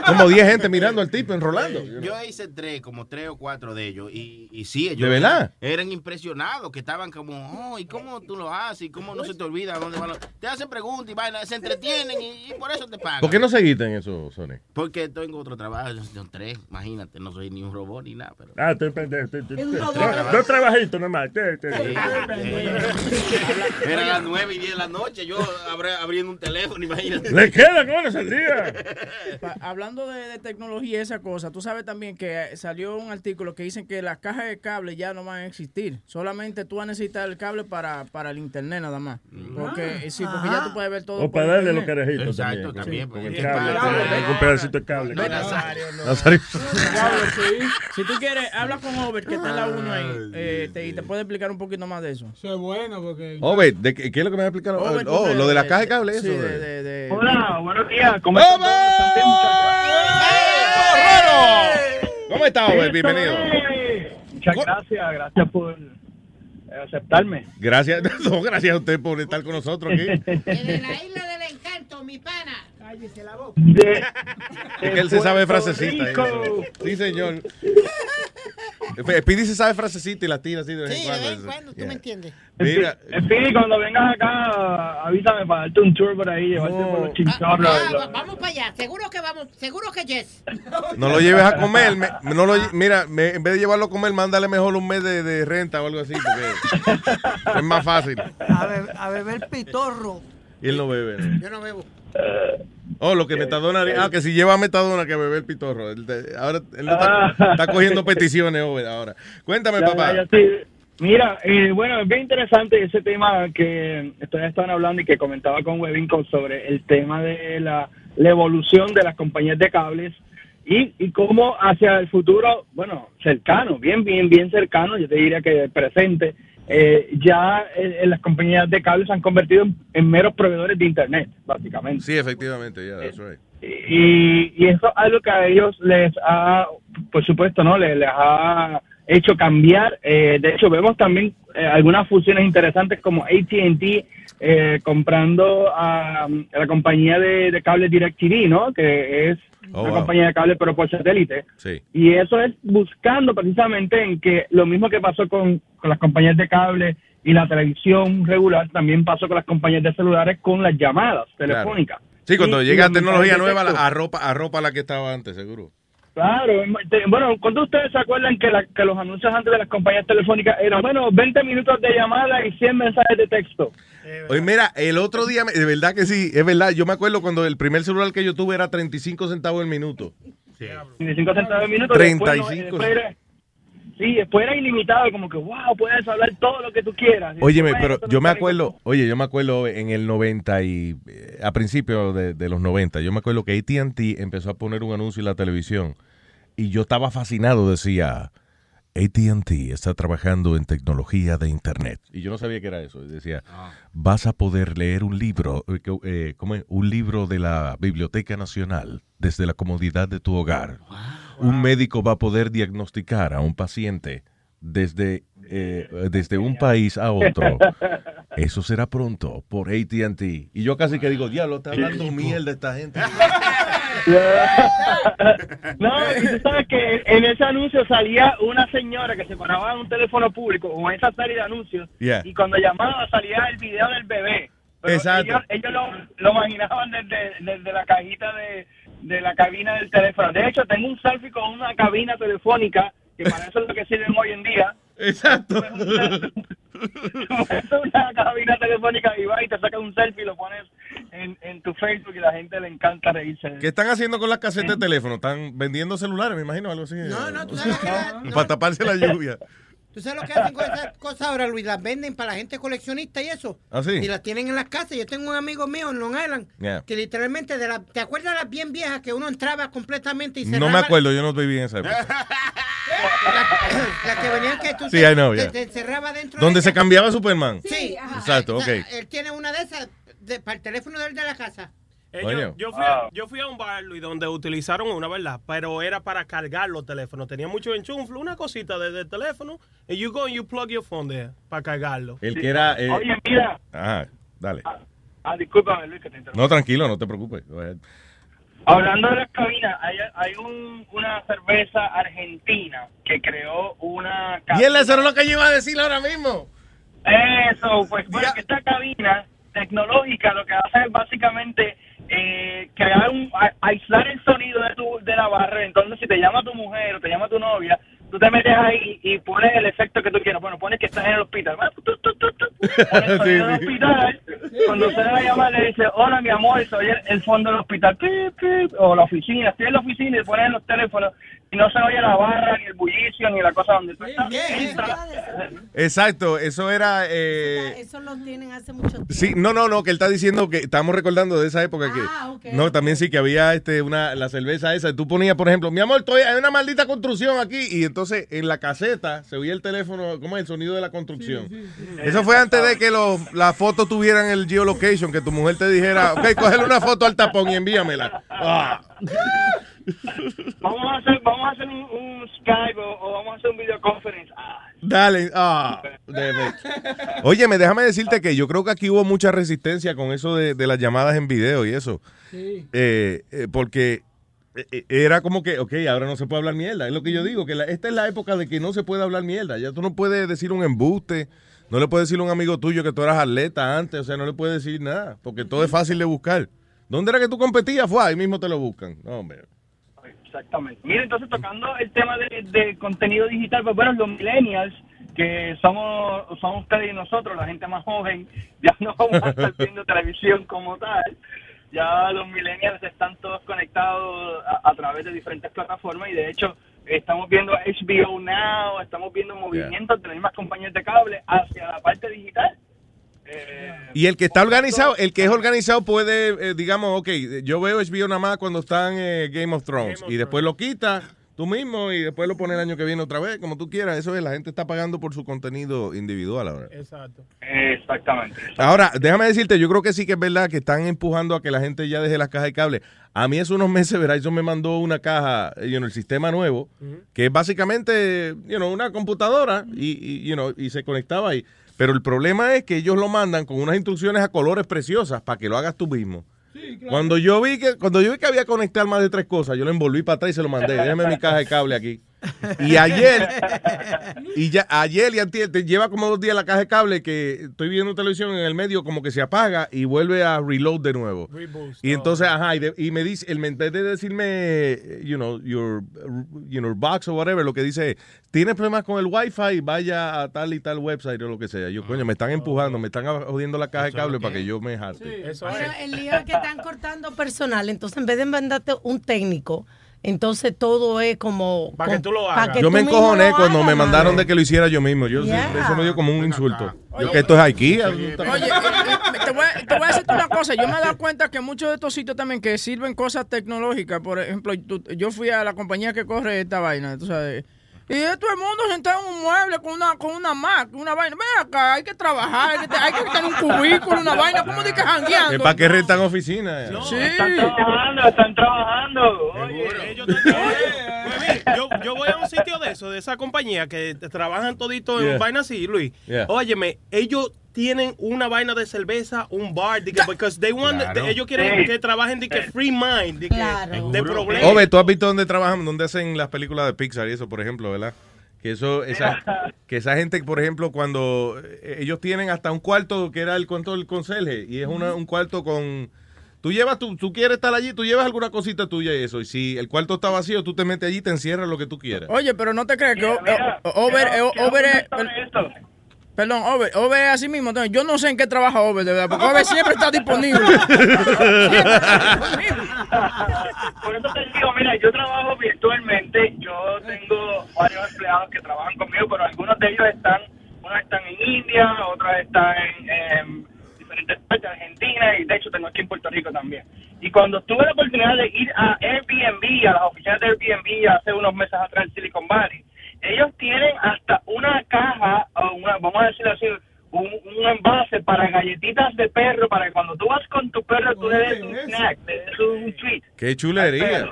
como 10 gente mirando al tipo enrolando.
Yo hice tres, como tres o cuatro de ellos. Y, y sí, ellos
¿De verdad?
eran impresionados, que estaban como, oh, ¿y cómo tú lo haces? ¿Y cómo no se te olvida dónde van los-?" Te hacen preguntas y vaina, se entretienen y, y por eso te pagan.
¿Por qué no seguiste en eso, Sony?
Porque tengo otro trabajo, yo son tres, imagínate, no soy ni un robot ni nada.
[laughs]
Pero...
Ah, estoy pendejo. estoy- estoy-
Es un
estoy-
robot.
Dos trabajitos nomás. Te- te-
Era las nueve y diez de la noche, yo abri- abriendo un teléfono, imagínate.
Le queda, ¿cómo le saldría?
Pa- Ah, Hablando de, de tecnología y esa cosa, tú sabes también que eh, salió un artículo que dicen que las cajas de cable ya no van a existir. Solamente tú vas a necesitar el cable para, para el internet nada más.
Mm.
Porque, eh, sí, porque ya tú puedes ver todo.
O
por
para darle los
internet.
carajitos
Exacto,
también.
también,
con- con el
porque-
cable,
Cable,
con-
cable.
con un pedacito de cable.
pues. No,
Nazario,
no.
Nazario.
Pablo, sí. Si tú quieres, habla con Over, que está en la 1 ahí, eh, te- y te puede explicar un poquito más de eso. Eso es bueno, porque...
Obed, ¿de qué, qué es lo que me has explicado?
Obed,
oh,
tú
lo de la
de-
caja de cable, eso. eh.
sí,
de-
Hola,
buenos días.
¿Cómo
están
¡Eh! ¿Cómo está, Obed? Bienvenido.
Muchas gracias, gracias por eh, aceptarme.
Gracias, [laughs] no, gracias a usted por estar con nosotros aquí.
[laughs]
Cállese la boca.
De-
Es que él se sabe
Puerto
frasecita.
Rico.
¿eh? Sí, señor. Speedy se sabe frasecita y las tira así de vez en cuando. Yeah.
entiendes?
Mira.
Speedy, cuando vengas acá, avísame para darte un tour por ahí, llevarte por los chinchorros.
Ah,
y los-
Vamos para allá, seguro que vamos, seguro que [laughs] yes.
No lo lleves a comer. me- no lo, lle- mira, me- en vez de llevarlo a comer, mándale mejor un mes de, de renta o algo así, porque
[laughs]
es más fácil.
A, be- a beber pitorro.
Y él no bebe. ¿no?
Yo no bebo.
Eh,
Oh, lo que metadona. Ah, que si lleva metadona que bebe el pitorro. Él te- ahora él está, está cogiendo peticiones, Obed, ahora. Cuéntame,
Ah. Ya,
papá.
ya, ya, sí. Mira, eh, bueno, es bien interesante ese tema que ustedes estaban hablando y que comentaba con Webinco sobre el tema de la, la evolución de las compañías de cables y, y cómo hacia el futuro, bueno, cercano, bien, bien, bien cercano, yo te diría que presente, eh, ya eh, las compañías de cables se han convertido en, en meros proveedores de Internet, básicamente
Sí, efectivamente, ya, that's right.
y, y eso es algo que a ellos les ha, por supuesto, ¿no? Les, les ha hecho cambiar. Eh, de hecho, vemos también eh, algunas fusiones interesantes como AT&T eh, comprando a, um, a la compañía de, de cable DirecTV, ¿no? Que es
Oh,
una
wow.
compañía de cable pero por satélite. [laughs]
Sí.
Y eso es buscando precisamente en que lo mismo que pasó con, con las compañías de cable y la televisión regular, también pasó con las compañías de celulares con las llamadas telefónicas.
Sí, cuando
Y-
llega
y
la tecnología
mensajes de
nueva,
texto.
la, arropa, arropa la que estaba antes, seguro.
Claro, te- bueno, ¿cuántos de ustedes se acuerdan que, la- que los anuncios antes de las compañías telefónicas eran, bueno, 20 minutos de llamada y 100 mensajes de texto?
Oye, mira, el otro día, me- de verdad que sí, es verdad. Yo me acuerdo cuando el primer celular que yo tuve era 35 centavos el minuto.
35 centavos de minuto.
35.
Después, no, después era, sí, después era ilimitado, como que, wow, puedes hablar todo lo que tú quieras. Y
Óyeme,
después,
pero
esto no
yo me
está bien.
acuerdo, oye, yo me acuerdo en el 90 y eh, a principios de, de los 90, yo me acuerdo que AT&T empezó a poner un anuncio en la televisión y yo estaba fascinado, decía, AT&T está trabajando en tecnología de internet. Y yo no sabía que era eso, y decía, Ah. vas a poder leer un libro, eh, que- eh, ¿cómo es? un libro de la Biblioteca Nacional desde la comodidad de tu hogar. Un médico va a poder diagnosticar a un paciente desde, eh, desde un país a
[laughs]
otro. Eso será
[laughs]
pronto por ATT. Y yo casi que digo, diablo, está hablando mierda esta gente.
No, y tú sabes que en ese anuncio salía una señora que se paraba en un teléfono público o en esa serie de anuncios
Yeah.
y cuando llamaba salía el video del bebé. Pero
Exacto.
Ellos, ellos lo, lo imaginaban desde, desde la cajita de, de la cabina del teléfono. De hecho, tengo un selfie con una cabina telefónica que para eso es lo que sirven hoy en día.
Exacto.
Es una cabina telefónica y vas y te sacas un selfie y lo pones en, en tu Facebook y la gente le encanta reírse. de
¿Qué están haciendo con las casetas de teléfono? ¿Están vendiendo celulares, me imagino, algo así? No, no, [laughs]
tú sabes que la-
Para taparse la lluvia.
¿Tú sabes lo que hacen con esas cosas ahora, Luis? Las venden para la gente coleccionista y eso.
¿Ah, sí?
Y las tienen en las casas. Yo tengo un amigo mío en Long Island
Yeah.
que literalmente, de la, ¿te acuerdas las bien viejas que uno entraba completamente y
No
cerraba?
me
[laughs]
acuerdo, yo no viví en esa época.
Las que venían que tú
Sí,
te,
I know,
te-
yeah.
te encerraba dentro. de
¿Dónde
ella.
se cambiaba Superman?
Sí, ajá. eh,
Exacto,
O
ok.
sea, Él tiene una de esas de- para el teléfono de él de la casa.
Eh,
Coño.
yo, yo fui
Ah.
a, yo fui a un bar, Luis, donde utilizaron una, ¿verdad? Pero era para cargar los teléfonos. Tenía mucho enchuflo, una cosita de, de teléfono. Y you go and you plug your phone there para cargarlo.
El que era... eh,
Oye, mira.
Ajá, dale.
Ah, discúlpame, Luis, que te
No, tranquilo, no te preocupes. Go ahead.
Hablando de las cabinas, hay, hay un- una cerveza argentina que creó una cabina.
Y él eso era lo que yo iba a decir ahora mismo.
Eso, pues bueno, que esta cabina tecnológica lo que hace es básicamente eh, crear un, a- aislar el sonido de, tu, de la barra. Entonces, si te llama tu mujer o te llama tu novia, tú te metes ahí y pones el efecto que tú quieras. Bueno, pones que estás en
[laughs]
el hospital. Bueno, tu, tu, tu, tu. Pones el sonido del hospital. Cuando se la llama, le dice: Hola, mi amor, soy el, el fondo del hospital. Pip, pip, o la oficina. Estoy en la oficina y pones los teléfonos. Y no se oye la barra, ni el bullicio, ni la cosa donde tú estás.
Exacto, eso era... eh,
Eso lo tienen hace mucho tiempo.
Sí, no, no, no, que él está diciendo que estamos recordando de esa época que
Ah,
no, también sí que había este una la cerveza esa, tú ponías, por ejemplo, mi amor, estoy hay una maldita construcción aquí y entonces en la caseta se oía el teléfono, ¿cómo es el sonido de la construcción? Eso fue antes de que los- las fotos tuvieran el geolocation, que tu mujer te dijera, ok, cógele una foto al tapón y envíamela. Ah,
Vamos a hacer, vamos a hacer un, un Skype o, o vamos a hacer un videoconference. Ah,
dale, ah. debe. Óyeme, déjame decirte que yo creo que aquí hubo mucha resistencia con eso de, de las llamadas en video y eso. Eh, eh, porque eh, eh, era como que, ok, ahora no se puede hablar mierda. Es lo que yo digo, que la- esta es la época de que no se puede hablar mierda. Ya tú no puedes decir un embuste, no le puedes decir a un amigo tuyo que tú eras atleta antes, o sea, no le puedes decir nada, porque todo es fácil de buscar. ¿Dónde era que tú competías? Fue ahí mismo te lo buscan. No, hombre.
Exactamente. Mira, entonces tocando el tema de, de contenido digital, pues bueno, los millennials, que somos, somos ustedes y nosotros, la gente más joven, [laughs] ya no vamos a estar viendo televisión como tal. Ya los millennials están todos conectados a, a través de diferentes plataformas y de hecho estamos viendo HBO Now, estamos viendo movimientos de las mismas compañías de cable hacia la parte digital.
Y el que está organizado, el que es organizado puede, eh, digamos, ok, yo veo HBO nada más cuando están eh, Game of Thrones y después lo quita tú mismo y después lo pone el año que viene otra vez, como tú quieras. Eso es, la gente está pagando por su contenido individual ahora.
Exacto. Exactamente.
Ahora, déjame decirte, yo creo que sí que es verdad que están empujando a que la gente ya deje las cajas de cable. A mí hace unos meses Verizon me mandó una caja, eh, you know, el sistema nuevo, que es básicamente you know, una computadora y, y, you know, y se conectaba ahí. Pero el problema es que ellos lo mandan con unas instrucciones a colores preciosas para que lo hagas tú mismo. Cuando yo vi que cuando yo vi que había que conectar más de tres cosas, yo lo envolví para atrás y se lo mandé. Déjame mi caja de cable aquí. Y ayer y ya ayer y antier, te lleva como dos días la caja de cable que estoy viendo televisión en el medio como que se apaga y vuelve a reload de nuevo. Y entonces, ajá, y, de- y me dice, el mental de decirme, you know, your, you know, box o whatever, lo que dice, tienes problemas con el wifi, vaya a tal y tal website o lo que sea. Yo, coño, me están empujando, me están jodiendo la caja de cable para que yo me jarte.
Pero el lío es que están cortando personal, entonces en vez de mandarte un técnico, entonces todo es como...
Para que tú lo
pa' que
yo
tú
me
mismo
encojoné
lo
cuando
hagas,
me
mano.
mandaron de que lo hiciera yo mismo. Yo,
Yeah.
Eso me dio como un insulto. Yo que esto es aquí.
Oye, eh, te voy, a, te voy a decirte una cosa. Yo me he dado cuenta que muchos de estos sitios también que sirven cosas tecnológicas. Por ejemplo, tú- yo fui a la compañía que corre esta vaina, tú sabes. Y es todo el mundo sentado en un mueble con una, con una Mac, una vaina. Ven acá, hay que trabajar, hay que, te- hay que estar en un cubículo, una vaina. ¿Cómo de que jangueando?
¿Para qué rentan oficinas?
Sí.
Están trabajando, están trabajando. Oye,
ellos están- yo, yo voy a un sitio de eso, de esa compañía que te trabajan todito en
Yeah.
vaina así, Luis.
Yeah.
Óyeme, ellos tienen una vaina de cerveza, un bar, de que, because they want,
Claro.
ellos quieren que trabajen de que free mind, de que de problemas.
Ove, tú has visto dónde trabajan, dónde hacen las películas de Pixar y eso, por ejemplo, ¿verdad? Que eso,
[laughs]
esa, que esa gente, por ejemplo, cuando eh, ellos tienen hasta un cuarto que era el cuarto del conserje y es una- un cuarto con Tú llevas, tú, tú quieres estar allí, tú llevas alguna cosita tuya y eso. Y si el cuarto está vacío, tú te metes allí y te encierras lo que tú quieras.
Oye, pero no te crees que o- o- o- Over, eh, o- Over es- per- Perdón, Over, Over es así mismo. Entonces, yo no sé en qué trabaja Over, de verdad, porque Over siempre está disponible.
Por eso te digo, mira, yo trabajo virtualmente, yo tengo varios empleados que trabajan conmigo, pero algunos de ellos están, unos están en India, otros están en, en diferentes partes de Argentina y de hecho tengo aquí en Puerto Rico también. Y cuando tuve la oportunidad de ir a Airbnb, a las oficinas de Airbnb hace unos meses atrás en Silicon Valley, ellos tienen hasta una caja, o una, vamos a decirlo así, un, un envase para galletitas de perro, para que cuando tú vas con tu perro, tú le des un snack, le des un treat.
¡Qué chulería!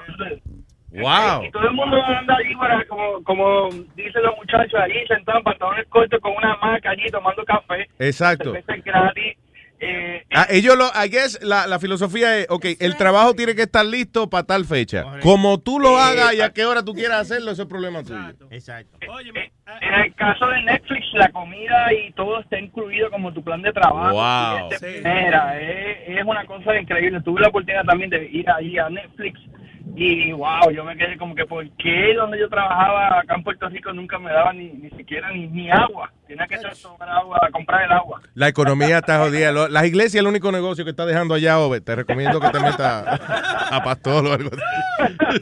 ¡Wow!
Y todo el mundo anda allí, para, como, como dicen los muchachos, allí sentados en pantalones cortos con una hamaca allí tomando café.
Exacto.
Cerveza gratis. Eh,
Ah, ellos lo, I guess, la, la filosofía es, ok, el trabajo tiene que estar listo para tal fecha. Como tú lo hagas y a qué hora tú quieras hacerlo, ese es problema tuyo.
Exacto.
[laughs] en el caso de Netflix, la comida y todo está incluido como tu plan de trabajo.
Wow.
Y es de primera, eh, es, es una cosa increíble. Tuve la oportunidad también de ir allí a Netflix y wow, yo me quedé como que, ¿por qué donde yo trabajaba acá en Puerto Rico nunca me daban ni, ni siquiera ni, ni agua? Tenía que echar sobrar agua, comprar el agua.
La economía está jodida. Lo- Las iglesias es el único negocio que está dejando allá, Ove. Te recomiendo que te metas a pastor o algo así.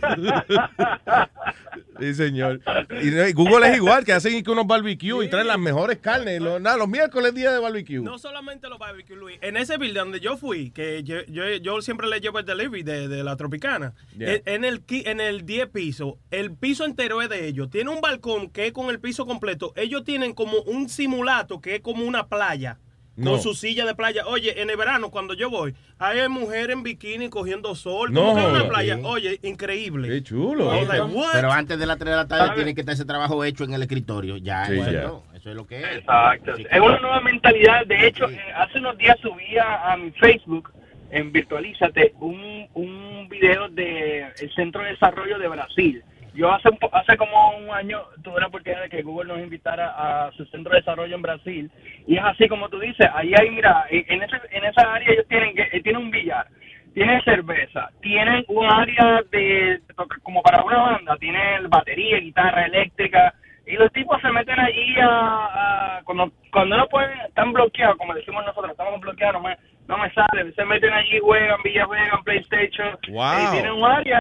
Sí, señor. Y no, y Google es igual, que hacen que unos barbecue y traen las mejores carnes. Los, nada, los miércoles día de barbecue.
No solamente los barbecue, Luis. En ese building donde yo fui, que yo, yo, yo siempre le llevo el delivery de, de la Tropicana, e,
Yeah.
en, en el, qui- en el 10 piso, el piso entero es de ellos. Tiene un balcón que es con el piso completo. Ellos tienen como un simulato que es como una playa.
No.
Con su silla de playa. Oye, en el verano, cuando yo voy, hay mujeres en bikini cogiendo sol.
No,
No, una
ok.
playa. Oye, increíble.
Qué chulo.
I was like, what?
Pero antes de las 3 de la tarde tiene que estar ese trabajo hecho en el escritorio. Ya,
Sí,
eso es
ya.
todo. Eso es lo que es.
Exacto. Es una nueva mentalidad. De hecho, eh, hace unos días subía a mi Facebook, en Virtualízate, un, un video del el Centro de Desarrollo de Brasil. Yo hace, un po- hace como un año tuve la oportunidad de que Google nos invitara a su Centro de Desarrollo en Brasil. Y es así como tú dices. Ahí hay, mira, eh, en, ese, en esa área ellos tienen, que- eh, tienen un billar. Tienen cerveza, tienen un área de como para una banda, tienen batería, guitarra eléctrica, y los tipos se meten allí a, a- cuando, cuando no pueden, están bloqueados, como decimos nosotros, estamos bloqueados, no me, no me sale, se meten allí, juegan, villa juegan, PlayStation,
Wow.
y tienen un área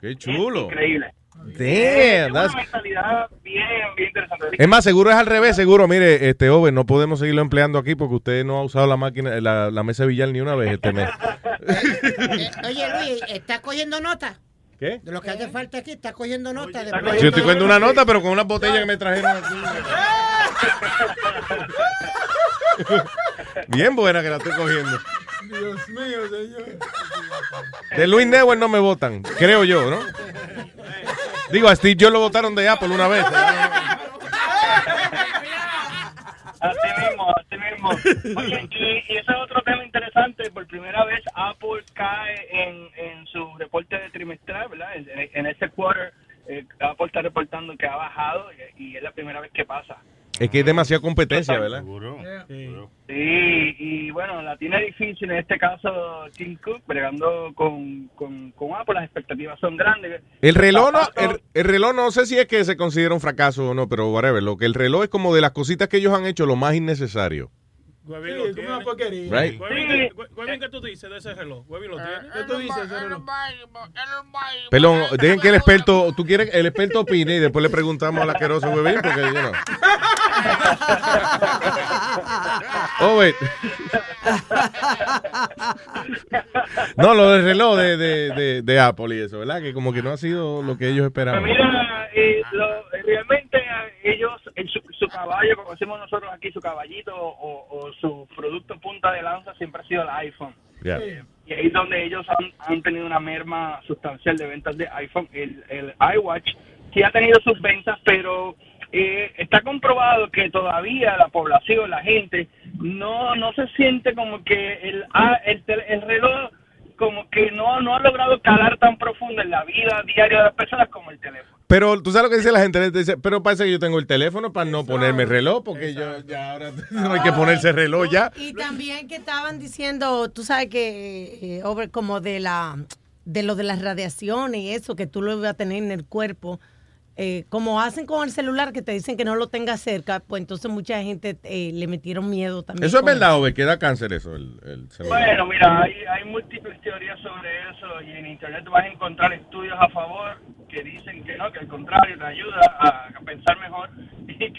Qué chulo.
increíble.
Damn, that's- Eh.
Una mentalidad bien, bien interesante.
Es más, seguro es al revés, seguro. Mire, este Ove, no podemos seguirlo empleando aquí porque usted no ha usado la máquina, la, la mesa de billar ni una vez este mes.
Ah.
Eh, Oye, Luis, ¿estás cogiendo nota?
¿Qué?
De lo que hace falta aquí, ¿estás cogiendo nota? de
Yo estoy cogiendo una nota, pero con una botella que me trajeron aquí. Bien buena que la estoy cogiendo.
Dios mío, señor.
De Luis Neuer no me votan, creo yo, ¿no? Digo, a Steve Jobs lo votaron de Apple una vez.
Así mismo, así mismo.
[laughs]
Oye, y, y ese es otro tema interesante. Por primera vez, Apple cae en, en su reporte de trimestral, ¿verdad? En, en este quarter, eh, Apple está reportando que ha bajado eh, y, es la primera vez que pasa.
Es que es demasiada competencia, ¿verdad?
Sí, y bueno, la tiene difícil en este caso Tim Cook, bregando con, con, con Apple. Las expectativas son grandes.
El reloj, no, el, el reloj no sé si es que se considera un fracaso o no, pero whatever. Lo que el reloj es como de las cositas que ellos han hecho lo más innecesario.
Huevín lo tiene.
Right.
Huevín, ¿qué- Huevín, ¿qué tú dices de ese reloj? Huevín lo tiene. ¿Qué tú dices de ese reloj?
Perdón, dejen que el experto, tú quieres que el experto opine y después le preguntamos al asqueroso huevín porque yo no. Oh, wait. No, lo del reloj de, de, de, de Apple y eso, ¿verdad? Que como que no ha sido lo que ellos esperaban.
Mira, eh, lo- realmente eh, ellos, el- su, su caballo, como decimos nosotros aquí, su caballito o, o su producto punta de lanza siempre ha sido el iPhone.
Ya.
Y ahí es donde ellos han, han tenido una merma sustancial de ventas de iPhone. El, el iWatch sí ha tenido sus ventas, pero eh, está comprobado que todavía la población, la gente, no, no se siente como que el, ah, el, tel- el reloj como que no, no ha logrado calar tan profundo en la vida diaria de las personas como el teléfono.
Pero tú sabes lo que dice la gente, la gente dice, pero parece que yo tengo el teléfono para no ponerme reloj, porque yo ya ahora no hay que ponerse reloj ya.
Y también que estaban diciendo, tú sabes que eh, over- como de la de lo de las radiaciones y eso que tú lo ibas a tener en el cuerpo, eh, como hacen con el celular que te dicen que no lo tengas cerca, pues entonces mucha gente eh, le metieron miedo también.
Eso es
con
verdad, Ove, que da cáncer eso, el, el celular.
Bueno, mira, hay, hay múltiples teorías sobre eso y en internet vas a encontrar estudios a favor que dicen que no, que al contrario te ayuda a, a pensar mejor [laughs] y que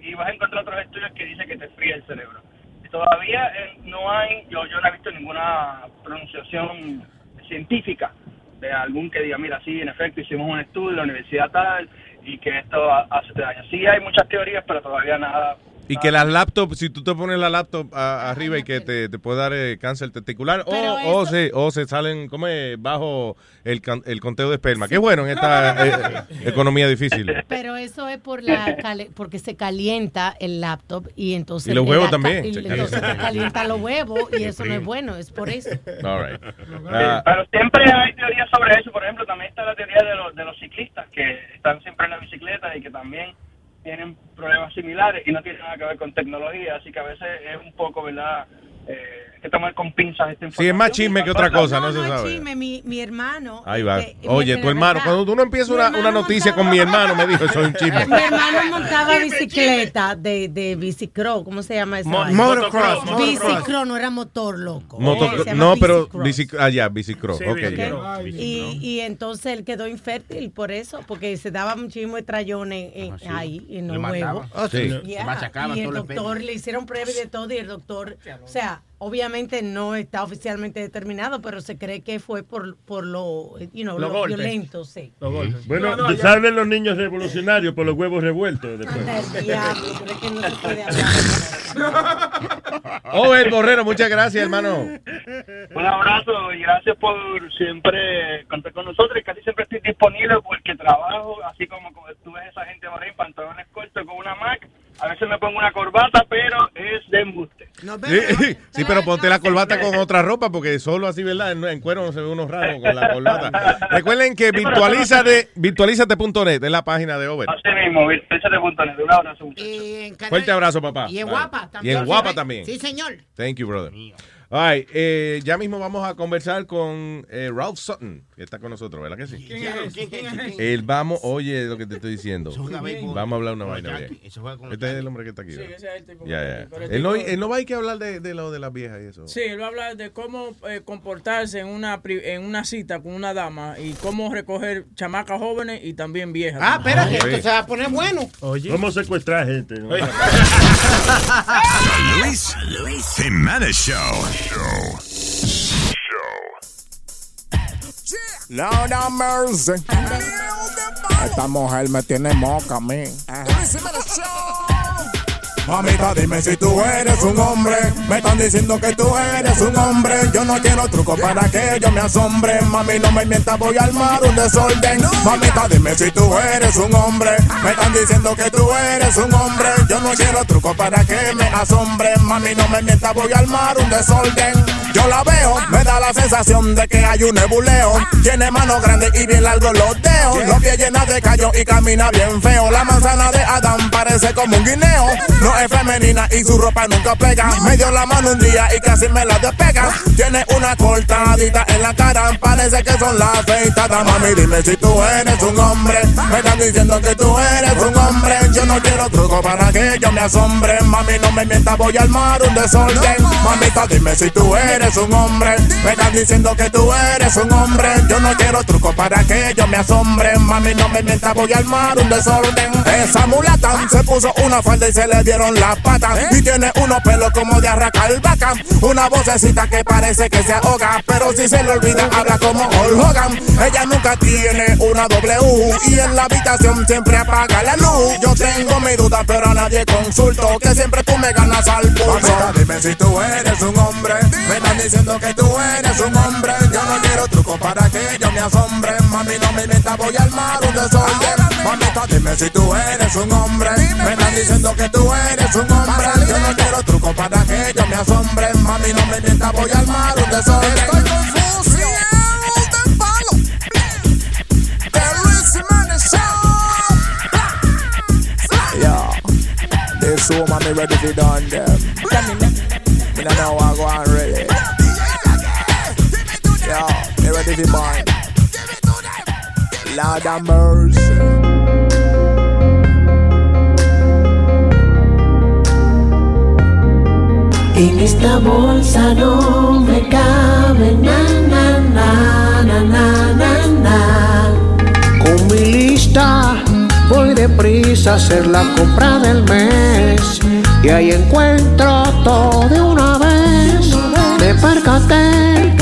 y vas a encontrar otros estudios que dicen que te fría el cerebro. Y todavía eh, no hay, yo, yo no he visto ninguna pronunciación científica de algún que diga, mira, sí, en efecto hicimos un estudio en la universidad tal y que esto ha- hace daño. Sí hay muchas teorías, pero todavía nada
Y que las laptops, si tú te pones la laptop a- arriba y que te, te puede dar eh, cáncer testicular, o,
Pero
o se, o se salen, ¿cómo es? Bajo el, can- el conteo de esperma. Qué bueno en
[laughs]
esta eh, economía difícil.
Pero eso es por la cale- porque se calienta el laptop y entonces
Y los huevos
la ca-
también,
y
se
entonces se
calientan.
calienta los huevos y eso no es
frío.
bueno, es por
[laughs]
eso.
All right.
Sí,
Ah,
pero siempre hay teorías sobre eso. Por ejemplo, también está la teoría de los, de los ciclistas que están siempre en la bicicleta y que también tienen problemas similares y no tienen nada que ver con tecnología. Así que a veces es un poco, ¿verdad? Eh, hay que tomar con pinzas esta
Sí, es más chisme que otra cosa, no, se
es
sabe.
[laughs]
chisme, mi, mi hermano.
Ahí va.
este,
Oye,
me-
tu hermano,
¿verdad?
cuando uno empieza una, una noticia con mi hermano, me dijo, eso es un chisme.
Mi hermano montaba bicicleta de, de bicicross, ¿cómo se llama eso?
Mo- motocross, motocross.
Bicicross, no era motor, loco.
Motocro-
Se llama
no, pero bicic- ah, ya, bicicross.
Sí,
ok.
bicicross. Y, y entonces él quedó infértil por eso, porque se daba muchísimo estrayones en-
Ah, sí.
ahí en los
Le
huevos.
mataba. Ah, sí.
Yeah.
Le machacaban
y el
todo el
doctor
pelo.
le hicieron pruebas de todo y el doctor, o sea, obviamente no está oficialmente determinado, pero se cree que fue por, por lo, you know,
Los
lo
golpes.
violento, sí.
Bueno,
No, no, ya-
salen los niños revolucionarios por los huevos revueltos después.
Anda, el diablo, pero es que no se puede hablar.
Oh, el borrero, muchas gracias, hermano.
Un abrazo y gracias por siempre contar con nosotros. Y casi siempre estoy disponible porque trabajo, así como, como tú ves esa gente por ahí, pantalones cortos con una Mac. A veces me pongo una corbata, pero es de embuste.
Sí, [laughs] sí, pero ponte la corbata con otra ropa porque solo así, ¿verdad? En, en cuero no se ve unos raros con la corbata. Recuerden que virtualizate, virtualizate.net es la página de Over.
Así mismo, virtualizate.net. Un abrazo,
Fuerte abrazo, papá.
Y es
Bye.
guapa también.
Y es guapa también.
Sí, señor.
Thank you, brother. All right, eh, ya mismo vamos a conversar con eh, Ralph Sutton, que está con nosotros, ¿verdad que sí? El vamos, oye lo que te estoy diciendo.
juega béisbol.
Vamos a hablar una
Con
vaina
los
bien.
Yankees, eso juega con los
Este es el
Yankees.
hombre que está aquí.
Sí,
¿verdad?
ese es el tipo
Ya,
que-
ya.
pero el
Él no,
tipo-
él no va a ir que hablar de, de lo de las viejas y eso.
Sí, él va a hablar de cómo eh, comportarse en una pri- en una cita con una dama y cómo recoger chamacas jóvenes y también viejas.
Ah, espérate,
Sí.
esto se va a poner
[laughs]
bueno.
¿Cómo secuestrar gente? no?
Luis Jiménez Show. Show.
No, no, mercy. Esta mujer me tiene moca a mí. Mamita, dime si tú eres un hombre. Me están diciendo que tú eres un hombre. Yo no quiero truco para que yo me asombre. Mami, no me mientas, voy a armar un desorden. Mamita, dime si tú eres un hombre. Me están diciendo que tú eres un hombre. Yo no quiero truco para que me asombre. Mami, no me mientas, voy a armar un desorden. Yo la veo, me da la sensación de que hay un nebuleo. Tiene manos grandes y bien largos los dedos. Los pies llenos de callos y camina bien feo. La manzana de Adán parece como un guineo. No es femenina y su ropa nunca pega. Me dio la mano un día y casi me la despega. Tiene una cortadita en la cara. Parece que son las afeitadas. Mami, dime si tú eres un hombre. Me están diciendo que tú eres un hombre. Yo no quiero truco para que yo me asombre. Mami, no me mientas, voy a armar un desorden. Mamita, dime si tú eres un hombre. Me están diciendo que tú eres un hombre. Yo no quiero truco para que yo me asombre. Mami, no me mientas, voy a armar un desorden. Esa mulata se puso una falda y se le dieron las patas. Y tiene unos pelos como de arracar vaca. Una vocecita que parece que se ahoga. Pero si se le olvida, habla como Hulk Hogan. Ella nunca tiene una W. Y en la habitación siempre apaga la luz. Yo tengo mi duda, pero a nadie consulto. Que siempre tú me ganas al pulso. dime si tú eres un hombre. Me están diciendo que tú eres un hombre. Yo no quiero truco para que yo me asombre. Mami, no me metas, voy a armar un desorden. Mami, Mamita, dime si tú eres un hombre. Me están diciendo que tú eres un hombre. Yo no quiero truco para que yo me asombre. Mami, no me mientas, voy a armar un desorden. Estoy confuso.
de palo. The Luis Jiménez Show.
Yeah. This woman me ready to done them. Me no know what go on really. Yeah, me ready to mine. Lord have mercy.
En esta bolsa no me cabe na na na na na na na. Con mi lista voy deprisa a hacer la compra del mes y ahí encuentro todo de una vez. Me percaté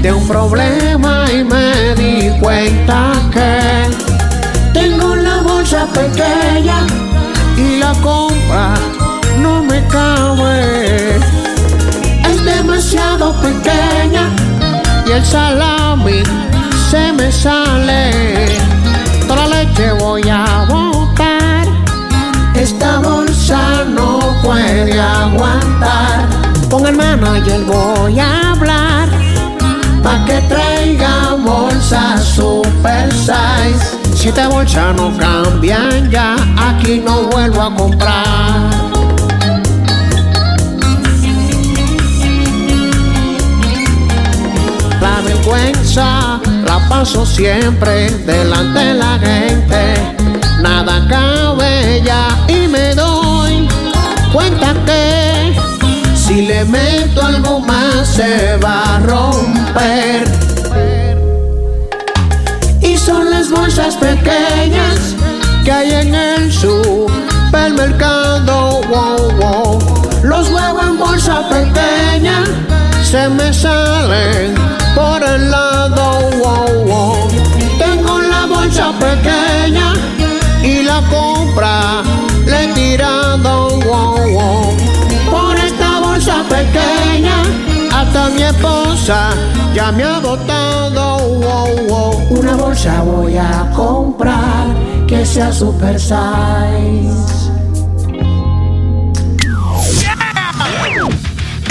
de un problema y me di cuenta que tengo una bolsa pequeña y la compra no me cabe. Es demasiado pequeña y el salami se me sale. Toda la leche voy a botar. Esta bolsa no puede aguantar. Con el manager voy a hablar. Pa' que traiga bolsa super size. Si esta bolsa no cambian ya, aquí no vuelvo a comprar. La vergüenza la paso siempre delante de la gente. Nada cabe ya y me doy cuenta que si le meto algo más se va a romper. Y son las bolsas pequeñas que hay en el supermercado. Wow, wow. Los huevos en bolsa pequeña se me salen por el lado. Wow, wow. Tengo la bolsa pequeña y la compra le he tirado. Wow, wow. Por esta bolsa pequeña hasta mi esposa ya me ha botado. Wow, wow. Una bolsa voy a comprar que sea super size.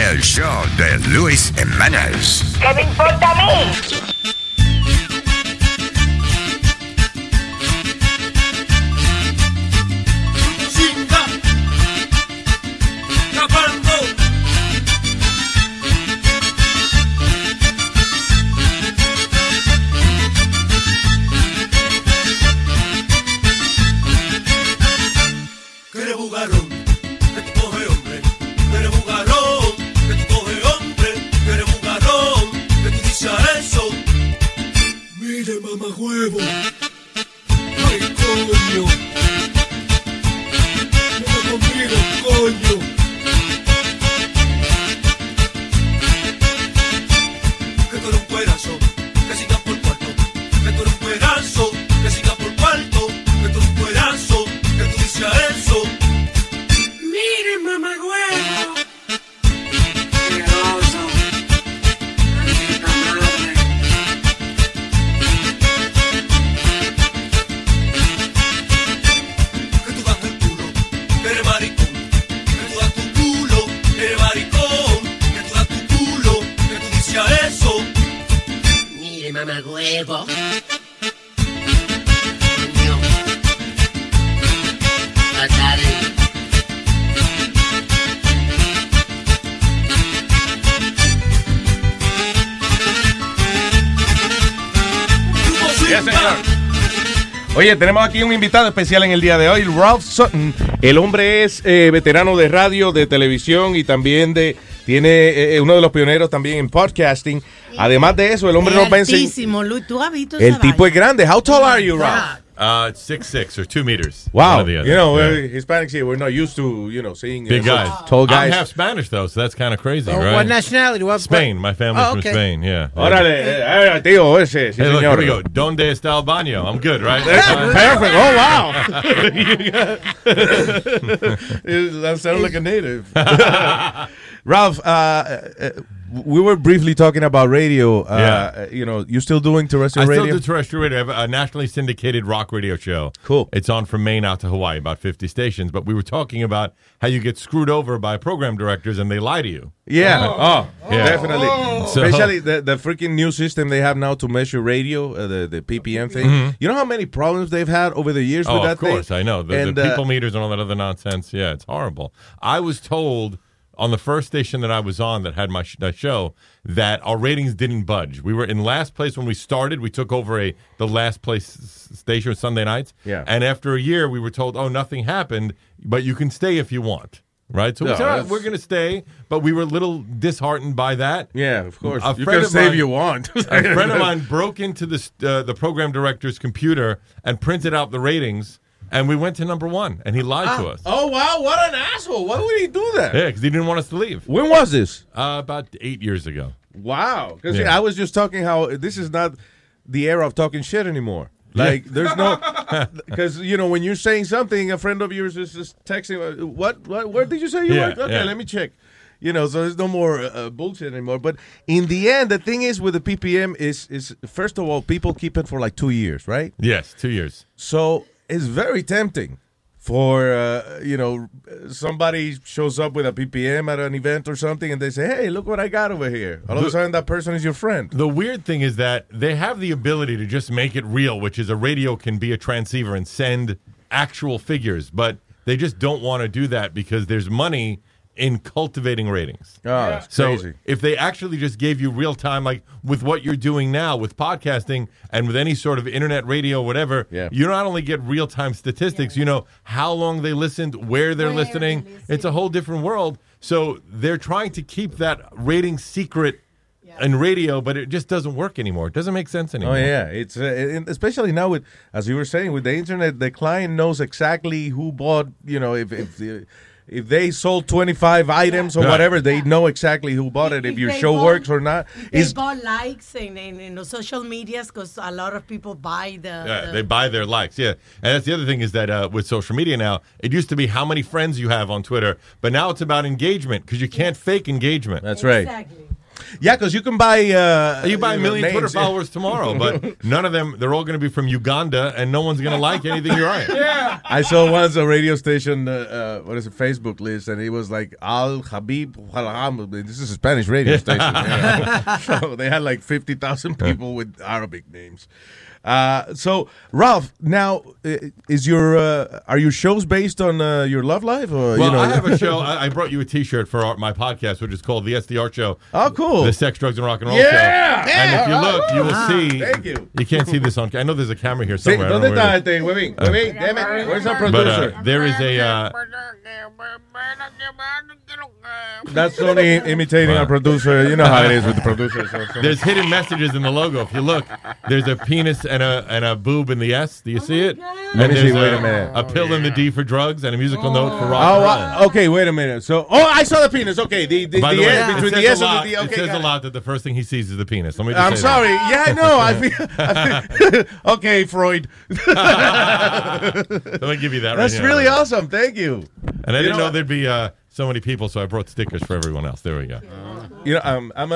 El show de Luis Jiménez.
¿Qué me importa a mí?
Chinga, tapando. Que eres bugarrón, que tú coge hombre. Que eres bugarrón, que tú coge hombre. Que eres bugarrón, que tú dices a eso. Mire, mamá huevo. Ay, coño. Mira conmigo, coño. Que tú eres un cuerazo, que sigas por cuarto. Que tú eres un cuerazo, que sigas por cuarto. Que tú eres un cuerazo, que tú dices a eso. Mire, mamá huevo. que tú das tu culo, que eres maricón, que tú das tu culo, que eres maricón, que tú das tu culo, que tú dices a eso. Mire, mamá huevo.
Yes, señor. Oye, tenemos aquí un invitado especial en el día de hoy, Ralph Sutton. El hombre es eh, veterano de radio, de televisión y también de tiene eh, eh, uno de los pioneros también en podcasting. Además de eso, el hombre nos va a enseñar.
Altísimo, Luis, tú has visto
El
esa
tipo es grande. How tall are you, Ralph?
vaina?
Uh, it's six six or two meters. One
Wow,
or the other.
you know,
Yeah.
uh, Hispanics here, we're not used to, you know, seeing uh,
big guys,
tall guys.
I'm half Spanish though, so that's kind of crazy,
Oh,
right?
What nationality? What,
Spain. My family's
Oh,
from
okay.
Spain. Yeah.
Órale, eh, eh, tío, ese, sí,
Hey, look, here
señor. [laughs]
we go. Donde está el baño? I'm good, right?
Perfect. Oh,
[laughs]
[laughs] wow. [laughs]
wow. [laughs]
that sounded like a native. Ralph, uh, uh, we were briefly talking about radio. Uh,
Yeah.
You know, you still doing terrestrial
I
radio?
still do terrestrial radio. I have a nationally syndicated rock radio show. Cool. It's on from Maine out to Hawaii, about 50 stations. But we were talking about how you get screwed over by program directors and they lie to you.
Yeah. Oh, definitely.
So-
Especially the, the freaking new system they have now to measure radio, uh, the, the PPM thing.
Mhm.
You know how many problems they've had over the years
oh,
with that
of course,
thing?
I know. The,
And,
the
uh,
people meters and all that other nonsense. Yeah, it's horrible. I was told on the first station that I was on that had my, sh- that show that our ratings didn't budge. We were in last place when we started. We took over a the last place s- station was Sunday nights.
Yeah.
And after a year, we were told, oh, nothing happened, but you can stay if you want. Right, so we
No,
said, "All right,
that's-
we're going to stay, but we were a little disheartened by that.
Yeah, of course.
A
You
friend
can
of
stay if
mine-
you want.
[laughs] a friend of mine broke into the st- uh, the program director's computer and printed out the ratings, and we went to number one, and he lied
Ah,
to us.
Oh, wow. What an asshole. Why would he do that?
Yeah, because he didn't want us to leave.
When was this?
Uh, about eight years ago.
Wow. 'Cause
Yeah.
I was just talking how this is not the era of talking shit anymore. Like, there's
[laughs]
no. Because, you know, when you're saying something, a friend of yours is just texting, uh, what, what where did you say you
Yeah,
work? Okay,
yeah.
let me check. You know, so there's no more uh, bullshit anymore. But in the end, the thing is with the PPM is, is first of all, people keep it for like two years, right?
Yes, two years.
So it's very tempting for uh, you know somebody shows up with a PPM at an event or something, and they say, "Hey, look what I got over here." All of a sudden, that person is your friend.
The weird thing is that they have the ability to just make it real, which is a radio can be a transceiver and send actual figures, but they just don't want to do that because there's money in cultivating ratings.
Oh, that's
so
crazy.
if they actually just gave you real time, like with what you're doing now with podcasting and with any sort of internet radio, whatever, you not only get real time statistics, you know how long they listened, where they're listening. It's a whole different world. So they're trying to keep that rating secret in radio, but it just doesn't work anymore. It doesn't make sense anymore.
Oh yeah, it's uh, and especially now with as you were saying with the internet, the client knows exactly who bought. You know, if if the, if they sold 25 items or
Yeah.
whatever, they know exactly who bought it. If your
they
show
bought-
works or not,
They
is
got likes in, in, in the social medias because a lot of people buy the.
Yeah,
the-
they buy their likes. Yeah, and that's the other thing is that uh, with social media now, it used to be how many friends you have on Twitter, but now it's about engagement because you can't fake engagement.
That's right. Exactly. yeah, because you can buy uh,
You buy a
know,
million Twitter
names, yeah.
followers tomorrow,
[laughs]
but none of them, they're all going to be from Uganda, and no one's going to like anything
[laughs]
you write.
Yeah.
I saw once a radio station, uh, uh, what is it, Facebook list, and it was like Al Habib Halam. This is a Spanish radio station. Yeah. so they had like 50,000 people with Arabic names. Uh, so, Ralph, now uh, is your uh, are your shows based on uh, your love life? Or,
Well,
you know,
I have
[laughs]
a show. I, I brought you a T-shirt for our, my podcast, which is called the SDR Show.
Oh, cool!
The Sex, Drugs, and Rock and Roll
Yeah!
Show. And if you
Yeah!
look, you will
Ah,
see.
thank you.
can't see this on. I know there's a camera here
Sí,
somewhere. I don't
¿Dónde
know where
está
it Uh,
este? Webin? Webin, damn it. Where's our
is. But uh,
producer?
there is a. Uh,
That's Sony imitating our producer. You know how it is with the producers.
There's hidden messages in the logo. If you look, there's a penis and a and a boob in the S. Do you see it? And
Let me see.
there's
Wait a
a
minute.
A pill in the D for drugs and a musical note for rock.
Oh,
and roll.
uh, okay. Wait a minute. So, oh, I saw the penis. Okay, the the,
By
the,
the way,
S-
it
between
says
the
a
S and
lot-
the D. Okay,
it says
got
a
it.
lot that the first thing he sees is the penis. Let me just
I'm
say that.
sorry. Yeah, I know.
[laughs]
I feel, [laughs] I feel. Okay, Freud. [laughs]
Let me give you that.
That's
right now.
really awesome. Thank you.
And I
You
didn't know,
know-
there'd be uh, so many people, so I brought stickers for everyone else. There we go.
You know, um, I'm a,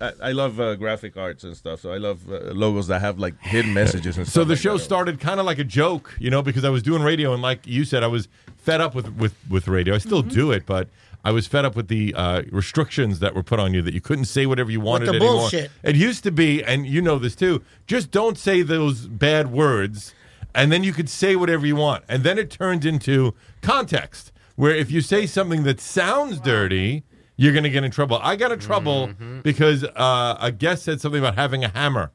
uh, I- I love uh, graphic arts and stuff, so I love uh, logos that have like
[sighs]
hidden messages and
So
stuff.
the show started kind of like a joke, you know, because I was doing radio, and like you said, I was fed up with with with radio. I still
Mm-hmm.
do it, but I was fed up with the uh, restrictions that were put on you that you couldn't say whatever you wanted
the
anymore.
bullshit.
It used to be, and you know this too. Just don't say those bad words, and then you could say whatever you want. And then it turned into context, where if you say something that sounds dirty. You're gonna get in trouble. I got in trouble because uh, a guest said something about having a hammer.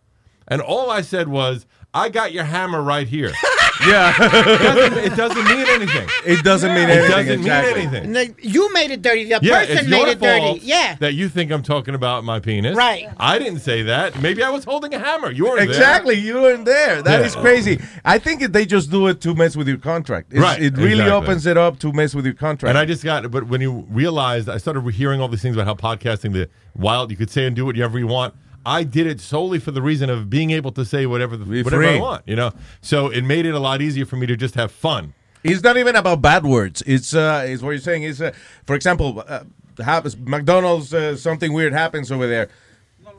And all I said was, I got your hammer right here.
[laughs] yeah.
it doesn't mean anything.
It doesn't mean
It
anything,
doesn't
exactly.
mean anything.
No, you made it dirty. The
Yeah, it's
person made
your
it
fault
dirty. Yeah.
that you think I'm talking about my penis.
Right.
I didn't say that. Maybe I was holding a hammer. You were
Exactly, you weren't there. That
Yeah.
is crazy. I think it- they just do it to mess with your contract. It's-
Right,
It really
exactly.
opens it up to mess with your contract.
And I just got, but when you realized, I started hearing all these things about how podcasting, the wild, you could say and do whatever you want. I did it solely for the reason of being able to say whatever the, whatever
free.
I want, you know. So it made it a lot easier for me to just have fun.
It's not even about bad words. It's uh, it's what you're saying. Is uh, for example, uh, happens, McDonald's, uh, something weird happens over there.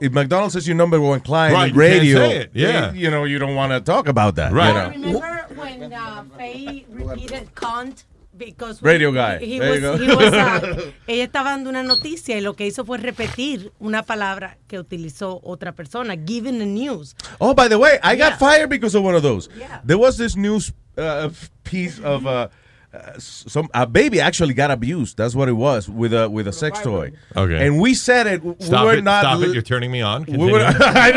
If McDonald's is your number one client,
Right,
in
you can't
radio,
say it, yeah.
you, you know, you don't want to talk about that,
Right.
You know?
Remember when uh, Faye repeated cunt because
Radio guy.
He
There
was,
you go.
he
[laughs]
was, uh, ella estaba dando una noticia y lo que hizo fue repetir una palabra que utilizó otra persona, giving the news.
Oh, by the way, I got fired because of one of those. There was this news uh, piece of uh, uh, some a baby actually got abused. That's what it was with a with a sex toy.
Okay.
And we said it. w-
Stop
we were
it,
not.
stop it,
li-
you're turning me on.
We were,
Continue.
[laughs] I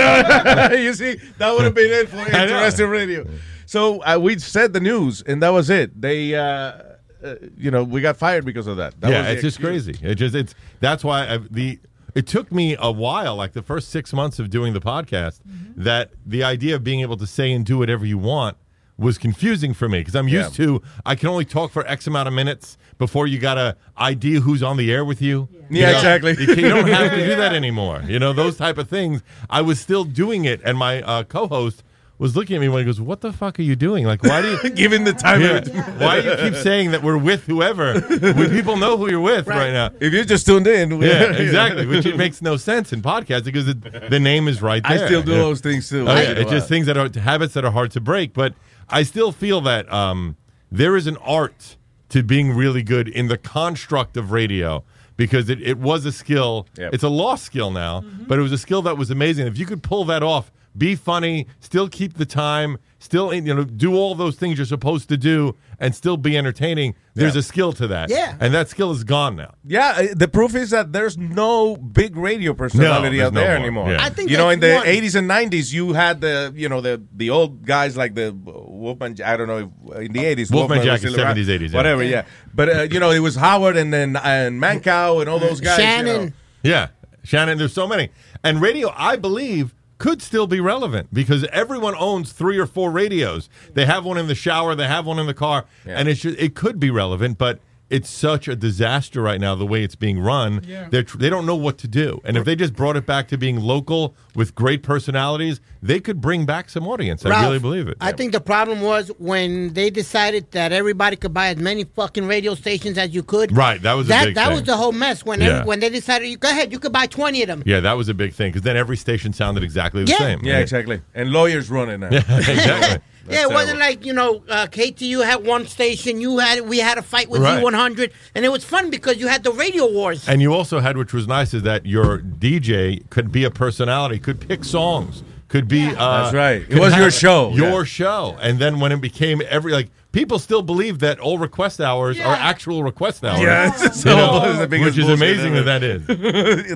know. you see, [laughs] that would have been it for
[laughs] I know.
interesting radio. So uh, we said the news, and that was it. They, uh, uh, you know, we got fired because of that. that
yeah,
was the
it's just
excuse.
crazy. It just it's that's why I, the it took me a while, like the first six months of doing the podcast,
Mm-hmm.
that the idea of being able to say and do whatever you want was confusing for me because I'm used to I can only talk for X amount of minutes before you got to ID who's on the air with you.
Yeah,
You know,
exactly.
You, can- you don't have to do
[laughs]
that anymore. You know those type of things. I was still doing it, and my uh, co-host. Was looking at me when he goes, "What the fuck are you doing? Like, why do
[laughs]
you
Given the time
Yeah.
limit.
Why do you
[laughs]
keep [laughs] saying that we're with whoever? We, people know who you're with right, now.
If you just tuned in, we-
yeah, exactly.
[laughs]
Which it makes no sense in podcasts because it, the name is right
I
there.
still do
Yeah.
those things too.
Oh,
I-
yeah, it's just things that are habits that are hard to break. But I still feel that um, there is an art to being really good in the construct of radio because it, it was a skill. It's a lost skill now, but it was a skill that was amazing. If you could pull that off, be funny, still keep the time, still you know do all those things you're supposed to do, and still be entertaining. There's a skill to that.
Yeah.
and that skill is gone now.
Yeah, uh, the proof is that there's no big radio personality
there's
out
no
there
more.
anymore.
Yeah. I think
you know,
that's
in the
one-
80s and 90s, you had the you know the the old guys like the uh, Wolfman. I don't know if uh, in the 80s,
Uh, Wolfman
was
Jack is
still around,
70s, 80s, yeah.
whatever. Yeah, but uh, you know, it was Howard and then and Mancow and all those guys. you know.
Yeah. Shannon, there's so many. And radio, I believe, could still be relevant because everyone owns three or four radios. They have one in the shower, they have one in the car, and it should, it could be relevant, but it's such a disaster right now the way it's being run.
Yeah.
They're tr- they don't know what to do. And if they just brought it back to being local with great personalities, they could bring back some audience. I
Ralph,
really believe it.
I think the problem was when they decided that everybody could buy as many fucking radio stations as you could.
Right, that was a
that.
big
that
thing.
was the whole mess when
Yeah.
every- when they decided you go ahead, you could buy twenty of them.
yeah, that was a big thing because then every station sounded exactly the
Yeah.
same.
Yeah, exactly. And lawyers run it now.
[laughs] Yeah, exactly.
yeah, it wasn't like you know uh, KTU had one station, you had we had a fight with
Right.
Z one hundred, and it was fun because you had the radio wars.
And you also had, which was nice, is that your DJ could be a personality, could pick songs, could be. Uh,
That's right. It
could
was your
have
show,
Your
yeah.
show. And then when it became every, like, people still believe that all request hours are actual request hours.
Yeah, [laughs]
You
so
know,
it's the biggest
which is
bullshit
amazing
ever.
that that is.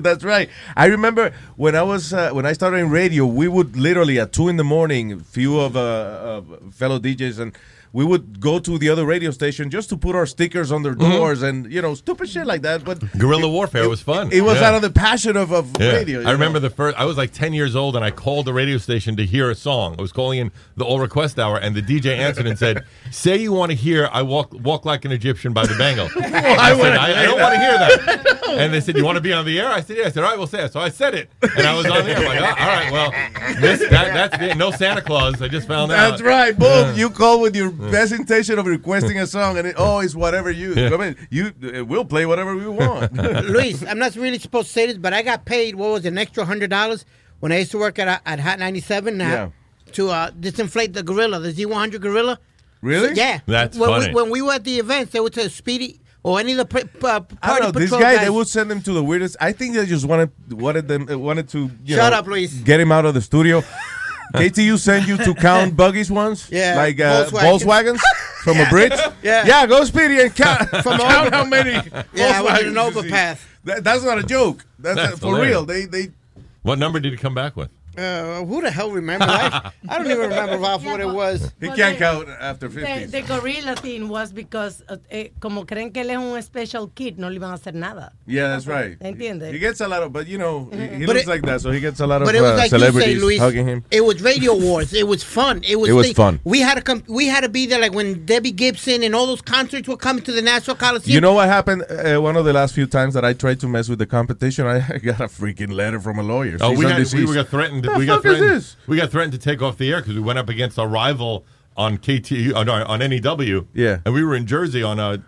[laughs] That's right. I remember when I was uh, when I started in radio, we would literally at two in the morning, few of, uh, of fellow DJs, and we would go to the other radio station just to put our stickers on
Mm-hmm.
their doors and you know stupid shit like that. But
Guerrilla warfare was fun.
it was
Yeah.
out of the passion of, of
Yeah.
radio. you
I remember the first. I was like ten years old, and I called the radio station to hear a song. I was calling in the All Request Hour, and the DJ answered and said, [laughs] "Say you want to hear I walk walk like an Egyptian by the
[laughs]
Bangle." I, said,
would I
I, I
say
don't
that?"
want to hear that. And they said, "You want to be on the air?" I said, "Yeah." I said, "All right, we'll say it." So I said it, and I was on the air. I'm like, "Oh, all right, well, this, that, that's it. no Santa Claus. I just
know?
found out.
That's right. Boom!
Yeah.
You call with your best intention of requesting a song, and it, oh, it's whatever you.
Yeah.
I mean, you we'll play whatever we want.
[laughs]
[laughs]
Luis, I'm not really supposed to say this, but I got paid what was it, an extra hundred dollars when I used to work at uh, at Hot 97 uh,
Yeah.
to uh, disinflate the gorilla, the Z100 gorilla.
Really?
So, yeah.
That's
when
funny.
We, when we were at the events, they would say Speedy or any of the pr- p- uh, party
I don't know. This
patrol
guy,
guys.
they would send him to the weirdest. I think they just wanted wanted them uh, wanted to you
Shut
know,
up, Luis.
Get him out of the
[laughs]
studio. KTU sent you to count buggies once,
Yeah,
like uh,
Volkswagens. [laughs]
Volkswagens from a bridge.
Yeah.
yeah, go speedy and count,
[laughs]
[laughs]
From
count
over-
how many.
[laughs] Yeah, I
Volkswagens
was in
you
an
see.
overpass.
That, that's not a joke. That's,
That's
uh, for
hilarious.
real. They they
What number did he come back with?
Uh, who the hell remembers? I,
[laughs]
I don't even remember Ralph what it was.
he
Well,
can't
they-
count after
The,
fifty.
the gorilla thing was because, uh, eh, como creen que él es un special kid, no le iban a hacer nada.
Yeah, that's right.
¿Entiendes?
He gets a lot of, but you know, he, he
Mm-hmm. But
looks
it-
like that, so he gets a lot of
But it was
uh,
like you say,
celebrities
Luis.
hugging him.
It was
[laughs]
radio wars. It was fun. It was.
It was
thi-
fun.
We had to come. We had to be there, like when Debbie Gibson and all those concerts were coming to the National Coliseum.
You know what happened? Uh, one of the last few times that I tried to mess with the competition, [laughs] I got a freaking letter from a lawyer.
Oh,
Cease
we
and
got, we
desist.
got threatened.
The
we got
fuck is
threatened.
this?
We got threatened to take off the air because we went up against our rival on KT on, E on NEW.
Yeah.
and we were in Jersey on a,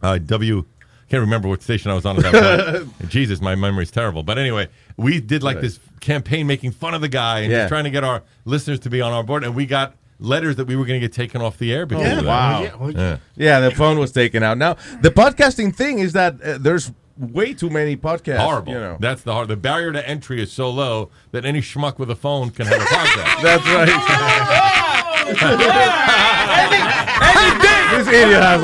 uh W can't remember what station I was on at that
[laughs]
point. Jesus, my memory's terrible. But anyway, we did like this campaign making fun of the guy and
Yeah.
just trying to get our listeners to be on our board, and we got letters that we were going to get taken off the air because
Yeah.
of that.
Oh, Wow.
Yeah.
Yeah, the phone was taken out. Now, the podcasting thing is that uh, there's way too many podcasts.
horrible.
You know.
That's the hard. The barrier to entry is so low that any schmuck with a phone can have
[laughs]
a podcast. That's right.
This idiot has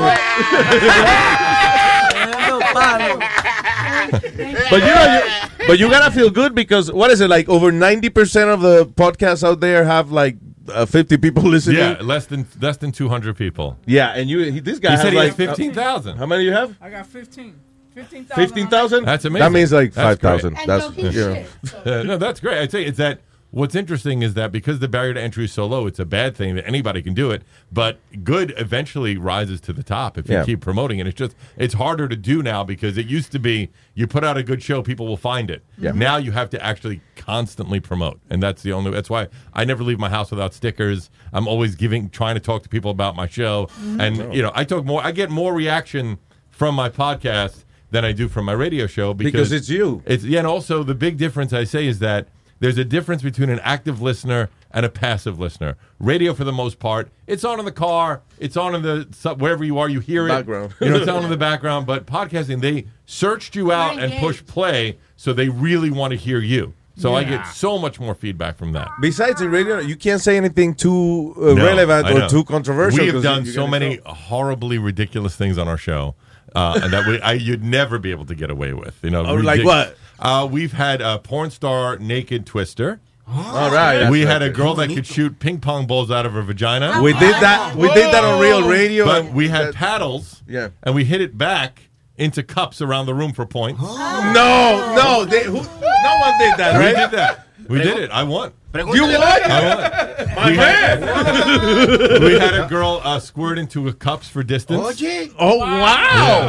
one. But you know, you, but you gotta feel good because what is it like? Over ninety percent of the podcasts out there have like uh, fifty people [laughs] listening.
Yeah, [laughs] less than less than two hundred people.
Yeah, and you he, this guy
He
has
said he
like uh,
had 15,000.
How many you have?
I got 15. 15,000.
Fifteen thousand.
That's amazing.
That means like five
That's great.
thousand. That's you know.
Uh, [laughs] no, that's great. I'd say it's that. What's interesting is that because the barrier to entry is so low, it's a bad thing that anybody can do it. But good eventually rises to the top if
Yeah.
you keep promoting it. It's just it's harder to do now because it used to be you put out a good show, people will find it.
Yeah.
Now you have to actually constantly promote, and that's the only. That's why I never leave my house without stickers. I'm always giving, trying to talk to people about my show,
Mhm.
and
Oh.
you know, I talk more. I get more reaction from my podcast than I do from my radio show
Because it's you.
it's yeah, and also the big difference I say is that there's a difference between an active listener and a passive listener. Radio, for the most part, it's on in the car, it's on in the sub- wherever you are, you hear
Background.
it. You know,
[laughs]
it's on in the background. But podcasting, they searched you out
We're
and push
engaged.
play, so they really want to hear you. So I
Yeah.
get so much more feedback from that.
Besides the radio, you can't say anything too uh,
No,
relevant
I
or
know.
too controversial.
We have
'cause you-
done
you're
so
gonna
many
go-
horribly ridiculous things on our show uh, and that we, I, you'd never be able to get away with. You know,
Oh, like
ridic-
what?
Uh, we've had a porn star naked twister.
Oh. All right, that's
we
right
had a
there.
girl that could shoot ping pong balls out of her vagina.
We did that- we did that on real radio
But
and
we had
that-
paddles.
Yeah.
and we hit it back into cups around the room for points.
No, no, they, who, no one did that,
we
right?
did that. We did it. I won.
You what?
My we man. Had, [laughs] we had a girl uh, squirt into a cups for distance.
Oh wow!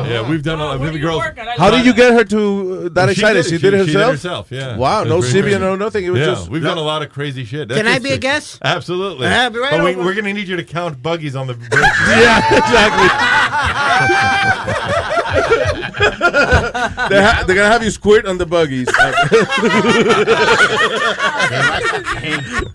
Yeah, yeah, we've done. a- we've girls.
How did you get her to uh, that
She
excited?
did it.
She, did
She-
it
she
herself.
did herself, yeah.
Wow,
It
no
was very
Sibian,
crazy.
no nothing. It was
Yeah,
just Uh,
we've done a lot of crazy shit. That's
Can I
just
be a
sick.
guest?
Absolutely.
Yeah, I'll be right
but we,
over.
we're gonna need you to count
[laughs]
buggies on the bridge.
yeah, exactly. they're, ha- they're gonna have you squirt on the
[laughs]
buggies.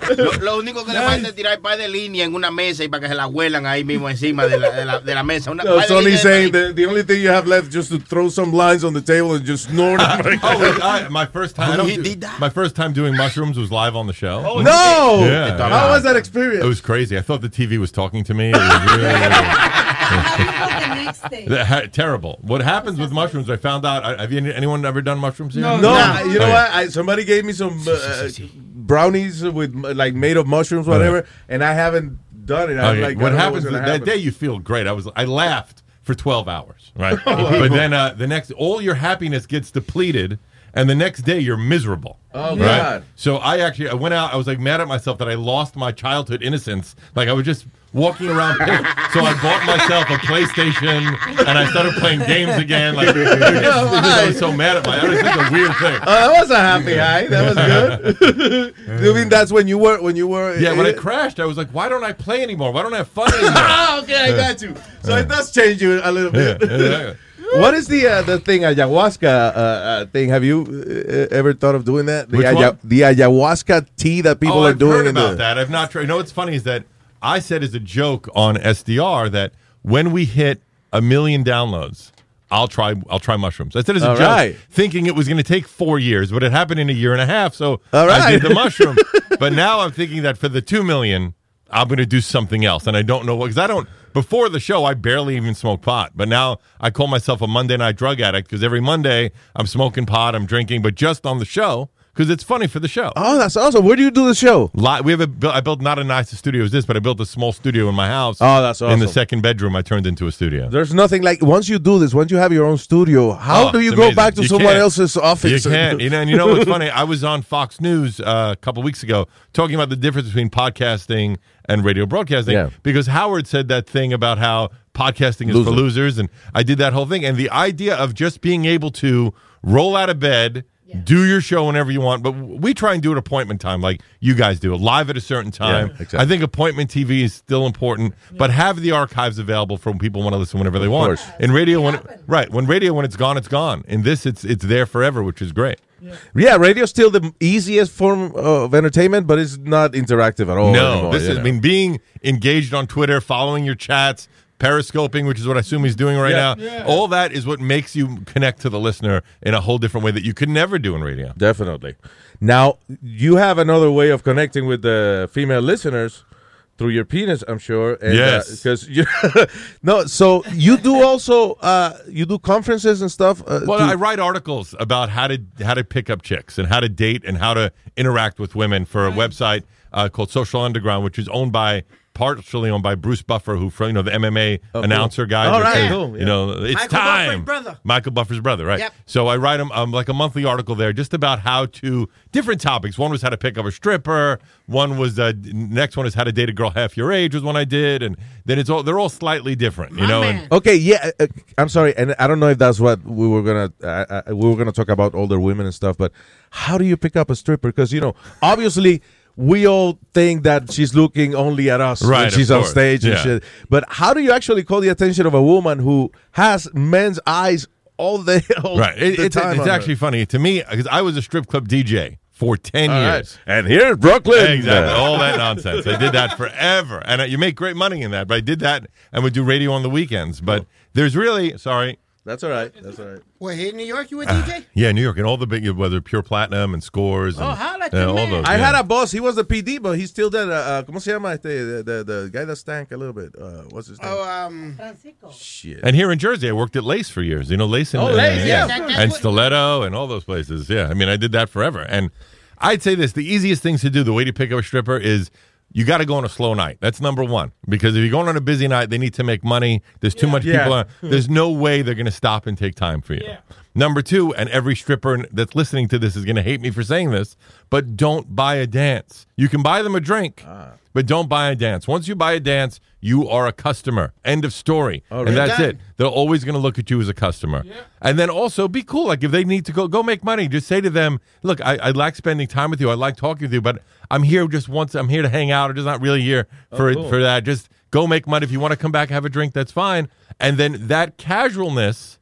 Lo, lo único que le falta es tirar par de líneas en una mesa y para que se la huelan ahí mismo encima de la, de la, de la mesa. Una,
no,
par de
Sonny's
líneas de
saying that the only thing you have left is just to throw some lines on the table and just snort them.
oh, wait, I, my first time. [laughs] I don't [laughs]
He
do-
did
My first time doing mushrooms was live on the show.
Oh, No! you did?
Yeah.
How was that experience?
It was crazy. I thought the TV was talking to me. It was really- [laughs] That ha- terrible. What happens with mushrooms? I found out. I, have you, anyone ever done mushrooms? here?
No, I- you know
Okay.
what? I, somebody gave me some uh, brownies with uh, like made of mushrooms, whatever, and I haven't done it. I'm
Okay,
like, I
what
don't know
happens
what's
is
gonna
that
happen.
day? You feel great. I was. I laughed for twelve hours, right?
wow.
[laughs] but then uh, the next, all your happiness gets depleted, and the next day you're miserable.
Oh,
right?
God.
So I actually, I went out. I was like mad at myself that I lost my childhood innocence. Like I was just walking around. [laughs] pissed. so I bought myself a PlayStation, and I started playing games again.
[laughs]
Like I was so mad at my. I was just a weird thing.
Oh, that was a happy high. That was good. [laughs]
[laughs]
you mean that's when you were when you were?
Yeah, when I [laughs]
it-
crashed, I was like, "Why don't I play anymore? Why don't I have fun [laughs] anymore?"
Ah, okay, I got you. So it does change you a little bit.
Yeah, [laughs] exactly.
What is the uh, the thing ayahuasca uh, uh, thing? Have you uh, ever thought of doing that? The,
Which
aya-
one?
the ayahuasca tea that people
oh,
are
I've
doing.
Heard
in
about
the-
that? I've not tried. You know what's funny is that I said as a joke on SDR that when we hit a million downloads, I'll try. I'll try mushrooms. I said as a
All
joke,
right.
thinking it was going to take four years, but it happened in a year and a half. So
All
I did
right. [laughs]
the mushroom. but now I'm thinking that for the two million, I'm going to do something else, and I don't know what because I don't. Before the show, I barely even smoked pot, but now I call myself a Monday night drug addict because every Monday I'm smoking pot, I'm drinking, but just on the show because it's funny for the show.
Oh, that's awesome. Where do you do the show?
Li we have a. bu- I built not a nice studio as this, but I built a small studio in my house.
Oh, that's
In the
awesome.
second bedroom, I turned into a studio.
There's nothing like once you do this, once you have your own studio, how
Oh,
do you
it's
go
amazing.
back to
You
someone
can't.
else's office?
You
[laughs]
can't. You know, and you know what's funny? I was on Fox News uh, a couple weeks ago talking about the difference between podcasting and radio broadcasting
Yeah.
because Howard said that thing about how podcasting is
Loser.
for losers, and I did that whole thing. And the idea of just being able to roll out of bed Do your show whenever you want, but we try and do it appointment time, like you guys do, live at a certain time. I think appointment TV is still important, but have the archives available for when people want to listen whenever they
Of
want.
course.
In radio, when it, right when radio when it's gone, it's gone. In this, it's it's there forever, which is great.
Yeah, radio's still the easiest form of entertainment, but it's not interactive at all.
no,
anymore,
this
you
is. I
know.
mean, being engaged on Twitter, following your chats, periscoping, which is what I assume he's doing right
Yeah.
now. All that is what makes you connect to the listener in a whole different way that you could never do in radio.
Definitely. Now you have another way of connecting with the female listeners through your penis, I'm sure.
Yes.
Because you [laughs] no, so you do also uh, you do conferences and stuff. Uh,
Well,
to-
I write articles about how to how to pick up chicks and how to date and how to interact with women for a website uh, called Social Underground, which is owned by partially owned by Bruce Buffer, who you know the MMA
Oh, cool.
announcer guy.
All
that
right,
says,
cool, yeah.
You know, it's
Michael
time.
Buffer's brother.
Michael Buffer's brother, right?
Yep.
So I write him um, like a monthly article there, just about how to different topics. One was how to pick up a stripper. One was uh, next one is how to date a girl half your age was one I did, and then it's all they're all slightly different, you know. And,
okay, yeah. Uh, I'm sorry, and I don't know if that's what we were gonna uh, uh, we were gonna talk about older women and stuff. But how do you pick up a stripper? Because you know, obviously. We all think that she's looking only at us when
Right, of
she's on
course,
stage and
yeah.
shit. But how do you actually call the attention of a woman who has men's eyes all the [laughs] all
right. It-
the
it's
time
it's
on her?
actually funny to me because I was a strip club DJ for 10
All right.
years.
And here's Brooklyn.
Exactly. All that nonsense. I did that forever. And uh, you make great money in that. But I did that and would do radio on the weekends. But there's really, sorry.
That's all right. That's all right.
Well, here in New York,
[sighs]
you were DJ?
Uh, Yeah, New York and all the big, whether Pure Platinum and Scores. And,
Oh, holla at
uh,
your
all
man.
those.
I
yeah.
had a boss. He was the PD, but he's still there. Uh, uh, ¿Cómo se llama este? The, the, the guy that stank a little bit. Uh, what's his name?
Oh, um,
Shit.
And here in Jersey, I worked at Lace for years. You know, Lace and
Oh, Lace, yeah, of course.
and Stiletto and all those places. Yeah, I mean, I did that forever. And I'd say this: the easiest things to do, the way to pick up a stripper is you got to go on a slow night. That's number one because if you're going on a busy night, they need to make money. There's too much
Yeah.
people. On, there's no way they're going to stop and take time for you. Number two, and every stripper that's listening to this is going to hate me for saying this, but don't buy a dance. You can buy them a drink.
Ah.
But don't buy a dance. Once you buy a dance, you are a customer. End of story.
Oh, really?
And that's
Done.
it. They're always going to look at you as a customer. And then also be cool. Like if they need to go, go make money. Just say to them, look, I, I like spending time with you. I like talking with you, but I'm here just once. I'm here to hang out. I'm just not really here
Oh,
for it
cool.
for that. Just go make money. If you want to come back, have a drink. That's fine. And then that casualness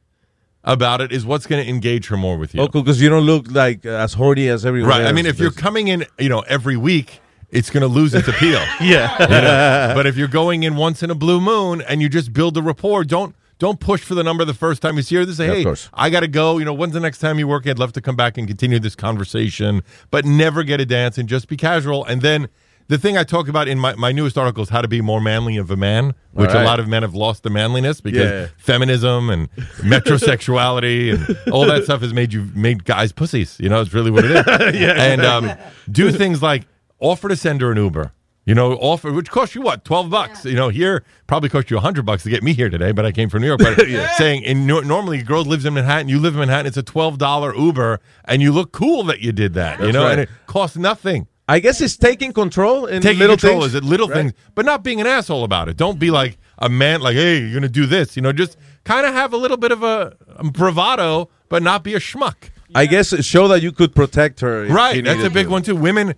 about it is what's going to engage her more with you.
Oh, cool, because you don't look like uh, as horny as everyone
Right. I mean,
else.
if you're coming in, you know, every week, it's going to lose its appeal.
[laughs] Yeah.
You know? But if you're going in once in a blue moon and you just build a rapport, don't don't push for the number the first time you see her. Just say,
Yeah, of
hey,
course.
I got to go. You know, when's the next time you work? I'd love to come back and continue this conversation, but never get a dance and just be casual. And then the thing I talk about in my, my newest article is how to be more manly of a man, which
right.
a lot of men have lost the manliness because
Yeah.
feminism and metrosexuality and
[laughs]
all that stuff has made you made guys pussies. You know, it's really what it is.
Yeah.
And um, do things like offer to send her an Uber. You know, offer which cost you what twelve bucks. You know, here probably cost you hundred bucks to get me here today, but I came from New York.
[laughs]
But saying in nor- normally, a girl lives in Manhattan, you live in Manhattan, it's a twelve dollar Uber, and you look cool that you did that. you
That's
know,
right.
and it costs nothing.
I guess it's taking control and
Taking
little
control
things,
is it little
right?
things, but not being an asshole about it. Don't be like a man, like hey, you're gonna do this. You know, just kind of have a little bit of a um, bravado, but not be a schmuck.
I guess it show that you could protect her. if you
Right. That's a
needed
big
to.
one, too. Women,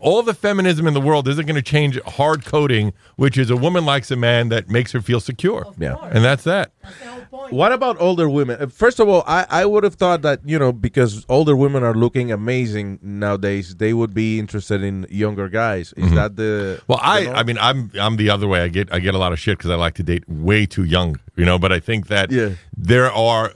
all the feminism in the world isn't going to change hard coding, which is a woman likes a man that makes her feel secure.
Yeah.
And that's that.
What about older women? Uh, First of all, I, I would have thought that, you know, because older women are looking amazing nowadays, they would be interested in younger guys. Is
Mm-hmm.
that
[laughs]
the.
Well, I,
the norm?
I mean, I'm I'm the other way. I get I get a lot of shit because I like to date way too young, you know. But I think that there are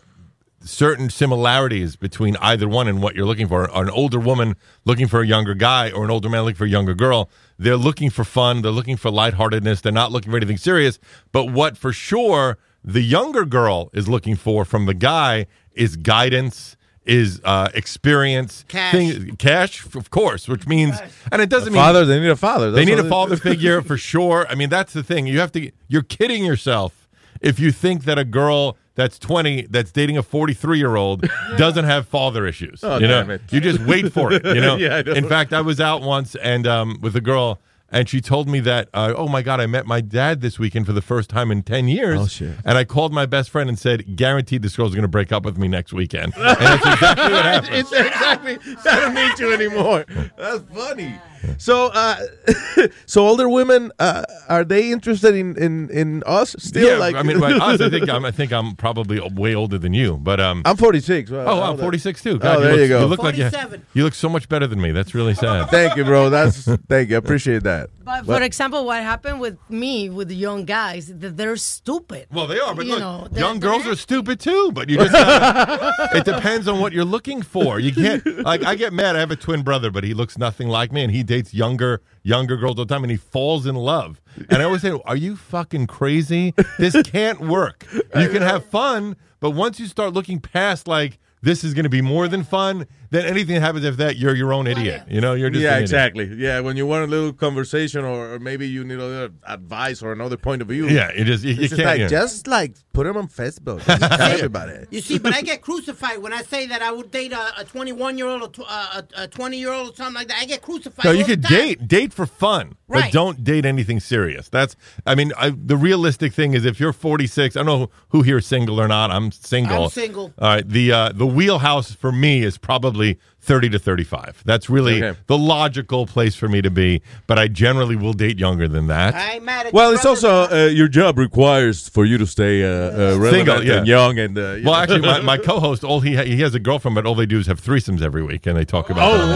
certain similarities between either one and what you're looking for. An older woman looking for a younger guy, or an older man looking for a younger girl. They're looking for fun. They're looking for lightheartedness. They're not looking for anything serious. But what for sure the younger girl is looking for from the guy is guidance. Is uh, experience
Cash.
thing- cash, of course, which means, and it doesn't
A father,
mean
they need a father.
They
That's
need
what
a
it- [laughs]
father figure for sure. I mean, that's the thing. You have to. You're kidding yourself if you think that a girl that's 20 that's dating a 43
[laughs]
year old doesn't have father issues.
Oh,
you know,
damn it. [laughs]
you just wait for it. You know.
Yeah, I know.
In fact, I was out once and um, with a girl. And she told me that, uh, oh my God, I met my dad this weekend for the first time in 10 years.
Oh, shit.
And I called my best friend and said, guaranteed this girl's going to break up with me next
[laughs]
weekend. And that's exactly what happened.
it's exactly. I don't need you anymore. That's
[laughs]
funny.
So, uh, [laughs] so older women uh, are they interested in in in us still?
yeah,
like, [laughs]
I mean, right, honestly, I think I'm, I think I'm probably way older than you, but um,
I'm 46. Well,
oh,
I
I'm
know that.
46 too.
oh, there
look,
you go.
You look like you, you look so much better than me. That's really sad.
Thank you, bro. That's thank you. I appreciate that.
But for example, what happened with me with young guys, that they're stupid.
Well, they are, but
you
look,
know, they're-
young girls are stupid too. But you just gotta- [laughs] it depends on what you're looking for. You can't like I get mad. I have a twin brother, but he looks nothing like me, and he dates younger younger girls all the time, and he falls in love. And I always say, "Are you fucking crazy? This can't work. You can have fun, but once you start looking past like." This is going to be more than fun. Then anything that happens after that, you're your own idiot. You know, you're just
yeah,
an idiot.
exactly. Yeah, when you want a little conversation, or, or maybe you need a little advice or another point of view.
Yeah, it is- you-
It's
you
just
can't,
like,
yeah. [laughs]
just like put them on [laughs] Facebook. and just tell everybody.
You see,
[laughs]
but I get crucified when I say that I would date a 21 year old or tw- uh, a 20 year old or something like that. I get crucified.
No, you
all the
could
time.
date date for fun,
Right.
but don't date anything serious. That's I mean, I, the realistic thing is if you're 46, I don't know who here is single or not. I'm single.
I'm single.
All right, the uh, the wheelhouse for me is probably 30 to 35. That's really the logical place for me to be, but I generally will date younger than that.
I'm mad at
Well, it's also uh, your job requires for you to stay uh, uh, relevant
Single, yeah.
and young and. Uh, you know.
well, actually,
[laughs]
my, my co-host, all he ha- he has a girlfriend, but all they do is have threesomes every week, and they talk about.
Oh
that.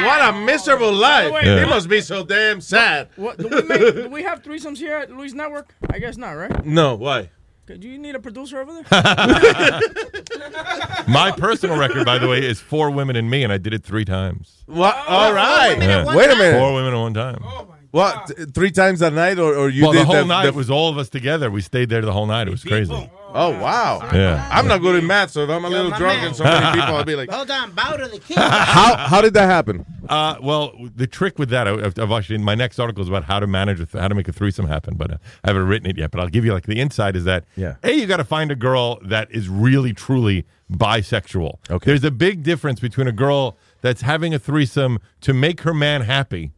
wow! What a miserable life.
wait, Yeah.
They must be so damn sad.
What, do, we make, do we have threesomes here at Luis Network? I guess not, right?
No, why?
Okay, Do you need a producer over there?
Yeah. My personal record, by the way, is four women and me, and I did it three times.
What? All right.
Yeah.
Wait a minute.
Four women at one time.
What? th- Three times a night, or, or you
well,
did
the whole
the-
night
the-
was all of us together. We stayed there the whole night. It was crazy.
Oh wow.
Yeah.
I'm not good at math, so if I'm a little drunk and so
[laughs]
many people, I'll be like,
Hold on, bow
[laughs]
to the king.
how how did that happen?
Uh, well, the trick with that, I, I've I've actually my next article is about how to manage, a th- how to make a threesome happen, but uh, I haven't written it yet. But I'll give you like the insight is that
Yeah.
a you got to find a girl that is really truly bisexual. Okay, there's a big difference between a girl that's having a threesome to make her man happy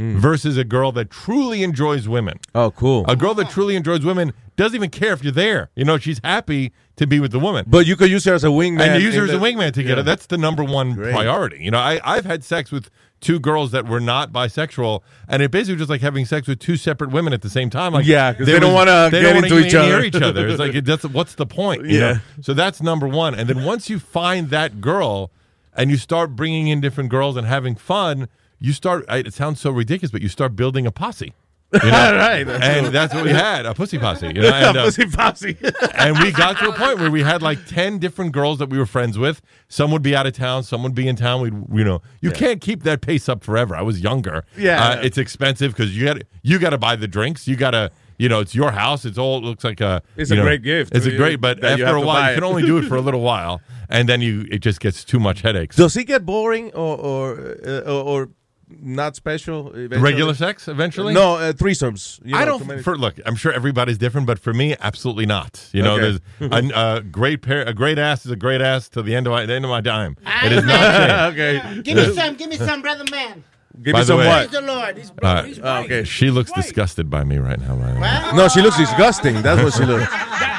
versus a girl that truly enjoys women.
Mm. Oh, cool.
A girl that truly enjoys women doesn't even care if you're there. You know, she's happy to be with the woman.
But you could use her as a wingman.
And you use her
in
as a
the-
wingman to get
Yeah.
her. That's the number one priority. You know, I, I've had sex with two girls that were not bisexual, and it basically was just like having sex with two separate women at the same time. Like,
Yeah, 'cause
there
they don't wanna
they
get
wanna
into
even
each other.
Near each other. It's
[laughs]
like it, that's what's the point? you
Yeah.
know? So that's number one. And then once you find that girl, and you start bringing in different girls and having fun, you start. I- It sounds so ridiculous, but you start building a posse.
[laughs]
You know?
Right.
and that's what we had a pussy posse. You know? and,
A
uh,
pussy posse.
[laughs] and we got to a point where we had like 10 different girls that we were friends with. Some would be out of town, some would be in town. We'd, you know, you can't keep that pace up forever. I was younger.
Yeah.
Uh, it's expensive because you got you got to buy the drinks. You got to, you know, it's your house. It's all, it looks like a,
It's
you
a
know,
great gift.
It's a
You-
great, but
that you
after
have
a
to
while,
buy
you can
it.
only do it for
[laughs]
a little while. And then you, it just gets too much headaches.
Does it get boring or or uh, or or not special? Eventually?
Regular sex eventually?
No, uh, threesomes. You
I
know,
don't.
too many-
For, look, I'm sure everybody's different, but for me, absolutely not. You know,
Okay. [laughs]
there's a, a great pair, a great ass is a great ass to the end of my, the end of my dime. It is
[laughs]
not changed.
okay.
Give
[laughs]
me some, give me some, brother man.
Give
By
me
the
some
way-
what?
Praise the Lord. He's Ah.
All right.
okay.
She looks disgusted by me right now. By the way.
No, she looks disgusting. That's what she looks.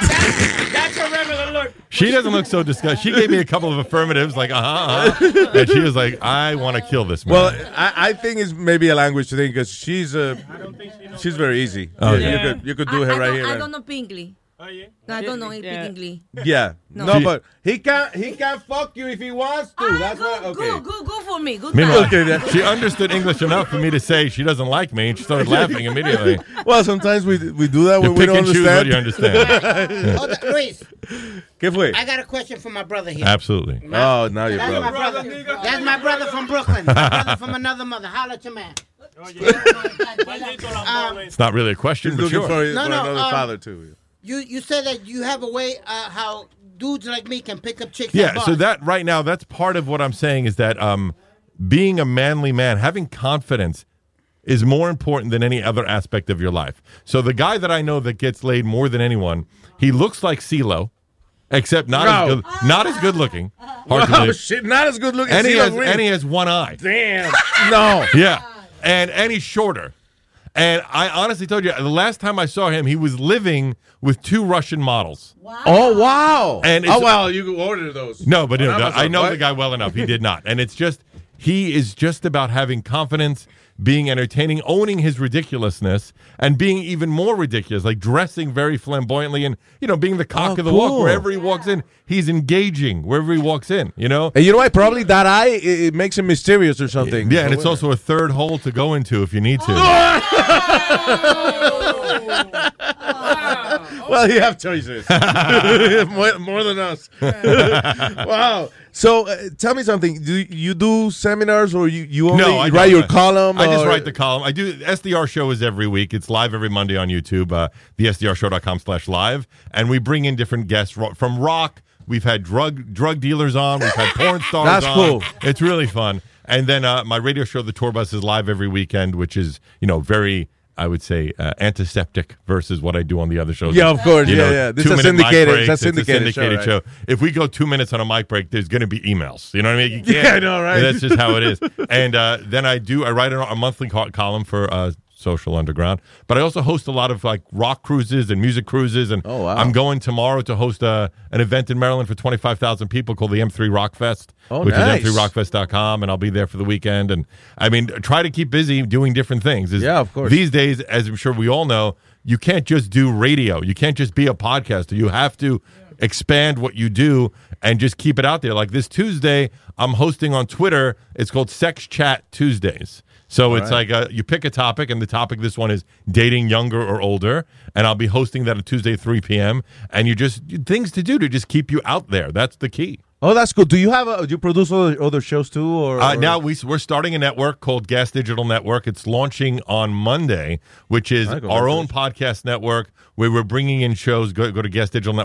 That's a regular
[laughs]
look.
[laughs] She doesn't look so disgusted. She gave me a couple of affirmatives, like uh huh, uh-huh. and she was like, "I want to kill this man."
Well, I, I think it's maybe a language thing because she's uh, she's very easy.
Oh,
You-
yeah.
You could you could do her right here.
I
right?
don't know Pingley. Oh, yeah? No, I don't know yeah. Pingley.
Yeah.
No.
No,
She-
but he can he can fuck you if he wants to. That's what. Okay.
Good, good, good for me. Good
Meanwhile,
time.
she understood English enough for me to say she doesn't like me, and she started laughing immediately.
[laughs] Well, sometimes we we do that
You
when we
pick
don't
and choose what
understand.
you
[laughs]
understand.
Hold on,
[laughs]
Luis.
¿Qué fue?
I got a question for my brother here.
Absolutely.
Oh, now you're
That's my
brother.
brother. That's my brother from
[laughs]
Brooklyn. My brother from another mother. Holla at your man. [laughs] Um,
It's not really a question,
He's
but
looking
sure.
for,
No,
for
no,
another
um,
father too.
you you said that you have a way uh, how dudes like me can pick up chicks. at
Yeah,
bars.
so that right now, that's part of what I'm saying is that um, being a manly man, having confidence is more important than any other aspect of your life. So the guy that I know that gets laid more than anyone, he looks like CeeLo, except not as
Wow.
good, not as good
[laughs]
looking. Hard to
Wow,
Oh,
believe.
shit, not as good looking.
And he
CeeLo
has
Green. [laughs]
and he has one eye.
Damn. no.
[laughs] Yeah. and and he's shorter. And I honestly told you the last time I saw him, he was living with two Russian models.
Oh wow!
And
oh
it's-
well, you order those.
No, but
on
no, no,
Amazon,
I know the
right?
guy well enough. He
[laughs]
did not. And it's just, he is just about having confidence, being entertaining, owning his ridiculousness, and being even more ridiculous, like dressing very flamboyantly and, you know, being the cock
Oh,
of the walk.
cool.
Wherever he walks in, he's engaging wherever he walks in, you know?
And you know what? Probably that eye it, it makes him mysterious or something.
Yeah, and it's also a third hole to go into if you need to.
[laughs]
Well, you have
Oh,
[laughs]
[laughs]
choices more, more than us. wow.
So uh, tell me something. Do you do seminars or you you only
I
write
don't.
your column?
I just
or-
write the column. I do SDR show is every week. It's live every Monday on YouTube, uh, the SDRshow.com slash live, and we bring in different guests ro- from rock. We've had drug drug dealers on. We've had
[laughs]
porn stars.
That's
on.
cool.
It's really fun. And then uh, my radio show, The Tour Bus, is live every weekend, which is you know very. I would say uh, antiseptic versus what I do on the other shows.
Yeah, of course. Yeah, yeah. This is a
two-minute mic
syndicated- it's a
breaks.
syndicated show, right?
If we go two minutes on a mic break, there's going to be emails. You know what I mean? You
[laughs] Yeah,
can't-
I know, right?
That's just how it is [laughs] and uh, then I do I write a, a monthly co- column for uh, Social Underground, but I also host a lot of like rock cruises and music cruises. And oh, wow. I'm going tomorrow to host a, an event in Maryland for 25,000 people called the M3 Rock Fest,
Oh,
which
nice.
is m3rockfest.com, and I'll be there for the weekend. And I mean, try to keep busy doing different things. yeah, of course. These days, as I'm sure we all know, you can't just do radio. You can't just be a podcaster. You have to expand what you do and just keep it out there. Like this Tuesday, I'm hosting on Twitter. It's called Sex Chat Tuesdays. So
All
it's
right.
like uh you pick a topic, and the topic this one is dating younger or older, and I'll be hosting that on Tuesday 3 p.m. And you just things to do to just keep you out there. That's the key.
Oh, that's cool. Do you have a, do you produce other, other shows too? Or,
Uh,
or-
now we, we're starting a network called Gas Digital Network. It's launching on Monday, which is
Michael,
our own podcast network where we're bringing in shows. Go, go to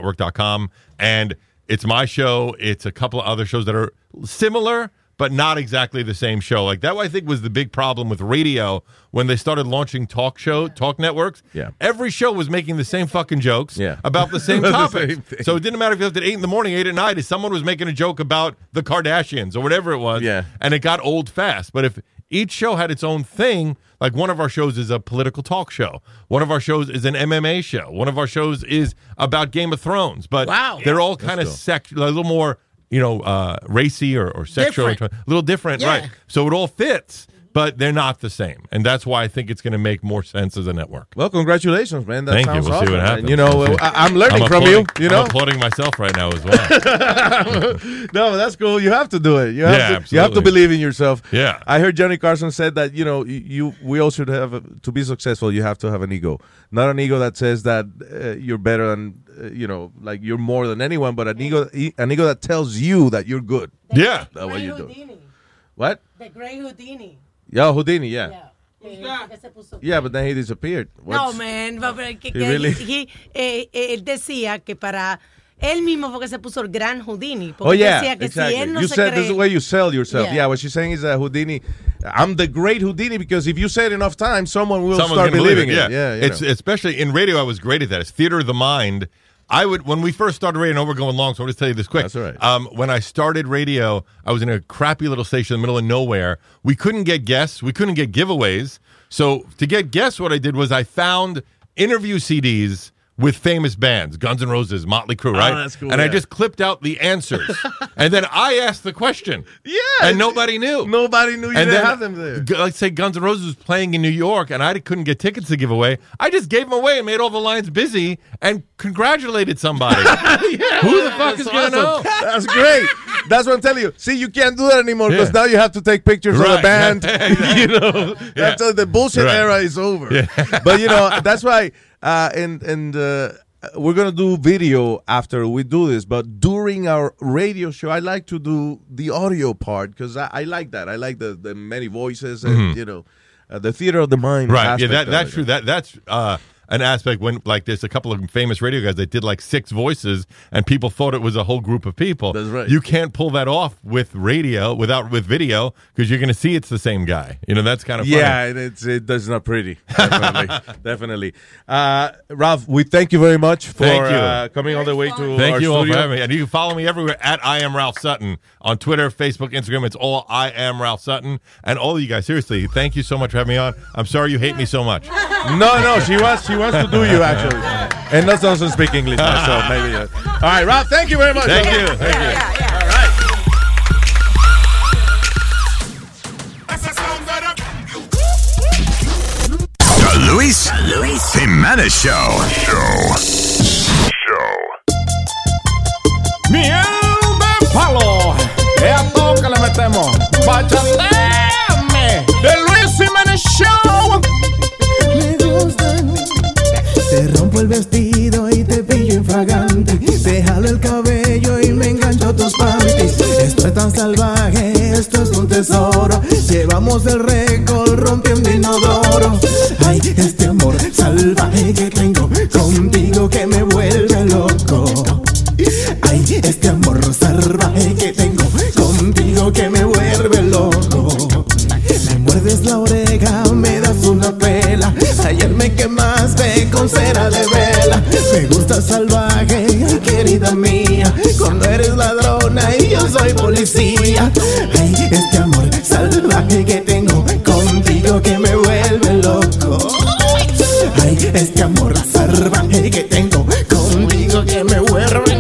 gasdigitalnetwork.com. And it's my show. It's a couple of other shows that are similar, but not exactly the same show. Like that, I think, was the big problem with radio when they started launching talk show, talk networks.
Yeah.
Every show was making the same fucking jokes
Yeah.
about the same
The
topics.
same thing.
so it didn't matter if you left at eight in the morning, eight at night. If someone was making a joke about the Kardashians or whatever it was, yeah. and it got old fast. But if each show had its own thing, like one of our shows is a political talk show, one of our shows is an MMA show, one of our shows is about Game of Thrones. But
Wow.
they're all
That's
kind of
cool.
sexual, a little more, you know, uh, racy or, or sexual,
Different.
a little different,
Yeah.
right? So it all fits. But they're not the same, and that's why I think it's going to make more sense as a network.
Well, congratulations, man. That
Thank you.
sounds
We'll
awesome.
see what
man.
happens.
You know,
We'll see.
I, am learning
I'm
from you.
applauding-
You know,
I'm applauding myself right now as well.
[laughs] no, that's cool. You have to do it. You have,
Yeah,
to, you have to
absolutely.
believe in yourself.
Yeah.
I heard Johnny Carson said that you know y- you we all should have a, to be successful. You have to have an ego, not an ego that says that uh, you're better than uh, you know, like you're more than anyone, but an ego e- an ego that tells you that you're good.
Yeah,
that's what you do. What?
The Grey Houdini.
Yeah, Houdini. Yeah.
Eh, que se puso-
Yeah, but then he disappeared.
No,
What's-
man. but- but
He
que- que-
really-
he- eh, eh, él decía que para él mismo fue que se puso el gran Houdini. Porque
Oh yeah,
decía que si
exactly.
él no
you
se
said
cree-
this is the way you sell yourself.
Yeah.
Yeah. what she's saying is that Houdini, I'm the great Houdini because if you say it enough times, someone will start
gonna
believing it. Yeah, you
it's
know.
especially in radio. I was great at that. It's theater of the mind. I would when we first started radio. I know we're going long, so I'll just tell you this quick. That's right. Um, when I started radio, I was in a crappy little station in the middle of nowhere. We couldn't get guests. We couldn't get giveaways. So to get guests, what I did was I found interview CDs with famous bands, Guns N' Roses, Motley Crue,
Oh,
right?
that's cool,
And I
yeah.
just clipped out the
[laughs]
answers, and then I asked the question. Yeah. And nobody knew.
Nobody knew you
and
didn't
then,
have them there.
Gu- Let's say Guns N' Roses was playing in New York, and I couldn't get tickets to give away. I just gave them away and made all the lines busy and congratulated
[laughs]
somebody. Who the fuck is going to know?
That's great. That's what I'm telling you. See, you can't do that anymore because now you have to take pictures of
Right.
the
[laughs]
band. [laughs]
you know,
that's all- the bullshit
Right.
era is over. [laughs] but you know, that's why. Uh, and and uh, we're gonna do video after we do this. But during our radio show, I like to do the audio part because I, I like that. I like the the many voices and
Mhm.
you know, uh, the theater of the mind.
[laughs] Right. Yeah,
aspect
that,
of
that's
it.
true. That that's uh an aspect when like there's a couple of famous radio guys that did like six voices and people thought it was a whole group of people. That's right. You can't pull that off with radio without with video because you're going to see it's the same guy. You know that's kind of
yeah, it- it's it does not pretty. Definitely,
[laughs]
definitely. Uh, Ralph, we thank you very much for
Thank you.
uh, coming all the way to
Thank
our
you all for
studio.
having me. And you can follow me everywhere at I am Ralph Sutton on Twitter, Facebook, Instagram. It's all I am Ralph Sutton. And all of you guys, seriously, thank you so much for having me on. I'm sorry you hate me so much.
No, no, she wants she wants to do you actually, and not doesn't speak English, so
[laughs]
maybe. Uh, all right, Ralph, thank you very much.
Thank you. Thank you.
The Luis, Jimenez Show. Show. Show.
Miel de palo, es a todo que le metemos. Bachateame, de Luis Jiménez Show.
Me gustan. Te rompo el vestido y te pillo infragante. Te jalo el cabello y me engancho a tus panties. Esto es tan salvaje, esto es un tesoro. Llevamos el récord rompiendo inodoro. Ay, este amor salvaje que tengo contigo que me vuelve loco. Ay, este amor salvaje que tengo contigo que me vuelve loco. Me muerdes la oreja, me das una pela. Ayer me quemaste con cera de vela. Me gusta salvaje, ay, querida mía. Cuando eres ladrona y yo soy policía. Ay, este amor salvaje que tengo contigo que me vuelve loco. Ay, este amor salvaje que tengo contigo que me vuelve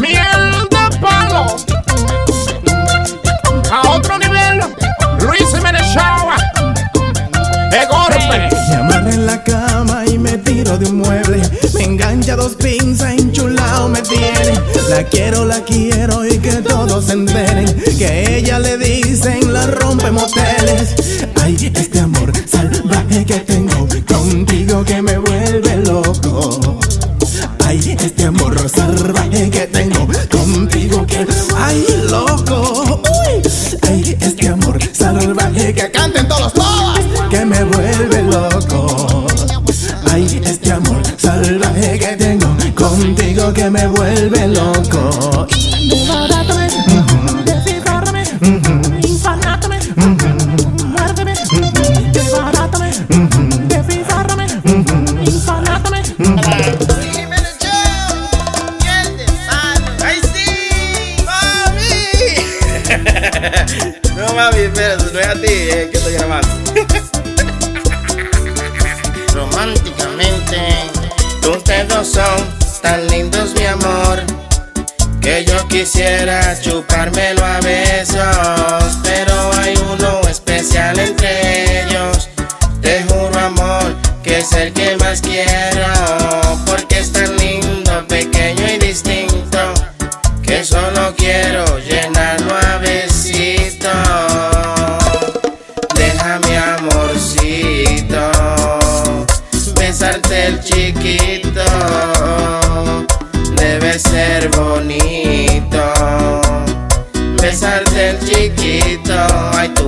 Miel de palo, a otro nivel. Luis Jiménez Show, de golpe.
Me amarra en la cama y me tiro de un mueble. Me engancha dos pinzas, enchulado me tiene. La quiero, la quiero y que todos se enteren. Que ella le dicen la rompe moteles. Ay, este amor salvaje que tengo contigo que me vuelve loco. Ay, este amor salvaje que tengo contigo que. Ay, loco. Uy. Ay, este amor salvaje que canten todos, todas. Que me vuelve loco. Ay, este amor salvaje que tengo contigo que me vuelve loco.
Desbarátame, desciframe, infanátame, muérdeme, desbarátame, desciframe, infanátame.
¡Ay, sí! ¡Mami! [laughs] No, mami, espérate, no es a ti, eh, que estoy grabando. [laughs] Románticamente, ustedes dos son tan lindos, mi amor, que yo quisiera chupármelo a besos, pero hay uno especial entre ellos. Te juro, amor, que es el que más quiero, porque es tan lindo, pequeño y distinto que solo quiero llenarlo a besito. Déjame amorcito, besarte el chiquito, debe ser bonito. Besarte el chiquito, ay tu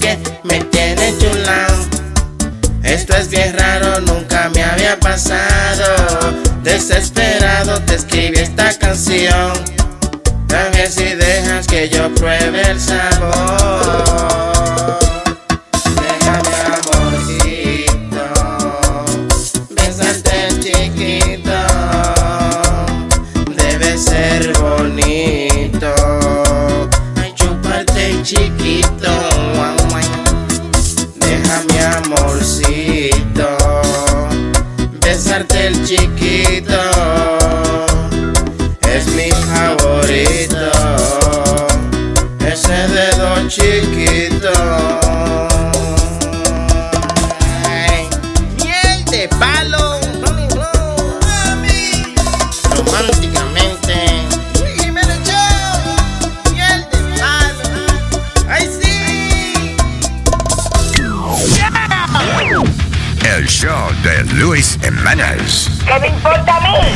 que me tiene chulao. Esto es bien raro, nunca me había pasado. Desesperado te escribí esta canción. A ver si dejas que yo pruebe el sabor. Déjame amorcito, besarte chiquito. Debe ser bonito. Ay, chuparte el chiquito. Guau, guau. Déjame amorcito, besarte el chiquito, es mi favorito, ese dedo chiquito. Ay, Miel de palo, mami. románticamente. Miel de palo, ay sí.
El show de Luis Jimenez.
¿Qué me importa a mí?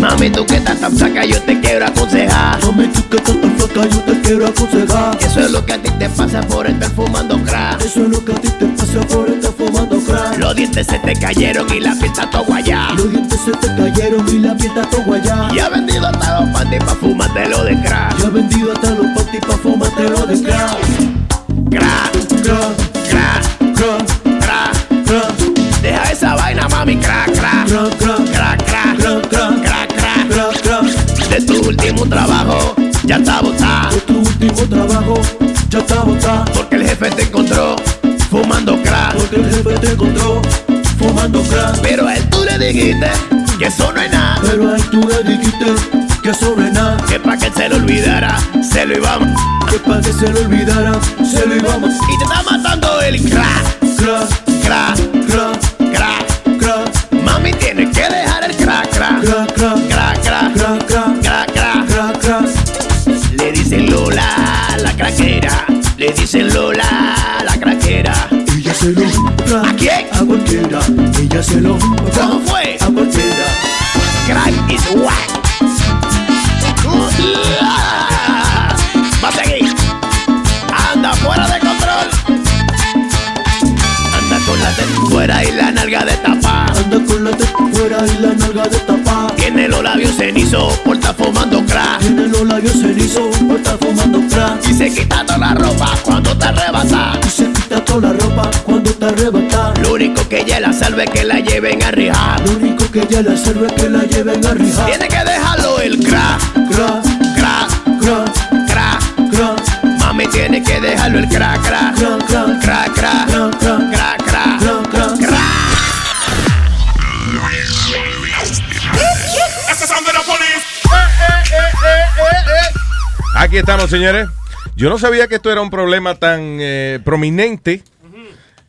Mami,
Mami, tú que estás tan flaca, yo te quiero aconsejar. Mami, tú que estás tan flaca, yo te quiero aconsejar. Eso es lo que a ti te pasa por estar fumando crack. Eso es lo que a ti te pasa por estar fumando crack. Los dientes se te cayeron y la fiesta todo guayá. Los dientes se te cayeron y la fiesta todo guayá. Y ha vendido hasta los panties pa' fumártelo de crack. Y ha vendido hasta los panties pa' fumártelo de crack. Crack, crack, crack, crack, crack, crack. Deja esa vaina, mami, crack, crack, crack, crack, crack, crack, crack, crack, crack. De tu último trabajo ya está botado. De tu último trabajo ya está botado. Porque el jefe te encontró fumando crack. Porque el jefe te encontró fumando crack. Pero a él tú le dijiste que eso no es nada. Pero a él tú le dijiste que eso no es nada. Que pa' que se lo olvidara, se lo íbamos. Que pa' que se lo olvidara, se lo íbamos. Y te está matando el crack. Crack, crack, crack, crack, crack. Mami tiene que dejar el crack, crack. Crack, crack, crack, crack, crack, crack, crack, crack, crack. Le dicen Lola, la craquera. Le dicen Lola, la craquera. Ella se lo ¿A quién? A cualquiera. Ella se lo ¿Cómo fue? A cualquiera. Crack is whack. Va a seguir. Anda fuera de control. Anda con la teta fuera y la nalga de tapa. Anda con la teta fuera y la nalga de tapa. Tiene los labios cenizos por estar fumando crack. Tiene los labios cenizos por estar fumando crack. Y se quita toda la ropa cuando te arrebata. Y se quita toda la ropa cuando te arrebata. Lo único que ella la salve es que la lleven a rijar. Lo único que ella la salve es que la lleven a rijar. Tiene que dejarlo el crack, crack, crack, crack, crack, crack. Mami tiene que dejarlo el crack, crack, crack, crack, crack, crack, crack, crack, crack, crack.
Este
Estos son de la policía.
Aquí estamos, señores. Yo no sabía que esto era un problema tan eh, prominente.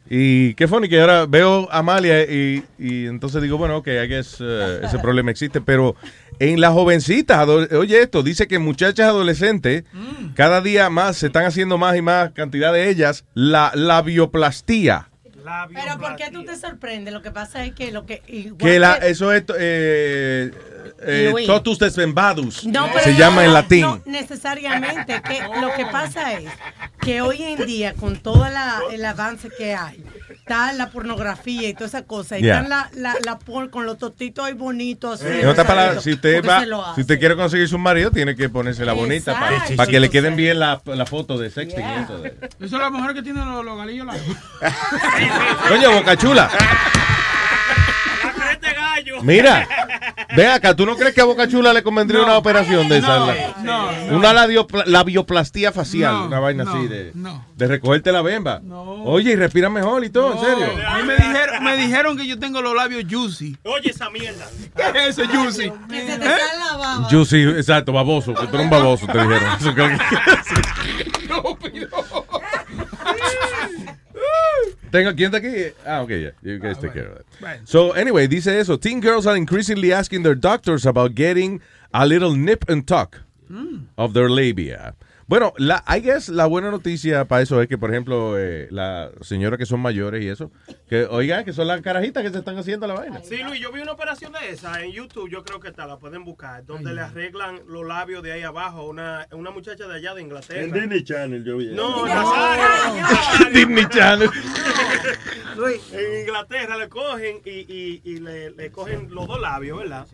Y qué funny que ahora veo a Amalia y, y entonces digo, bueno, ok, I guess, eh,
[laughs]
ese problema existe. Pero en las jovencitas, ado- oye esto, dice que muchachas adolescentes
Mm.
cada día más se están haciendo más y más cantidad de ellas la labioplastía.
Pero ¿por qué tú te sorprendes? Lo que pasa es que lo que... igual
Que la,
que-
eso es eh, eh,
Luis.
totus desvembadus.
No, pero
se
no,
llama
no,
en latín.
no, necesariamente. Que lo que pasa es que hoy en día, con todo el avance que hay, está la pornografía y toda esa cosa, y
Yeah.
están la, la, la por con los totitos ahí bonitos. así,
Eh, En otras palabras,
rosaditos,
si usted
porque
va,
se lo hace.
si usted quiere conseguir su marido, tiene que ponerse la bonita para
Exacto.
que le queden bien la, la foto de sexting. y eso de-
Eso es la mujer que tiene los, los galillos. La...
Coño, Bocachula. Mira, ve acá, ¿tú no crees que a Bocachula le convendría una operación de esa? La- una labiopla- labioplastía facial, una vaina así de, de recogerte la bemba. Oye, y respira mejor y todo, en serio.
A mí me dijeron, me dijeron que yo tengo los labios juicy. Oye, esa mierda. ¿Qué es eso, juicy? ¿Eh?
Yo sí, exacto, baboso, que tú eres un baboso, te dijeron. Eso [laughs] creo que-
Estúpido.
Tengo quién está aquí. Ah, ok, yeah. You guys take care of that. So anyway, dice eso. Teen girls are increasingly asking their doctors about getting a little nip and tuck of their labia. Bueno, la, I guess la buena noticia para eso es que, por ejemplo, eh, la señora que son mayores y eso, que oigan, que son las carajitas que se están haciendo la vaina.
Sí, Luis, yo vi una operación de esa en YouTube, yo creo que está, la pueden buscar, donde le arreglan los labios de ahí abajo a una, una muchacha de allá de
En
Inglaterra.
Disney Channel yo vi. eso.
No, Nazario.
Disney
[laughs]
Channel.
En Inglaterra le cogen y, y, y le, le cogen los dos labios, ¿verdad?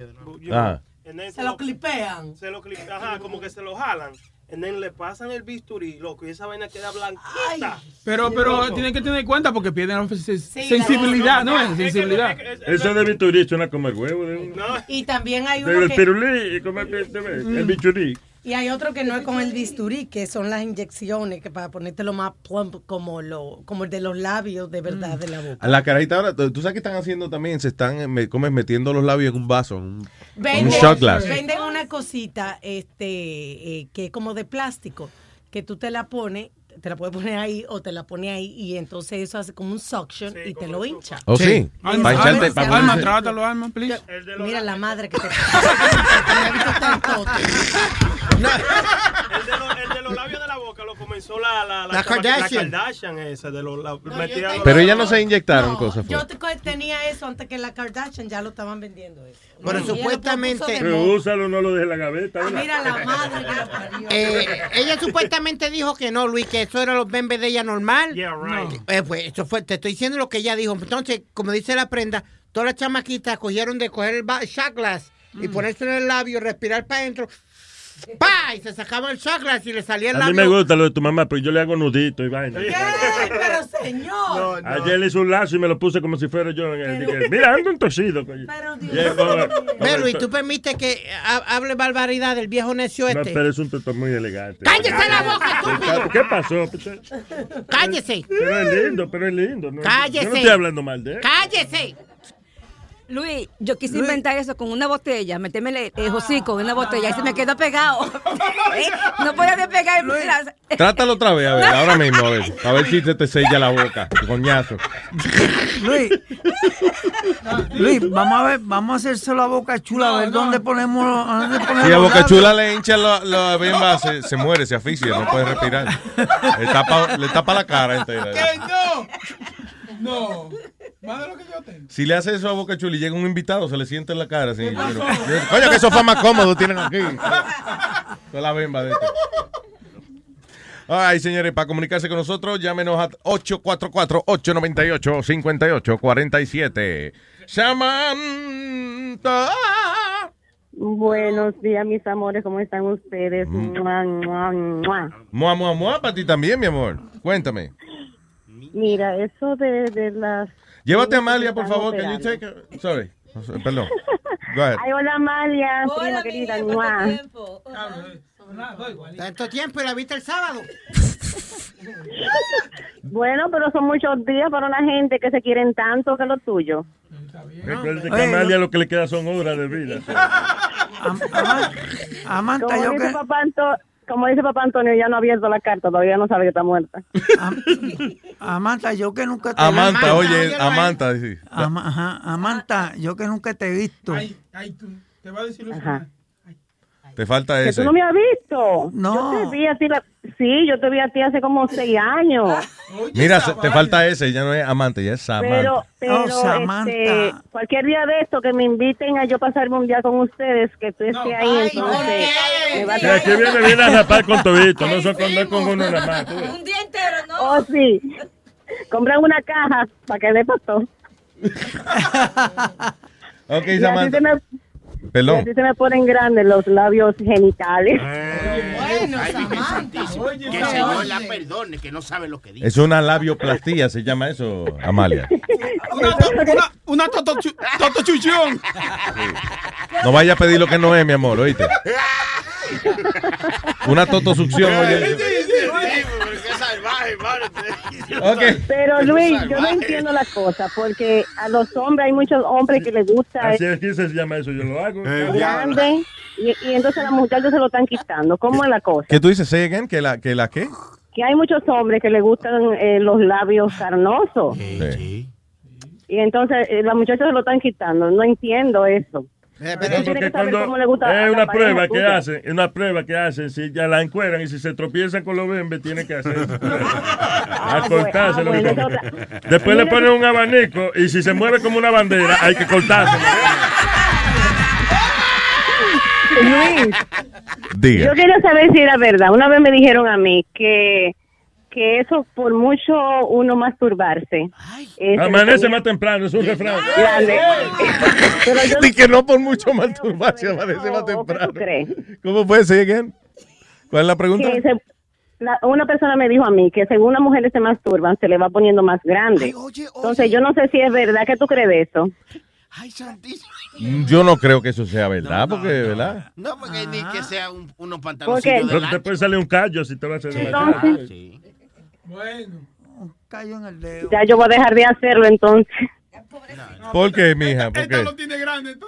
Ah.
Ajá.
Se lo clipean. Se lo clipean, ajá, como que se lo jalan. And then le pasan el bisturí, loco, y esa vaina queda blanquita.
Pero, pero
Loco.
tienen que tener cuenta porque pierden sen- sensibilidad, ¿no?
Es que-
Sensibilidad.
es- es-
Esa de Viturí suena como el huevo de un.
Y también hay uno
El
que...
pirulí, y como el,
Mm.
el bichurí.
Y hay otro que no es con el bisturí, que son las inyecciones, que para ponértelo más plump, como, lo, como el de los labios, de verdad, de la boca.
A La carajita ahora, tú tú sabes que están haciendo también, se están eh, me, comes metiendo los labios en un vaso, en un, en un shot glass.
venden una cosita este eh, que es como de plástico, que tú te la pones, te la puedes poner ahí o te la pones ahí y entonces eso hace como un suction y te lo hincha.
Oh, sí. Sí. Alma, Pa' hincharte, alma, pa' alma, ponerse-
trátalo, alma, please.
Mira la madre que [laughs] te
El de los labios de la boca lo comenzó la, la,
La
chama-
Kardashian.
la Kardashian esa de los la- metida-
Pero ellas no se inyectaron cosas.
Yo te- tenía eso antes que la Kardashian ya lo estaban vendiendo. Eso.
Pero
Ella lo
supuestamente- Ah,
puso de
Pero
moda.
úsalo, no lo dejes en la gaveta. ¿verdad?
Mira la madre que lo parió.
Eh, ella supuestamente dijo que no, Luis, que eso eran los bembes de ella normal.
right.
Eh, pues eso fue, te estoy diciendo lo que ella dijo. Entonces, como dice la prenda, todas las chamaquitas cogieron de coger el ba- shot glass y ponerse en el labio, respirar para adentro. ¡Pa! Y se sacaban el shot glass y le salía el
A mí
labio.
me gusta lo de tu mamá, pero yo le hago nudito y vaina.
Ay, pero señor.
Ayer le hice un lazo y me lo puse como si fuera yo. En el, dije, Mira, ando entosido. coño".
Ve, Luis, tú permites que ha- hable barbaridad del viejo necio
No,
este.
pero es un tutor muy elegante.
¡Cállese la boca,
Está-
estúpido!
¿Qué pasó?
¡Cállese!
Pero es lindo, pero es lindo. ¿no?
Cállese.
Yo no estoy hablando mal de él.
¡Cállese!
Luis, yo quise inventar eso con una botella, meterme el eh, hocico en una botella y se me quedó pegado. ¿Eh? No podía despegar la-
Trátalo otra vez, a ver, ahora mismo, a ver. A ver si se te sella la boca, coñazo. [laughs]
Luis, Luis, vamos a ver, vamos a hacerse la boca chula, a ver dónde ponemos, dónde ponemos
Si a Boca
labios.
Chula le hincha la, la bimba, se, se muere, se asfixia, no puede respirar. Le tapa, le tapa la cara entera.
¿Qué? No. No. Más de lo que yo tengo.
Si le hace eso a Boca Chula y llega un invitado, se le siente en la cara. Así, pero- Coño, que eso fue más cómodo, tienen aquí. Con la bimba de esto. Ay, señores, para comunicarse con nosotros, llámenos a 844-898-5847. Samantha.
Buenos días, mis amores, ¿cómo están ustedes? Mua, mua, mua.
Mua, mua, mua, para ti también, mi amor. Cuéntame.
Mira, eso de, de las...
Llévate a Amalia, por
Están
favor. Can you take
operando.
her- Sorry. Perdón. Go
[laughs]
ahead.
Ay, hola, Amalia,
Hola,
prima
mi
querida,
vida,
mua.
¿cuánto eh. Tanto tiempo y la viste el [laughs] sábado. Eh,
Bueno, pero son muchos días para una gente que se quieren tanto que lo tuyo.
Recuerde que
Oye,
a Amalia lo que le queda son horas de vida.
Amanta, como, dice papá Anto- como dice papá Antonio, ya no ha abierto la carta, todavía no sabe que está muerta.
Amanta, yo que nunca te
Amanta, oye, Amanta. sí.
Ama- ajá, Amanta, yo que nunca te he visto.
Ay, tú. Te va a decir
Te falta
Que tú
ese.
no me has visto.
No.
Yo te vi a ti la- Sí, yo te vi a ti hace como seis años.
Mira, se- te falta ese. Ya no es amante, ya es Samantha.
Pero, pero
Oh, Samantha.
este, cualquier día de esto que me inviten a yo pasarme un día con ustedes, que tú estés ahí, entonces me va a
Y aquí viene, viene a rapar con todito. No son con, no es con uno nada más.
Un día entero, ¿no? Oh, sí. Compran una caja para que dé pato.
Ok,
Y así,
Samantha.
se me, y
Perdón.
así se me ponen grandes los labios genitales.
Ay, Virgen Santísima. Que el Señor la perdone, que no sabe lo que dice.
Es una labioplastía, se llama eso, Amalia.
Una, to- una, una totochu- totochuchón.
No vaya a pedir lo que no es, mi amor, oíste. Una totosucción, oye.
Pero Luis, yo no entiendo la cosa, porque a los hombres hay muchos hombres que les gusta
Así
el
es que se llama eso, yo lo hago.
Eh, grande y, y entonces las muchachas se lo están quitando. ¿Cómo es la cosa?
¿Qué tú dices, say again? ¿Que la, que la qué?
Que hay muchos hombres que les gustan eh, los labios carnosos
Sí.
y entonces eh, las muchachas se lo están quitando. No entiendo eso. Tú tienes
Porque
que saber
cuando
cómo le gusta a
es
la
una
pareja
prueba que
tuya.
hacen, es una prueba que hacen, si ya la encueran y si se tropiezan con los bembes, tienen que hacer
[laughs]
a cortarse
Ah, bueno,
los
esa
bembes. Después le
Mira,
ponen un abanico y si se mueve como una bandera, hay que cortárselo.
Luis,
[laughs] Diga.
yo quería saber si era verdad. Una vez me dijeron a mí que, que eso por mucho uno masturbarse. eh, se le
Amanece
ponía-
más temprano, es un refrán.
Grande. Pero
[laughs]
yo
Ni que no por mucho masturbarse, amanece más temprano. ¿Cómo puede ser again? ¿Cuál es la pregunta?
que se- la- una persona me dijo a mí que según las mujeres se masturban, se le va poniendo más grande. Entonces, yo no sé si es verdad que tú crees de eso.
Mm, Yo no creo que eso sea verdad, porque, ¿verdad?
No, porque ni que sea un, unos
Ah. ¿Por qué?
pantaloncillos de
Después
la...
Te puede salir un callo si te vas a hacer
Entonces-
Bueno, un callo en el dedo.
Ya yo voy a dejar de hacerlo entonces.
¿Por qué, mija? ¿Por qué?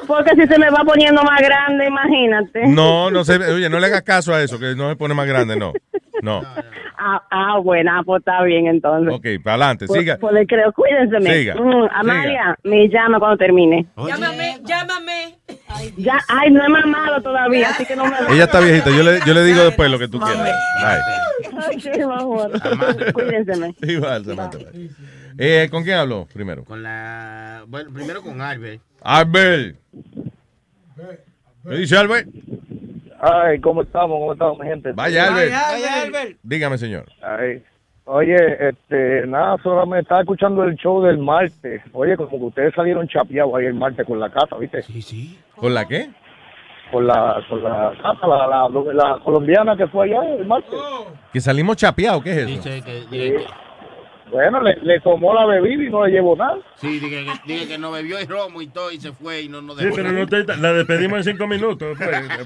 Porque si se me va poniendo más grande, imagínate.
No, no se. Oye, no le hagas caso a eso, que no se pone más grande, no. No.
Ah, ah, buena, pues está bien entonces.
Ok, para adelante,
Pues-
siga.
pues le creo, cuídense.
Siga,
Mm, Amalia, me llama cuando termine.
Llámame, llámame.
Ya, ay, no he mamado todavía, así que no me [laughs]
Ella está viejita. Yo le, yo le digo después lo que tú quieras. Bye.
Ok, mejor. Cuídenseme.
Igual, Samantha. Eh, ¿Con quién hablo primero?
Con la. Bueno, primero con Albert.
Albert. ¿Me dice Albert?
Ay, ¿cómo estamos? ¿Cómo estamos, mi gente?
Vaya, Albert. Dígame, señor.
Ay, Oye, este, nada, solamente estaba escuchando el show del martes. Oye, como que ustedes salieron chapeados ahí el martes con la casa, ¿viste? Sí, sí.
¿Con la qué?
Con la, con la casa, la, la, la colombiana que fue allá el martes.
¿Que salimos chapeados? ¿Qué es eso?
Bueno, le, le tomó la bebida y no le llevó nada.
Sí, dije que, dije que no bebió el romo y todo y se fue y no nos
Sí,
dejó.
pero no te, la despedimos en cinco minutos. pues.
[laughs]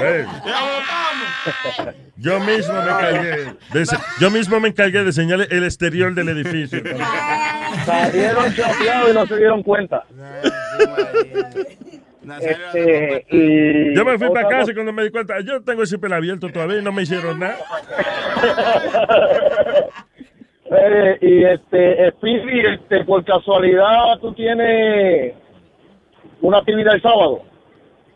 Eh, yo mismo me encargué. de se- yo mismo me encargué de señalar el exterior del edificio.
Salieron chapeados y no se dieron cuenta. Este, y
Yo me fui
otra
para casa
cosa-
y cuando me di cuenta, yo tengo el zipper abierto todavía y no me hicieron nada.
Eh, y este, Speedy, este, por casualidad, tú tienes una actividad el sábado.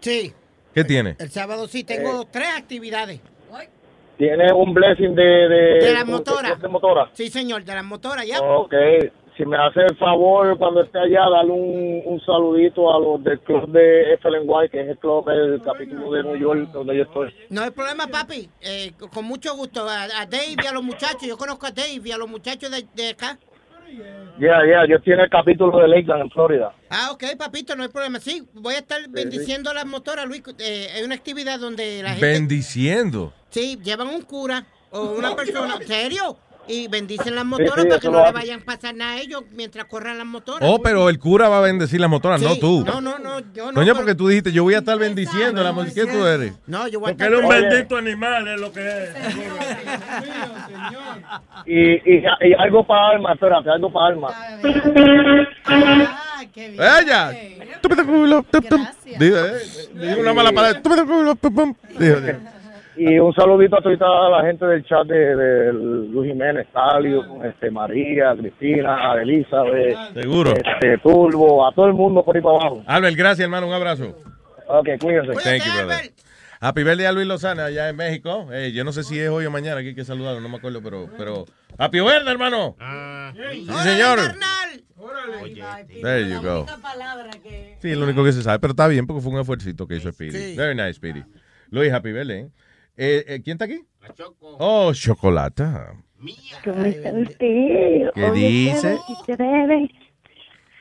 Sí,
¿Qué tiene?
el sábado sí
Eh.
tengo tres actividades.
Tienes un blessing de.
Eh,
De,
De la motora.
De motora.
Sí, señor, de las motoras, ya.
Ok. Si me hace el favor, cuando esté allá, darle un, un saludito a los del club de FLNY, que es el club del capítulo de New York, donde yo estoy.
No hay problema, papi. Eh, con mucho gusto. A, a Dave y a los muchachos. Yo conozco a Dave y a los muchachos de, de acá.
Ya, ya, yo tiene el capítulo de Lakeland en Florida.
Ah, ok, papito, no hay problema. Sí, voy a
Eh,
estar bendiciendo a las motoras, Luis. Eh, hay una actividad donde la gente...
Bendiciendo.
Sí, llevan un cura o
[laughs]
una persona. ¿En serio? Y bendicen las
sí,
motoras para que
eso
no
lo
le
hago.
vayan a pasar nada a ellos mientras corran las motoras.
Oh, pero el cura va a bendecir las motoras,
Sí.
no tú.
No, no, no. Yo no.
Coño, porque tú dijiste, yo voy a estar bendiciendo la ¿Qué tú eres?
No, yo voy a
Porque
estar-
era un
Oye.
bendito animal, es lo que es.
Ah.
Y, y, y algo para Alma, espérate, algo para Alma.
¡Ella! Digo, eh, digo una mala palabra. Digo, digo.
[laughs] Y un saludito a toda la gente del chat de, de Luis Jiménez, Talio, este, María, Cristina, Elizabeth,
Seguro.
este, Turbo, a todo el mundo por ahí para abajo.
Albert, gracias, hermano. Un abrazo.
Ok, cuídense.
Thank you, brother. Happy birthday a Luis Lozana allá en México. Eh, yo no sé si es hoy o mañana que hay que saludarlo, no me acuerdo, pero, pero Happy birthday, hermano. Sí, señor. There you go. Sí, es lo único que se sabe, pero está bien porque fue un esfuercito que hizo Speedy.
Sí.
Very nice, Speedy. Luis, happy birthday. Eh, eh, ¿Quién está aquí? Oh, chocolata.
¿Cómo está usted?
¿Qué
Oye,
dice?
qué chévere.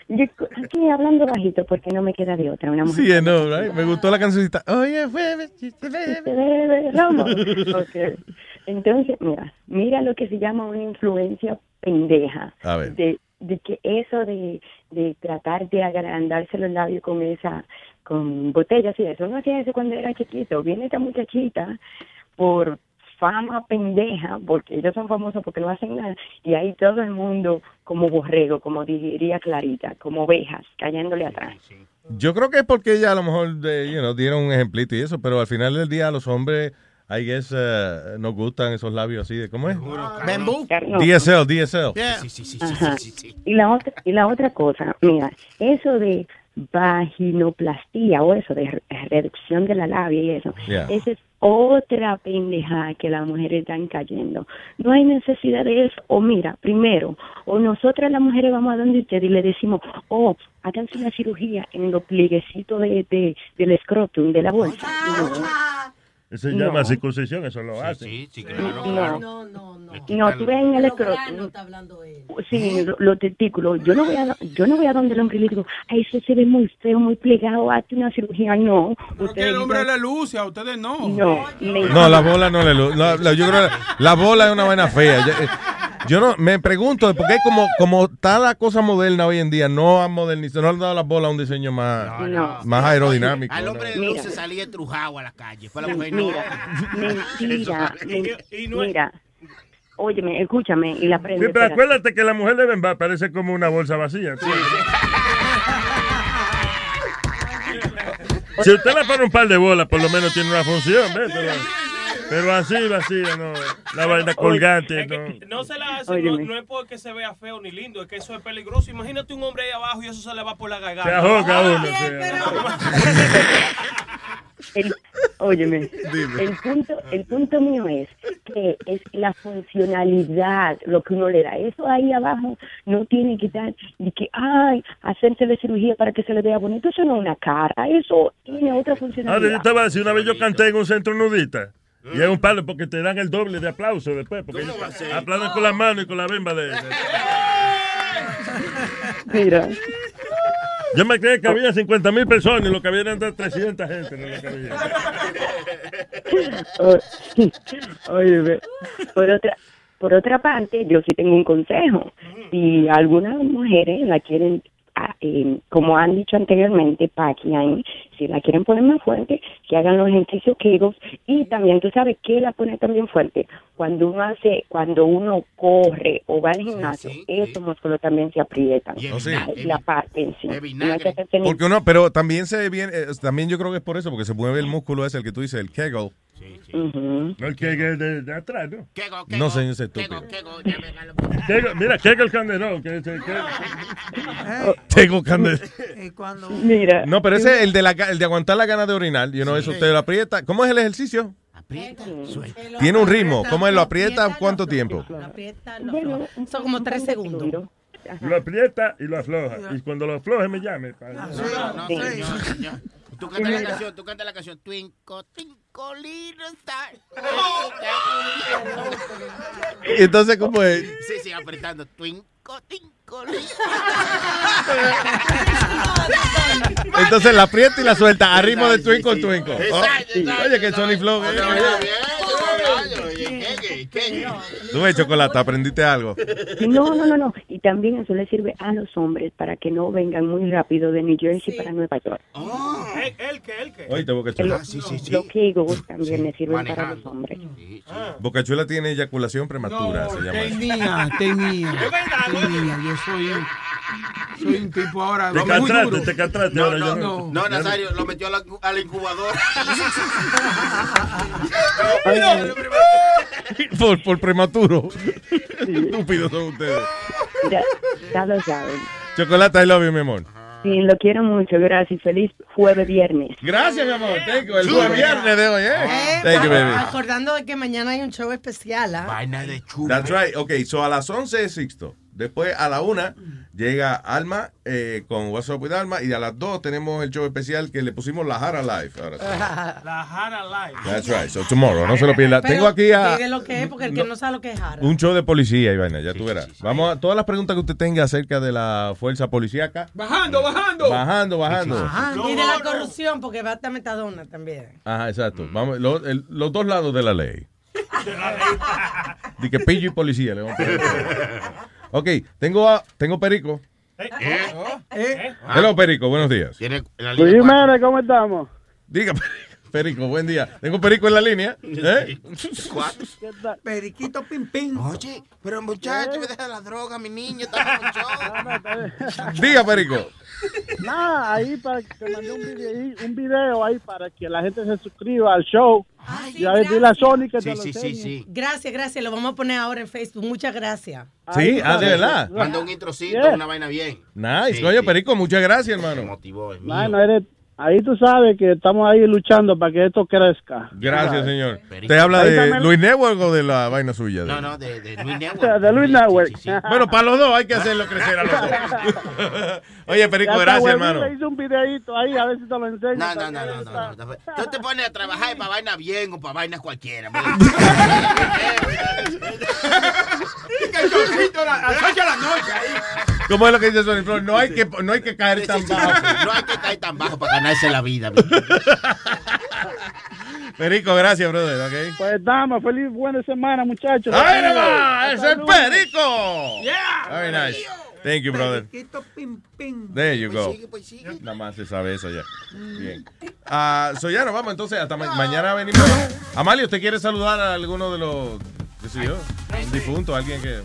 Yo aquí hablando bajito porque no me queda de otra. Una mujer.
Sí, eh, no, right? me gustó la cancioncita. Oye, jueves,
Chévere, Romo.
[laughs]
Ok. Entonces, mira, mira lo que se llama una influencia pendeja.
A ver.
De, de que eso de, de tratar de agrandarse los labios con esa, con botellas y eso. No hacía eso cuando era chiquito. Viene esta muchachita por fama pendeja, porque ellos son famosos porque no hacen nada, y ahí todo el mundo como borrego, como diría Clarita, como ovejas, callándole atrás.
Yo creo que es porque ella a lo mejor de, you know, dieron un ejemplito y eso, pero al final del día a los hombres, I guess, eh, nos gustan esos labios así de, ¿cómo es?
Bambú.
DSL, DSL.
Yeah.
Ajá. Y la otra y la otra cosa, mira, eso de vaginoplastía o eso de re- reducción de la labia y eso,
Yeah.
esa es otra pendejada que las mujeres están cayendo. No hay necesidad de eso. O mira, primero, o nosotras las mujeres vamos a donde usted y le decimos, oh, háganse una cirugía en los plieguecitos de, de- del escrotum, de la bolsa.
Se
No.
llama circuncisión, eso lo hace.
Sí, sí,
No, no, no. No, tú ves en el escrotum. Sí, lo- los testículos. Yo no voy a, yo no voy a donde el hombre y le digo, ay, eso se ve muy feo, muy plegado, hazte una cirugía. No,
Que
ustedes
el hombre
dicen,
le luce, a ustedes no.
no, me-
No, la bola no le... lu- La, la- yo creo que la bola es una vaina fea. Yo, eh, yo no, me pregunto de por qué como, como está la cosa moderna hoy en día, no han modernizado, no han dado las bolas a un diseño más, más aerodinámico.
Al hombre de
Mira.
luz se salía trujado a la calle. Para la mujer, no.
Mira, mentira,
[laughs] Eso-
men- mira. Óyeme, escúchame, y la
Sí,
prende.
pero
espérate.
acuérdate que la mujer de Bemba parece como una bolsa vacía. ¿sí? Si usted la pone un par de bolas, por lo menos tiene una función. ¿ves? Pero- Pero así, vacía, no. La vaina colgante,
Es
no.
que no se la hace, no,
Óyeme.
no es porque se vea feo ni lindo, es que eso es peligroso. Imagínate un hombre ahí abajo y eso se le va por la garganta. Ah,
Se ahoga uno, sí.
El, óyeme,
Dime.
el punto, el punto mío es que es la funcionalidad lo que uno le da. Eso ahí abajo no tiene que dar ni que, ay, hacerse la cirugía para que se le vea bonito. Eso no es una cara, eso tiene otra
Ahora
funcionalidad.
yo te voy a decir, una vez yo canté en un centro nudita.
Eh.
Y es un palo porque te dan el doble de aplauso después. Porque ellos [laughs] aplaudan con la mano y con la bimba
[laughs]
de.
Mira.
Yo me creí que había 50 mil personas y lo que había eran de 300 gente. no lo que había.
O- óyeme, por otra, por otra parte, yo sí tengo un consejo. Si algunas mujeres la quieren, ah, eh, como han dicho anteriormente, paquian, si la quieren poner más fuerte, que hagan los ejercicios Kegels y también, tú sabes que la pone también fuerte. Cuando uno hace, cuando uno corre o va al gimnasio, esos músculos también se aprietan.
Oh, sí.
La, la parte, sí. No hay que hacerse ni-
Porque uno, pero también se viene, eh, también yo creo que es por eso, porque se mueve el músculo ese, el que tú dices, el kegel.
Ujú.
No, el que que es de, de atrás, ¿no?
No, señor, es estúpido.
Kegel- mira, Kegel Candelón. Que, que- que-
Kegel Candelón.
[laughs]
Mira.
No, pero ese, el de, la, ga- el de aguantar la gana de orinar, yo no, eso usted lo aprieta. ¿Cómo es el ejercicio? Tiene un ritmo. ¿Cómo es? ¿Lo aprieta cuánto tiempo?
Son como tres segundos.
Lo aprieta y lo afloja. Y cuando lo afloje me llame. para-
Ah,
[laughs]
No, no, señor, señor. Tú cantas la
Mira.
canción, tú cantas la canción. Twinkle, twinkle, little star.
Y entonces, ¿cómo es?
Sí, sí, apretando. Twinkle, twinkle, little
Entonces la aprieta y la suelta a ritmo de twinkle, twinkle. Oh,
Exacto, exacto,
Oye, que Sony Flow. eh. Tú ves chocolate, aprendiste algo.
No, no, no, no. Y también eso le sirve a los hombres para que no vengan muy rápido de New Jersey para Nueva York.
¿El, el que, el que.
Oíste, Bocachula.
Los, los Kegels también le sirven para
manejando.
los hombres.
Bocachula tiene eyaculación prematura, se llama. eso.
Tenía, tenía. Tenía, yo soy. Soy un tipo ahora.
Te
muy
catraste,
duro.
te catraste
No,
ahora,
no,
ya
no.
no.
No, Nazario, lo metió a la, a la incubadora.
Por, por prematuro. Estúpidos son ustedes.
Ya, ya lo saben.
Chocolate, I love you, mi amor.
Sí, lo quiero mucho. Gracias. Feliz jueves, viernes.
Gracias, mi amor. Thank you. El jueves Este viernes de hoy, ¿eh? Thank you, baby.
Acordando de que mañana hay un show especial, ¿ah?
Vaina de
That's right. Ok, so a las 11 es Sixto. Después a la 1 llega Alma eh, con WhatsApp with Alma. Y a las 2 tenemos el show especial que le pusimos La Jara Live. Ahora sí.
[laughs]
La Jara Live.
That's right. So tomorrow, no se lo pierda.
Pero
Tengo aquí a
mire lo que es, porque el que no sabe lo que es Jara.
un show de policía, Ivana. Ya tú verás. Vamos a todas las preguntas que usted tenga acerca de la fuerza policíaca.
Bajando, bajando.
Bajando, bajando.
Ajá, y de la corrupción, porque va hasta Metadona también.
Ajá, exacto. Mm. Vamos, lo- el- los dos lados de la ley. De que pillo y policía. Le vamos a poner. ok, tengo a, tengo Perico.
Eh,
Eh,
Ah.
Hello, Perico, buenos días.
Luis Jiménez, ¿cómo estamos?
Diga, Perico, buen día. Tengo Perico en la línea. ¿eh?
Periquito Pim Pim. Oye, pero
Muchacho, me deja la droga, mi
[laughs]
niño. Está
Diga, Perico.
Nada, ahí para que te mandé un video, un video ahí para que la gente se suscriba al show. y a ver, dile a Sony que te lo enseñe.
Gracias, gracias. Lo vamos a poner ahora en Facebook. Muchas gracias.
Sí, ah, de verdad.
Manda un introcito, una vaina bien.
Nice, coño, Perico, muchas gracias, hermano.
Bueno, eres, ahí tú sabes que estamos ahí luchando para que esto crezca.
Gracias, señor. ¿Te habla
Ahí
de
también-
Luis Network o de la vaina suya? No,
no, de,
[laughs]
Luis
Network. De Luis Network. [laughs]
Bueno, para los dos hay que hacerlo [laughs] crecer a los dos.
[laughs]
Oye, Perico,
Ya está,
gracias,
Huevito
hermano.
hizo un videito ahí, a ver si te lo enseño.
No, no,
[laughs]
no, no, no, no. Tú te pones a trabajar para vaina bien o para vaina cualquiera.
[laughs]
Cachorrito, la- a las ocho de la noche.
¿Cómo es lo que dice Sony Flor? No hay que, no hay que caer tan bajo.
No hay que caer tan bajo para ganarse la vida.
[laughs] Perico, gracias, brother, ¿ok?
Pues damos, feliz buena semana, muchachos.
¡Ahí nomás! ¡Ese es
Salud.
Perico! Very nice. Thank you, brother.
Periquito pim pim.
There you
Pues
go.
pues,
Nada más se sabe eso ya. Bien. Ah, so ya nos vamos entonces. Hasta ma- mañana venimos. Amalio, ¿usted quiere saludar a alguno de los. qué sé yo? Un difunto, alguien que.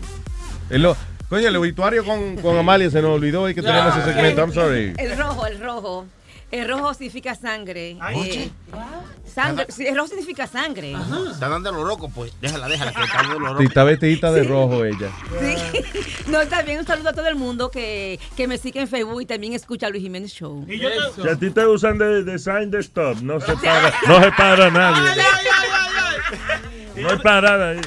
Es lo- Coño, el obituario con, con Amalia se nos olvidó hoy que tenemos ese segmento. I'm sorry.
El rojo, el rojo.
El rojo significa sangre. Eh,
Ay, oye.
sangre sí, el rojo significa sangre.
Está dando lo loco, pues. Déjala, déjala, que está dando lo
Y
loco.
está vestidita de rojo ella.
[laughs] No, también un saludo a todo el mundo que, que me sigue en Facebook y también escucha Luis Jiménez Show.
Si a ti te usan de, de sign de stop, no
[laughs]
se para, no se para nadie. No hay parada ahí.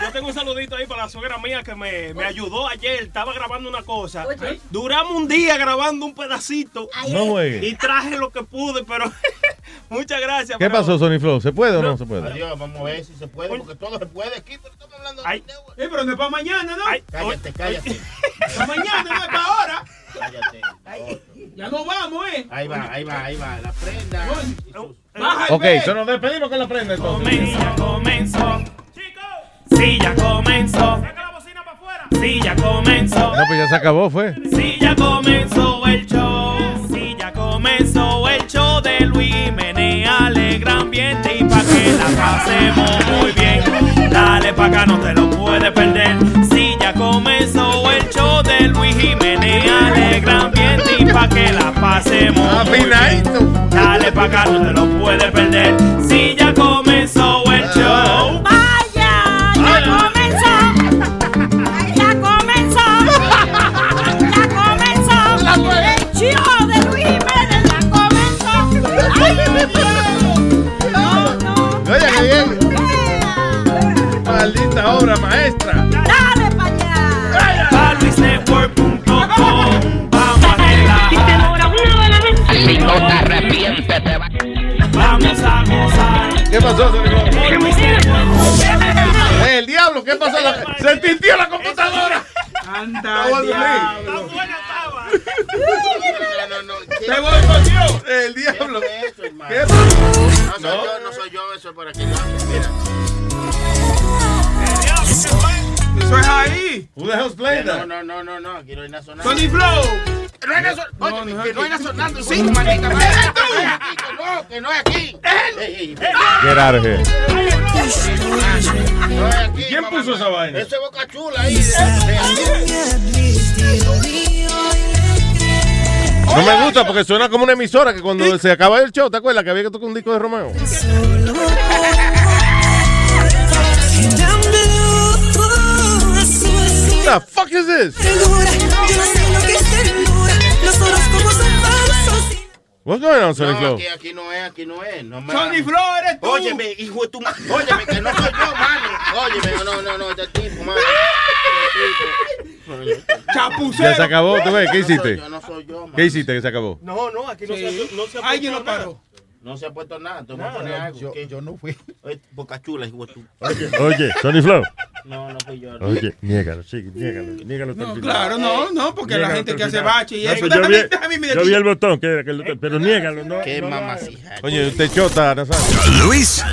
Yo tengo un saludito ahí para la suegra mía que me, me ayudó ayer. Estaba grabando una cosa. Duramos un día grabando un pedacito.
No juegue.
Y traje lo que pude, pero [laughs] muchas gracias.
¿Qué
pero-
pasó, Sony Flow? ¿Se puede o no se puede?
Adiós, vamos a ver si se puede, porque todo se puede aquí, pero estamos hablando
Ay.
de
Sí, Eh, pero no es para mañana, ¿no?
Cállate, cállate.
Para mañana, no es para ahora.
Cállate.
Ya nos vamos, ¿eh?
Ahí va, ahí va, ahí va. La prenda.
Baja
Ok, eso nos despedimos con la prenda entonces.
comenzó. Si ya comenzó. Si ya comenzó.
No, pues ya se acabó, fue.
Si ya comenzó el show. Si ya comenzó el show de Luis Jiménez. Alegra ambiente y pa' que la pasemos muy bien. Dale pa' acá, no te lo puedes perder. Si ya comenzó el show de Luis Jiménez. Alegra ambiente y pa' que la pasemos muy bien. Dale pa' acá, no te lo puedes perder. Si ya comenzó el show.
¡Vaya! ¡Ya comenzó! ¡Ya comenzó! ¡Ya comenzó! ¡El show de Luis Jiménez! ¡Ya comenzó! ¡Ay,
Oye, qué bien. Maldita obra maestra.
¡Dale pa' allá!
LuisNetwork.com Vamos a relajar. Vamos a gozar.
¿Qué pasó, Sony Flow? Eh, el diablo, ¿qué pasó? La- Se tintió la computadora.
Anda,
Vamos, Luis.
diablo.
No, no, no.
Te voy con Dios. El diablo. ¿Qué
No soy yo, no soy yo, eso es por aquí. No, mira.
Eso es ahí.
Who the hell's playing
No,
that?
no, no, no, no, aquí no hay nada sonando.
Sony Flow.
No hay nada sonando. Oye, que no hay nada sonando, sí, maldita madre. Que no, que no es aquí. Ey, ey,
Get out of here.
¿Quién puso esa vaina?
Ese boca chula ahí. de-
No me gusta porque suena como una emisora que cuando se acaba el show, ¿te acuerdas que había que tocar un disco de Romeo? The fuck is this? What's going on, Sony
No,
Flow?
aquí, aquí no es, aquí no es. No me-
Sony Flow, eres tú.
Óyeme, hijo de tu madre. Óyeme, que no soy yo, mano. Óyeme, no, no, no, este tipo, mano.
Ya se acabó, ¿tú ves? ¿Qué
No soy
hiciste?
yo, no soy yo, Eh, mano.
¿Qué hiciste que se acabó?
No, no, aquí no se, no se ha
Alguien
puesto
lo
nada.
paró.
No se ha puesto nada. Te voy a poner algo. Yo, no fui. Boca chula, hijo de tu.
Oye, Sony Flow.
No, no fui yo.
Oye, niégalo, chico, niégalo, niégalo. hasta el final.
Claro, Mm. no, no, porque la
Niégalo hasta
gente
el
que hace
final.
bache y
No,
eso.
pues yo, vi,
Déjame- déjame mirar
yo vi
aquí.
el botón, que era que lo- pero niégalo, ¿no?
Qué
no lo
mamacita.
hagas.
Oye,
pues,
usted chota, Nazario.
Luis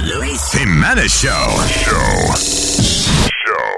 Jiménez Show. Show. Show.